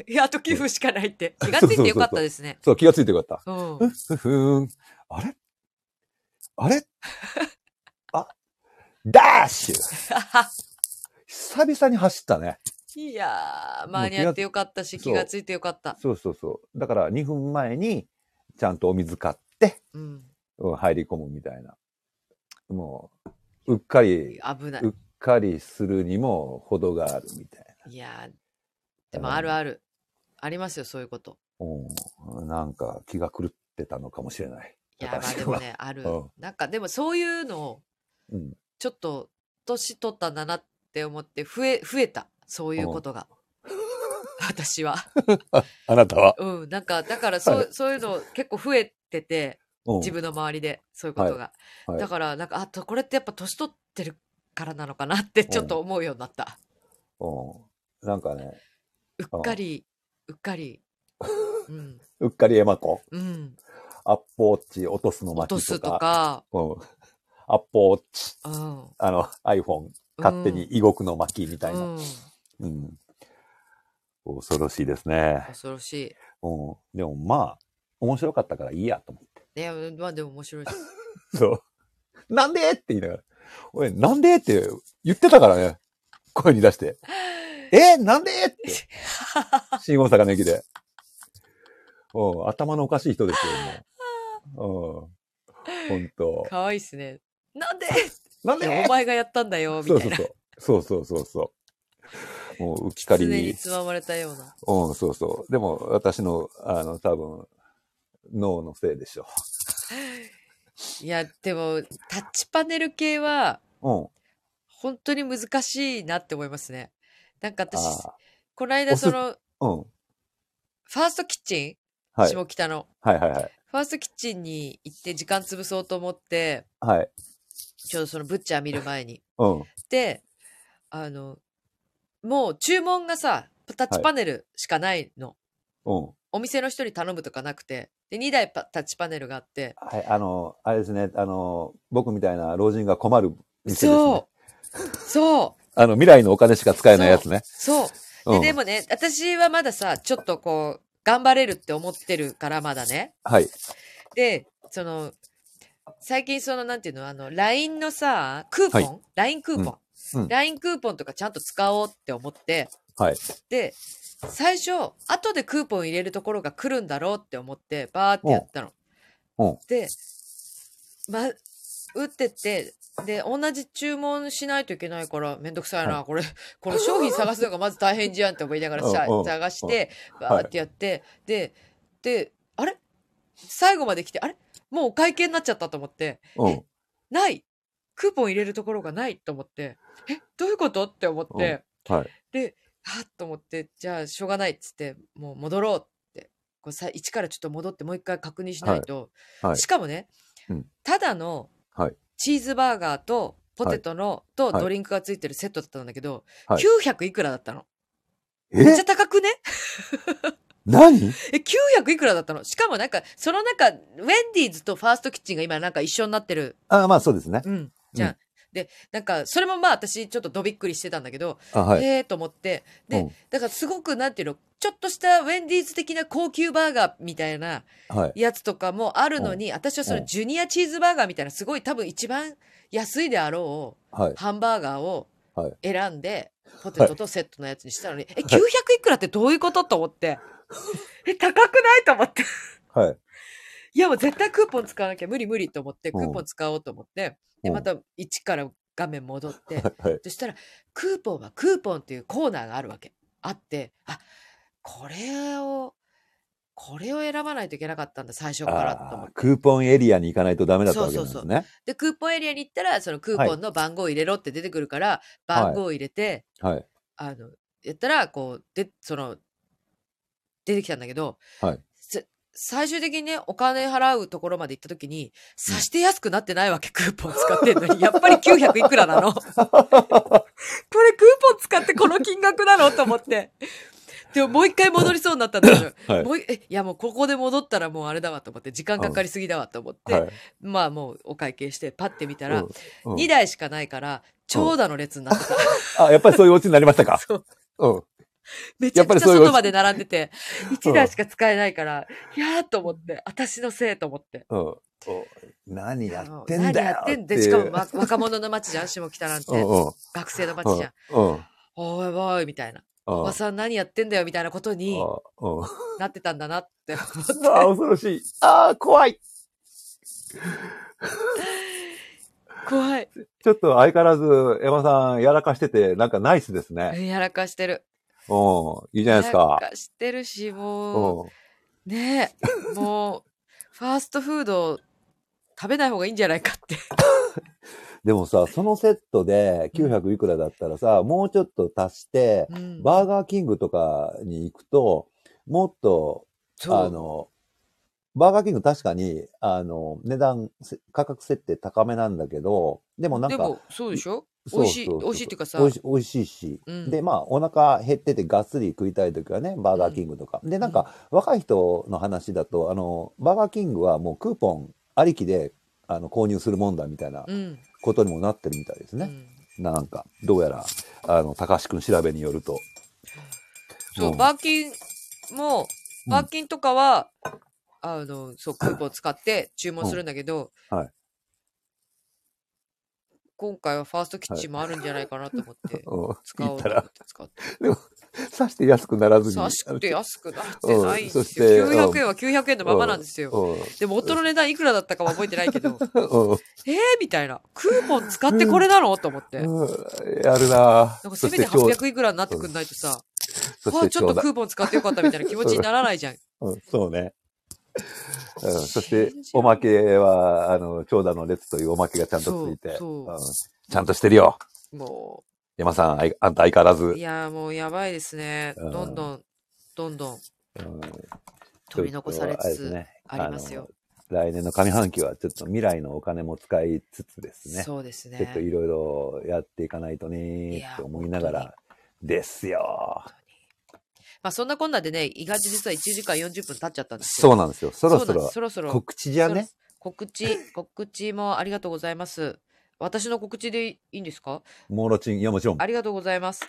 う。い。い や、あと寄付しかないって。気んがついてよかったですね。そう、気がついてよかった。うん。ふふーん。あれあれあ、ダッシュ久々に走ったね。いやー、間に合ってよかったし、もう気気ががついてよかった。そうそうそう。だから2分前にちゃんとお水買って、うん。うん入り込むみたいな。もう、うっかり、。危ないうっかりするにも程があるみたいいやー、でもあるある。ありますよ、そういうこと。な。うん。なんか気が狂ってたのかもしれない。いやー、まあ私ではもね、あるうん。なんか、でもそういうのを、うん。ちょっと、年取ったんだなって思って、増え、増えた。そういうことが。 私は。あなたは、うん。なんか、だから、そう、そういうの結構増えてて、うん、自分の周りで、そういうことが。はいだから、なんか、あと、これってやっぱ年取ってるからなのかなって、ちょっと思うようになった。うん。なんかね、うっかり、うっか り。うん。うっかりエマ子。うん。アッポーチ落とすの落巻ときすととか。か、うん。アッポーチ、うん。あの、iPhone、勝手に異国の巻きみたいな。う。うんん。恐ろしいですね。恐ろしい。うん。でもまあ、面白かったからいいやと思って。いや、まあでも面白い です。そう。なんでって言いながら。俺、なんでって言ってたからね。声に 出して。えなんでって。新大阪の駅で。うん、頭のおかしい人ですよ、 もう。うん。ほんと。可愛いですね。なんでなんでいやお前がやったんだよ、みそうたそいうな。そう。そうそうそうそう。もう、うっかり常にに。つままれたような。うん、そうそう。でも、私の、あの、多分、脳のせいでしょいや、でも、タッチパネル系は、う。うん。本当に難しいなって思いますね。なんか私、あこの間押すその、あ。うん。ファーストキッチン、はい。下北の。はいはいはい。ファーストキッチンに行って時間潰そうと思って、はい。ちょうどそのブッチャー見る前に。うん。で、あの、もう注文がさ、タッチパネルしかないの。うん。お店の人に頼むとかなくて。で、2台パタッチパネルがあって。はい、あの、あれですね、あの、僕みたいな老人が困る店ですねそ。う。そう。あの、未来のお金しか使えないやつね。そう。うでんでもね、私はまださ、ちょっとこう、頑張れるって思ってるから、まだね。はい。で、その、最近その、なんていうの、あの、LINE のさ、クーポン、は ?LINE クーポン、うんうん ?LINE クーポンとかちゃんと使おうって思って、はい。で、最初、後でクーポン入れるところが来るんだろうって思って、バーってやったの。うんうんで、ま、打ってって、で、同じ注文しないといけないから、めんどくさいな、これ、この商品探すのがまず大変じゃんって思いながらさうんうん探して、んバーってやって、で、で、あれ最後まで来て、あれもうお会計になっちゃったと思って、うん。ないクーポン入れるところがないと思って、え、どういうことって思って、うんはい。で、はっと思って、じゃあ、しょうがないっつって、もう戻ろうって、こうさ一からちょっと戻って、もう一回確認しないと、はいはいしかもね、うんただのはいチーズバーガーとポテトの、とはいドリンクがついてるセットだったんだけど、はい900いくらだったの。めっちえゃ高くね何え、900いくらだったのしかもなんか、その中、ウェンディーズとファーストキッチンが今なんか一緒になってる。あまあそうですね。うん。じゃん。うんで、なんか、それもまあ私ちょっとどびっくりしてたんだけど、あはい。ええと思って、で、うんだからすごくなんていうの、ちょっとしたウェンディーズ的な高級バーガーみたいなはい。やつとかもあるのに、私はそのジュニアチーズバーガーみたいな、すごい多分一番安いであろはうハンバーガーをはい選んで、ポテトとセットのやつにしたのに、え、900いくらってどういうことと思って、え、高くないと思って、い。はい。いやもう絶対クーポン使わなきゃ無理無理と思って、うクんーポン使おうと思って、で、うんまた一から画面戻って、はい。そしたら、クーポンはクーポンっていうコーナーがあるわけ。あって、あ、これを、これを選ばないといけなかったんだ、最初からと思あっーて。クーポンエリアに行かないとダメだったわけなんですね。で、クーポンエリアに行ったら、そのクーポンの番号を入れろって出てくるから、い番号を入れて、はい。あの、やったら、こう、で、その、出てきたんだけど、はいせ最終的にね、お金払うところまで行った時に、さして安くなってないわけ、クーポン使ってんのに。 やっぱり900いくらなの。 これクーポン使ってこの金額なのと思って。でももう一回戻りそうになったんだけど、 はいもういえ、いやもうここで戻ったらもうあれだわと思って、時間かかりすぎだわと思って、はい。まあもうお会計してパッて見たら、うんうん2台しかないから、長蛇の列になってた。あ、やっぱりそういうオチになりました かそううん。めちゃくちゃやっぱりそういう外まで並んでて、1台しか使えないから、いやーと思って、私のせいと思って。うん。お何やっあてのんだよ。何やってんで、しかもわ 若者の街じゃん、下北なんて。うんうん学生の街じゃん。うん。おいおい、みたいな。うん。おばさん何やってんだよ、みたいなことにうん。うんなってたんだな って。ああ、恐ろしい。ああ、怖い。怖い。ちょっと相変わらず、エマさん、やらかしてて、なんかナイスですね。やらかしてる。うん。いいじゃないですかや。らかしてるし、うもう、ん。ねえ、もう、ファーストフード食べない方がいいんじゃないかって。でもさ、そのセットで900いくらだったらさ、もうちょっと足して、うん、バーガーキングとかに行くと、もっと、そうあの、バーガーキング確かに、あの、値段、せ価格設定高めなんだけど、でもなんでか、も、そうでしょ美そう味しい、そう美そう味しいっていうかさ美、味し美味しいし、うんでまあお腹減っててがっつり食いたい時はねバーガーキングとか、でなんか若い人の話だとあのバーガーキングはもうクーポンありきであの購入するもんだみたいなうん。ことにもなってるみたいですうね、んなんかどうやらあの高橋君調べによるとそう、うんバーキンも、うんバーキンとかは、あの、そう、クーポン使って注文するんだけど、うんはい今回はファーストキッチンもあるんじゃないかなと思って、うん使お行っうたと思っらて、使って。さして安くならずに。さしくて安くなってうんないんそでしすてよ。うん900円は900円のままなんですよ。うんで、元の値段いくらだったかは覚えてないけど、 うえんーみたいな。クーポン使ってこれなのと思って。なんうんやるなぁかせめてそして800いくらになってくんないとさ、ちょうあ、ちょっとだクーポン使ってよかったみたいな気持ちにならないじゃん。うん、そうね。うん、そして、おまけは、あの、長蛇の列というおまけがちゃんとついて、そうそうんちゃんとしてるよ。も山さん、あいあんた相変わらずう、い、やーもうやばいですね。うんどんどん、どんどんうん取り残されちょっつとあですつねありますよ。あの来年の上半期は、ちょっと未来のお金も使いつつですね、そうですちょっとね。いろいろやっていかないといねやって思いながら、ですよ。まあそんなこんなでね、意外と実は1時間40分経っちゃったんですよ。そうなんですよ。そろそそうなんでろすそろそろ告知じゃね。告知、告知もありがとうございます。私の告知でいいんですかモーロチン、いやもちろん。ありがとうございます。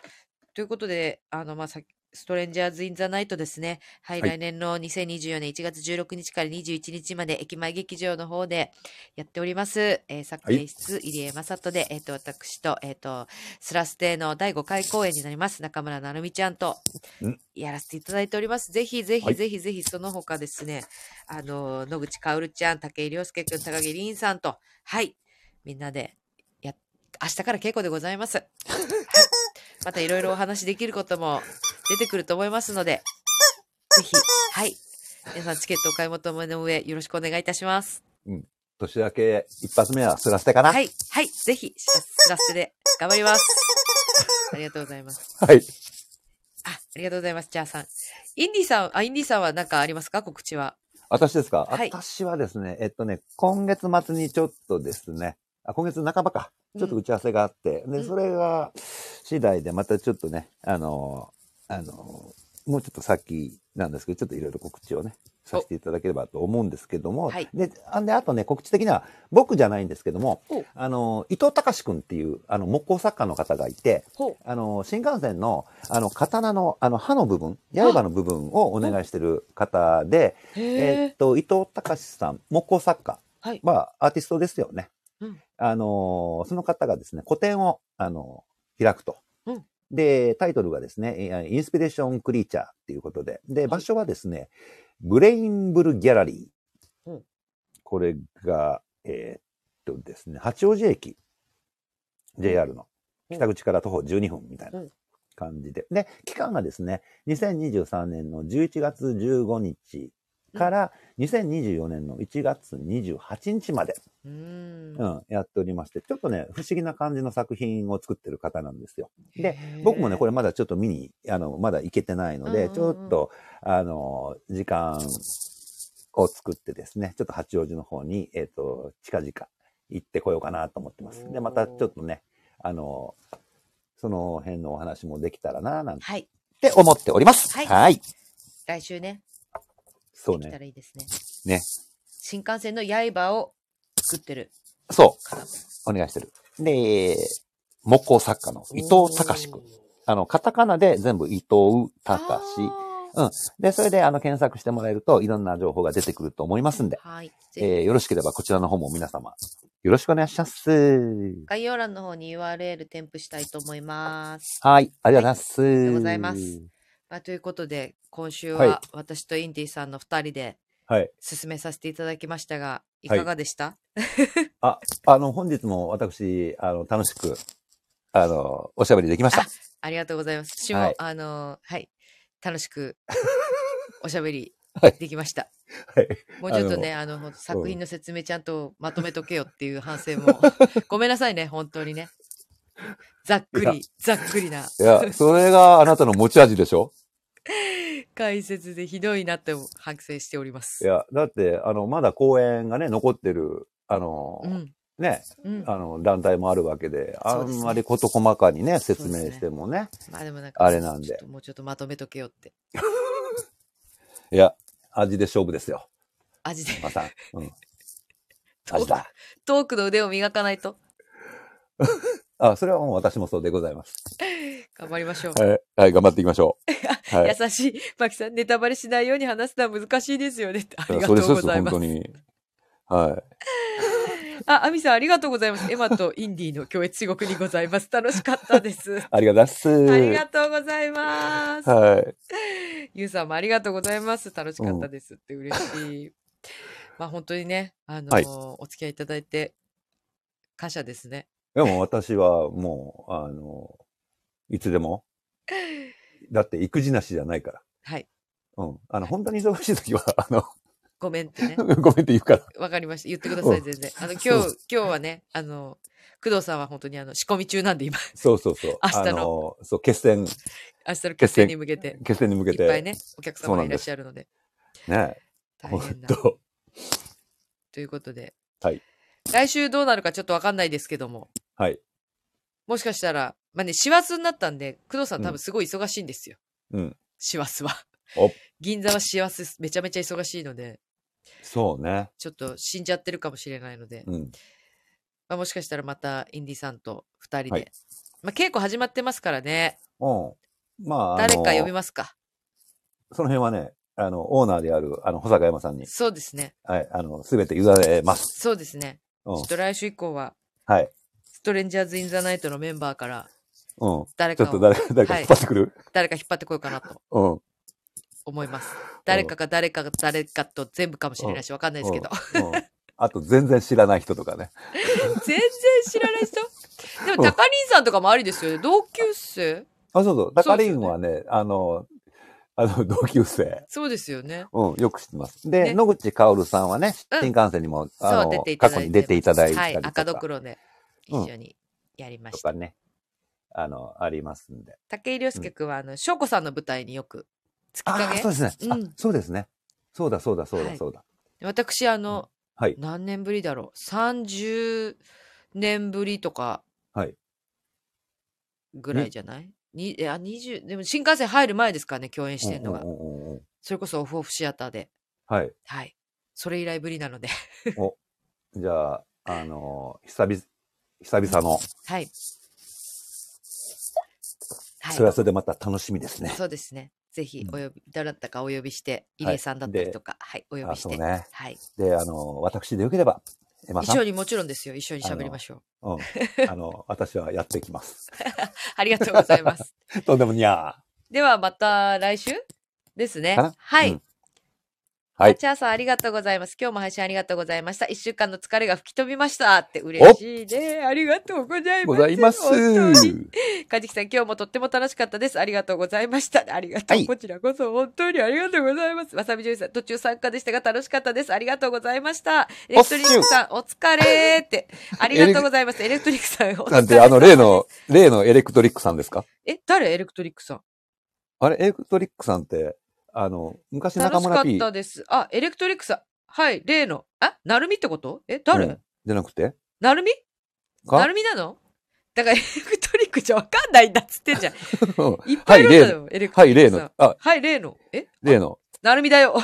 ということで、あの、まあ、さストレンジャーズ・イン・ザ・ナイトですね。はい、はい来年の2024年1月16日から21日まで駅前劇場の方でやっております。えー作は品い室、入江正人で、えっ、と、私と、えっ、と、スラステの第5回公演になります。中村なるみちゃんとんやらせていただいております。ぜひぜはひいぜひぜひ、その他ですね、あの、野口かおるちゃん、武井亮介くん、高木凛さんと、はい、みんなでや、明日から稽古でございます。またいろいろお話しできることも出てくると思いますので、ぜひ、はい。皆さん、チケットお買い求めの上、よろしくお願いいたします。年明け一発目はスラステかな。ははい。い。はい。ぜひ、スラステで頑張ります。ありがとうございます。あ、ありがとうございます。じゃあさん。インディさん、あ、インディさんは何かありますか告知は。私ですか、はい私はですね、えっとね、今月末にちょっとですね、あ今月半ばか、ちょっとうん打ち合わせがあって、うで、んそれが次第でまたちょっとね、あのー、あのー、もうちょっと先なんですけど、ちょっといろいろ告知をね、させていただければと思うんですけども、はいで、あんで、あとね、告知的には僕じゃないんですけどもお、あのー、伊藤隆君っていう、あの、木工作家の方がいて、ほあの、新幹線の、あの、刀の、あの、刃の部分、刃の部分をお願いしてる方で、う。えへーっえ。と、伊藤隆さん、木工作家。はいまあ、アーティストですよね。うんあのー、その方がですね、個展を、あのー、開くと。うんで、タイトルがですね、インスピレーションクリーチャーっていうことで。で、場所はですね、ブレインブルギャラリー。うんこれが、えーっとですね、八王子駅、JR のうん北口から徒歩12分みたいなうん感じで。で、期間がですね、2023年の11月15日から2024年の1月28日まで、うーんう。ん、やっておりまして、ちょっとね、不思議な感じの作品を作ってる方なんですよ。でへえ僕もね、これまだちょっと見に、あの、まだ行けてないので、うんちうんうょんっと、あの、時間を作ってですね、ちょっと八王子の方に、えっ、と、近々行ってこようかなと思ってます。で、またちょっとね、あの、その辺のお話もできたらな、なんはい。て思っております。はいはい来週ね、そうできたね。らいいですね。ね。新幹線の刃を作ってる。そう。お願いしてる。で、木工作家の伊藤隆君。あの、カタカナで全部伊藤隆。あで、それであの検索してもらえるといろんな情報が出てくると思いますんで、ーはい。えぜひーよろしければこちらの方も皆様、よろしくお願いします。概要欄の方に URL 添付したいと思います。はい、ありがとうございます。ありがとうございます。まあ、ということで、今週はいは私とインディさんの2人ではい。進めさせていただきましたが、いかがでした、あ、あの、本日も私、あの、楽しく、あの、おしゃべりできました。ありがとうございます。私も、はいあのーはい、楽し くおしゃべりはいできました。はい。もうちょっとね、あの、作品の説明ちゃんとまとめとけよっていう反省 も。ごめんなさいね、本当にね。ざっくいやり、ざっくりないや、それがあなたの持ち味でしょ解説でひどいなって反省しておりまいす。や、だって、あの、まだ公演がね、残ってる、あの、うん。ね、うん。あの、団体もあるわけで、あそうですねんまりこと細かにね、説そうです明ねしてもね、まあでもなんか、あれなんでちょっともうちょっとまとめとけよって。いや、味で勝負ですよ、味で。まさん。うん、トー味クだ。トークの腕を磨かないと。あ、それはもう私もそうでございます。頑張りましょう。はい、はい、頑張っていきましょ う。はい。優しい。マキさん、ネタバレしないように話すのは難しいですよね。ありがと そうれそうごです、ざい本ます当。に。はあ、アミさん、ありがとうございます。エマとインディの共越地獄にございます。楽しかったです。い。ありがとうございます。ありがとうございます。はい。ゆうさんもありがとうございます。楽しかったですって嬉しい。まあ本当にね、あのーはいお付き合いいただいて、感謝ですね。でも私はもう、あの、いつでも。だって育児なしじゃないから。はい。うん。あの、本当に忙しい時は、 あの、ごめんってね。ごめんって言うから。わかりました。言ってくださうい、ん全然。あの、今そう日、今日はね、あの、工藤さんは本当にあの、仕込み中なんで今、そうそうそう。明日のあの、そう、決戦、明日の決戦に向けて、決戦に向いけ。ってぱいね、お客そう様ながんいでらっすしゃるので、ね。大本変な。当。ということで。はい来週どうなるかちょっとわかんないですけども、はい。もしかしたら、まあね、師走になったんで、工藤さん多う分すごい忙しいんですよ。うん。師走は。お、銀座は師走めちゃめちゃ忙しいので、そうね。ちょっと死んじゃってるかもしれないので、うん。まあ、もしかしたらまたインディさんと二人で、はいまあ、稽古始まってますからね、うん。まあ、あ誰のか呼びますか。その辺はね、あの、オーナーである、あの、保坂山さんに、そうですね。はい、あの、すべて委ねます。そうですね。うちんょっ。と来週以降は、はい。ストレンジャーズ・イン・ザ・ナイトのメンバーからうん。誰ちょかっとを誰か、誰か引っ張ってくる、誰か引っ張ってこようかなとうん。思います。誰かか誰かが誰かと全部かもしれないし、わかんないですけど。うん。うんあと、全然知らない人とかね。 全然知らない人でも、タカリンさんとかもありですよね。同級生あ、そうそう。タカリンはね、あの、あの、同級生。そうですよね。うん、よく知ってます。で、ね野口薫さんはね、うん新幹線にも、あそう、の出ていた過だい去て。に出ていただいたはりい、と赤どかく、ろで一緒にやりまとした。かね、あの、ありますんで。武井良介君は、あの、翔子さんの舞台によく、月ああ、影そうですね。あうんそうですね。そうだ、そうだ、そうはだ、いそうだ。私、あの、はい。何年ぶりだろう。30年ぶりとか、はい。ぐらいじゃないに、いや、20、でも新幹線入る前ですからね、共演してんのがう。んうんうんうんうんそれこそオフオフシアターで。はい。はい。それ以来ぶりなので。 じゃあ、あの、久々、久々の、はい。はいそれ。はそれでまた楽しみですね。そうですね。ぜひうんお呼び、どなたかお呼びして、入はい江さんだったりでとか、はい、お呼あびしそうて。ね。はい。で、あの、私でよければ、エマ一さん、緒にもちろんですよ。一緒に喋りましょう。うん、あの、私はやってきます。 ありがとうございます。とんでもにゃではまた来週ですねかな。はい。うんはいあチャーさんありがとうございます。今日も配信ありがとうございました。一週間の疲れが吹き飛びましたって嬉しいね。ありがとうございます。ー。ございます。本当にかじきさん、今日もとっても楽しかったです。ありがとうございました。ありがとう。はいこちらこそ、本当にありがとうございます。わさびじゅうさん、途中参加でしたが楽しかったです。ありがとうございました。エレクトリックさん、お疲れーって。ありがとうございます。エレクトリックさん、お疲れなんで、あの、例の、例のエレクトリックさんですかえ、誰エレクトリックさん。あれ、エレクトリックさんって、あの、昔中楽しか村っ P たです。あ、エレクトリックさん。はい、例の。あ、なるみってことえ、誰、うんじゃなくてなるみかなるみなのだからエレクトリックじゃわかんないんだっつってんじゃ ん。うんいっぱいいるんだはい例よ、エレクト はリい、ッ例クさんの。、あ、はい、例の。え例の。なるみだよ。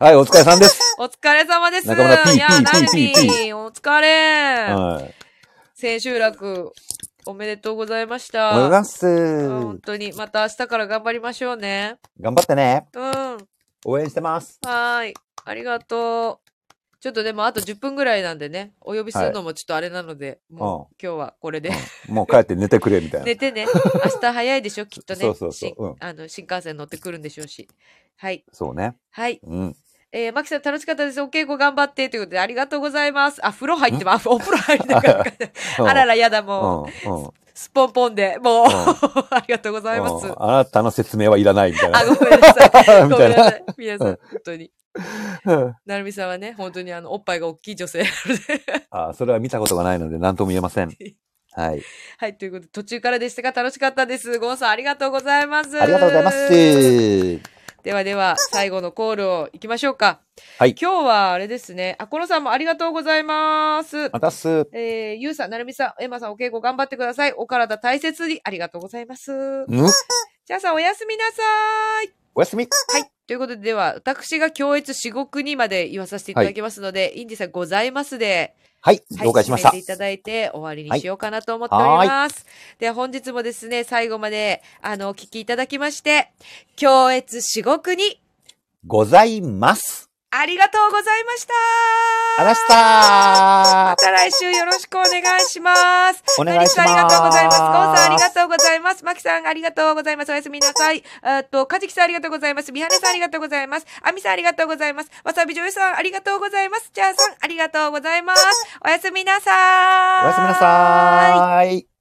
はい、お疲れさ んです。お疲れ様です。中村 P いや、 P なる P み P お疲れ。はい。千秋楽、おめでとうございましおはようた。ござあいます。本当に、また明日から頑張りましょうね。頑張ってね。うん。は応援してます。ーい。ありがとう。ちょっとでもあと10分ぐらいなんでね、お呼びするのもちょっとあれなので、もう今日はこれで。もう帰って寝てくれ、みたい な。寝てね。明日早いでしょ、きっとね。そうそうそうしうんあの新幹線乗ってくるんでしょうし。はい。そうね。はい。うん。えー、マキさん楽しかったです。お稽古頑張って。ということで、ありがとうございます。あ、風呂入ってます。あお風呂入りながら。 あらら、やだ、もう。うん。うん。スポンポンで、もう、んありがとうございます。うんあなたの説明はいらないみたいな。あ、ごめんなさい。ご みめたんないさ。ない皆さん、う本ん当に。。うんなるみさんはね、本当にあの、おっぱいが大きい女性なので。 あ、それは見たことがないので何とも言えません。はい。はい、ということで、途中からでしたが楽しかったです。ゴンさん、ありがとうございます。ありがとうございます。ではでは、最後のコールを行きましょうか。はい今日はあれですね。あ、このさんもありがとうございます。またっす。えー、ゆうさん、なるみさん、エマさん、お稽古頑張ってください。お体大切に。ありがとうございます。うんじゃあさん、おやすみなさい。おやすみ。はい。とということで、では、私が共越至極にまで言わさせていただきますので、インディさんございますで、はい、はい了解しました。進めていただいて終わりにしようかなと思っております。では、本日もですね、最後まで、あの、お聞きいただきまして、共越至極にございます。ありがとうございましたあらしまたた来週よろしくお願いします。お願いしますナリさんありがとうございます。ゴーさんありがとうございます。マキさんありがとうございます。おやすみなさい。えっと、カジキさんありがとうございます。ミハネさんありがとうございます。アミさんありがとうございます。わさび女優さんありがとうございます。チャーさんありがとうございます。おやすみなさーい。おやすみなさーい。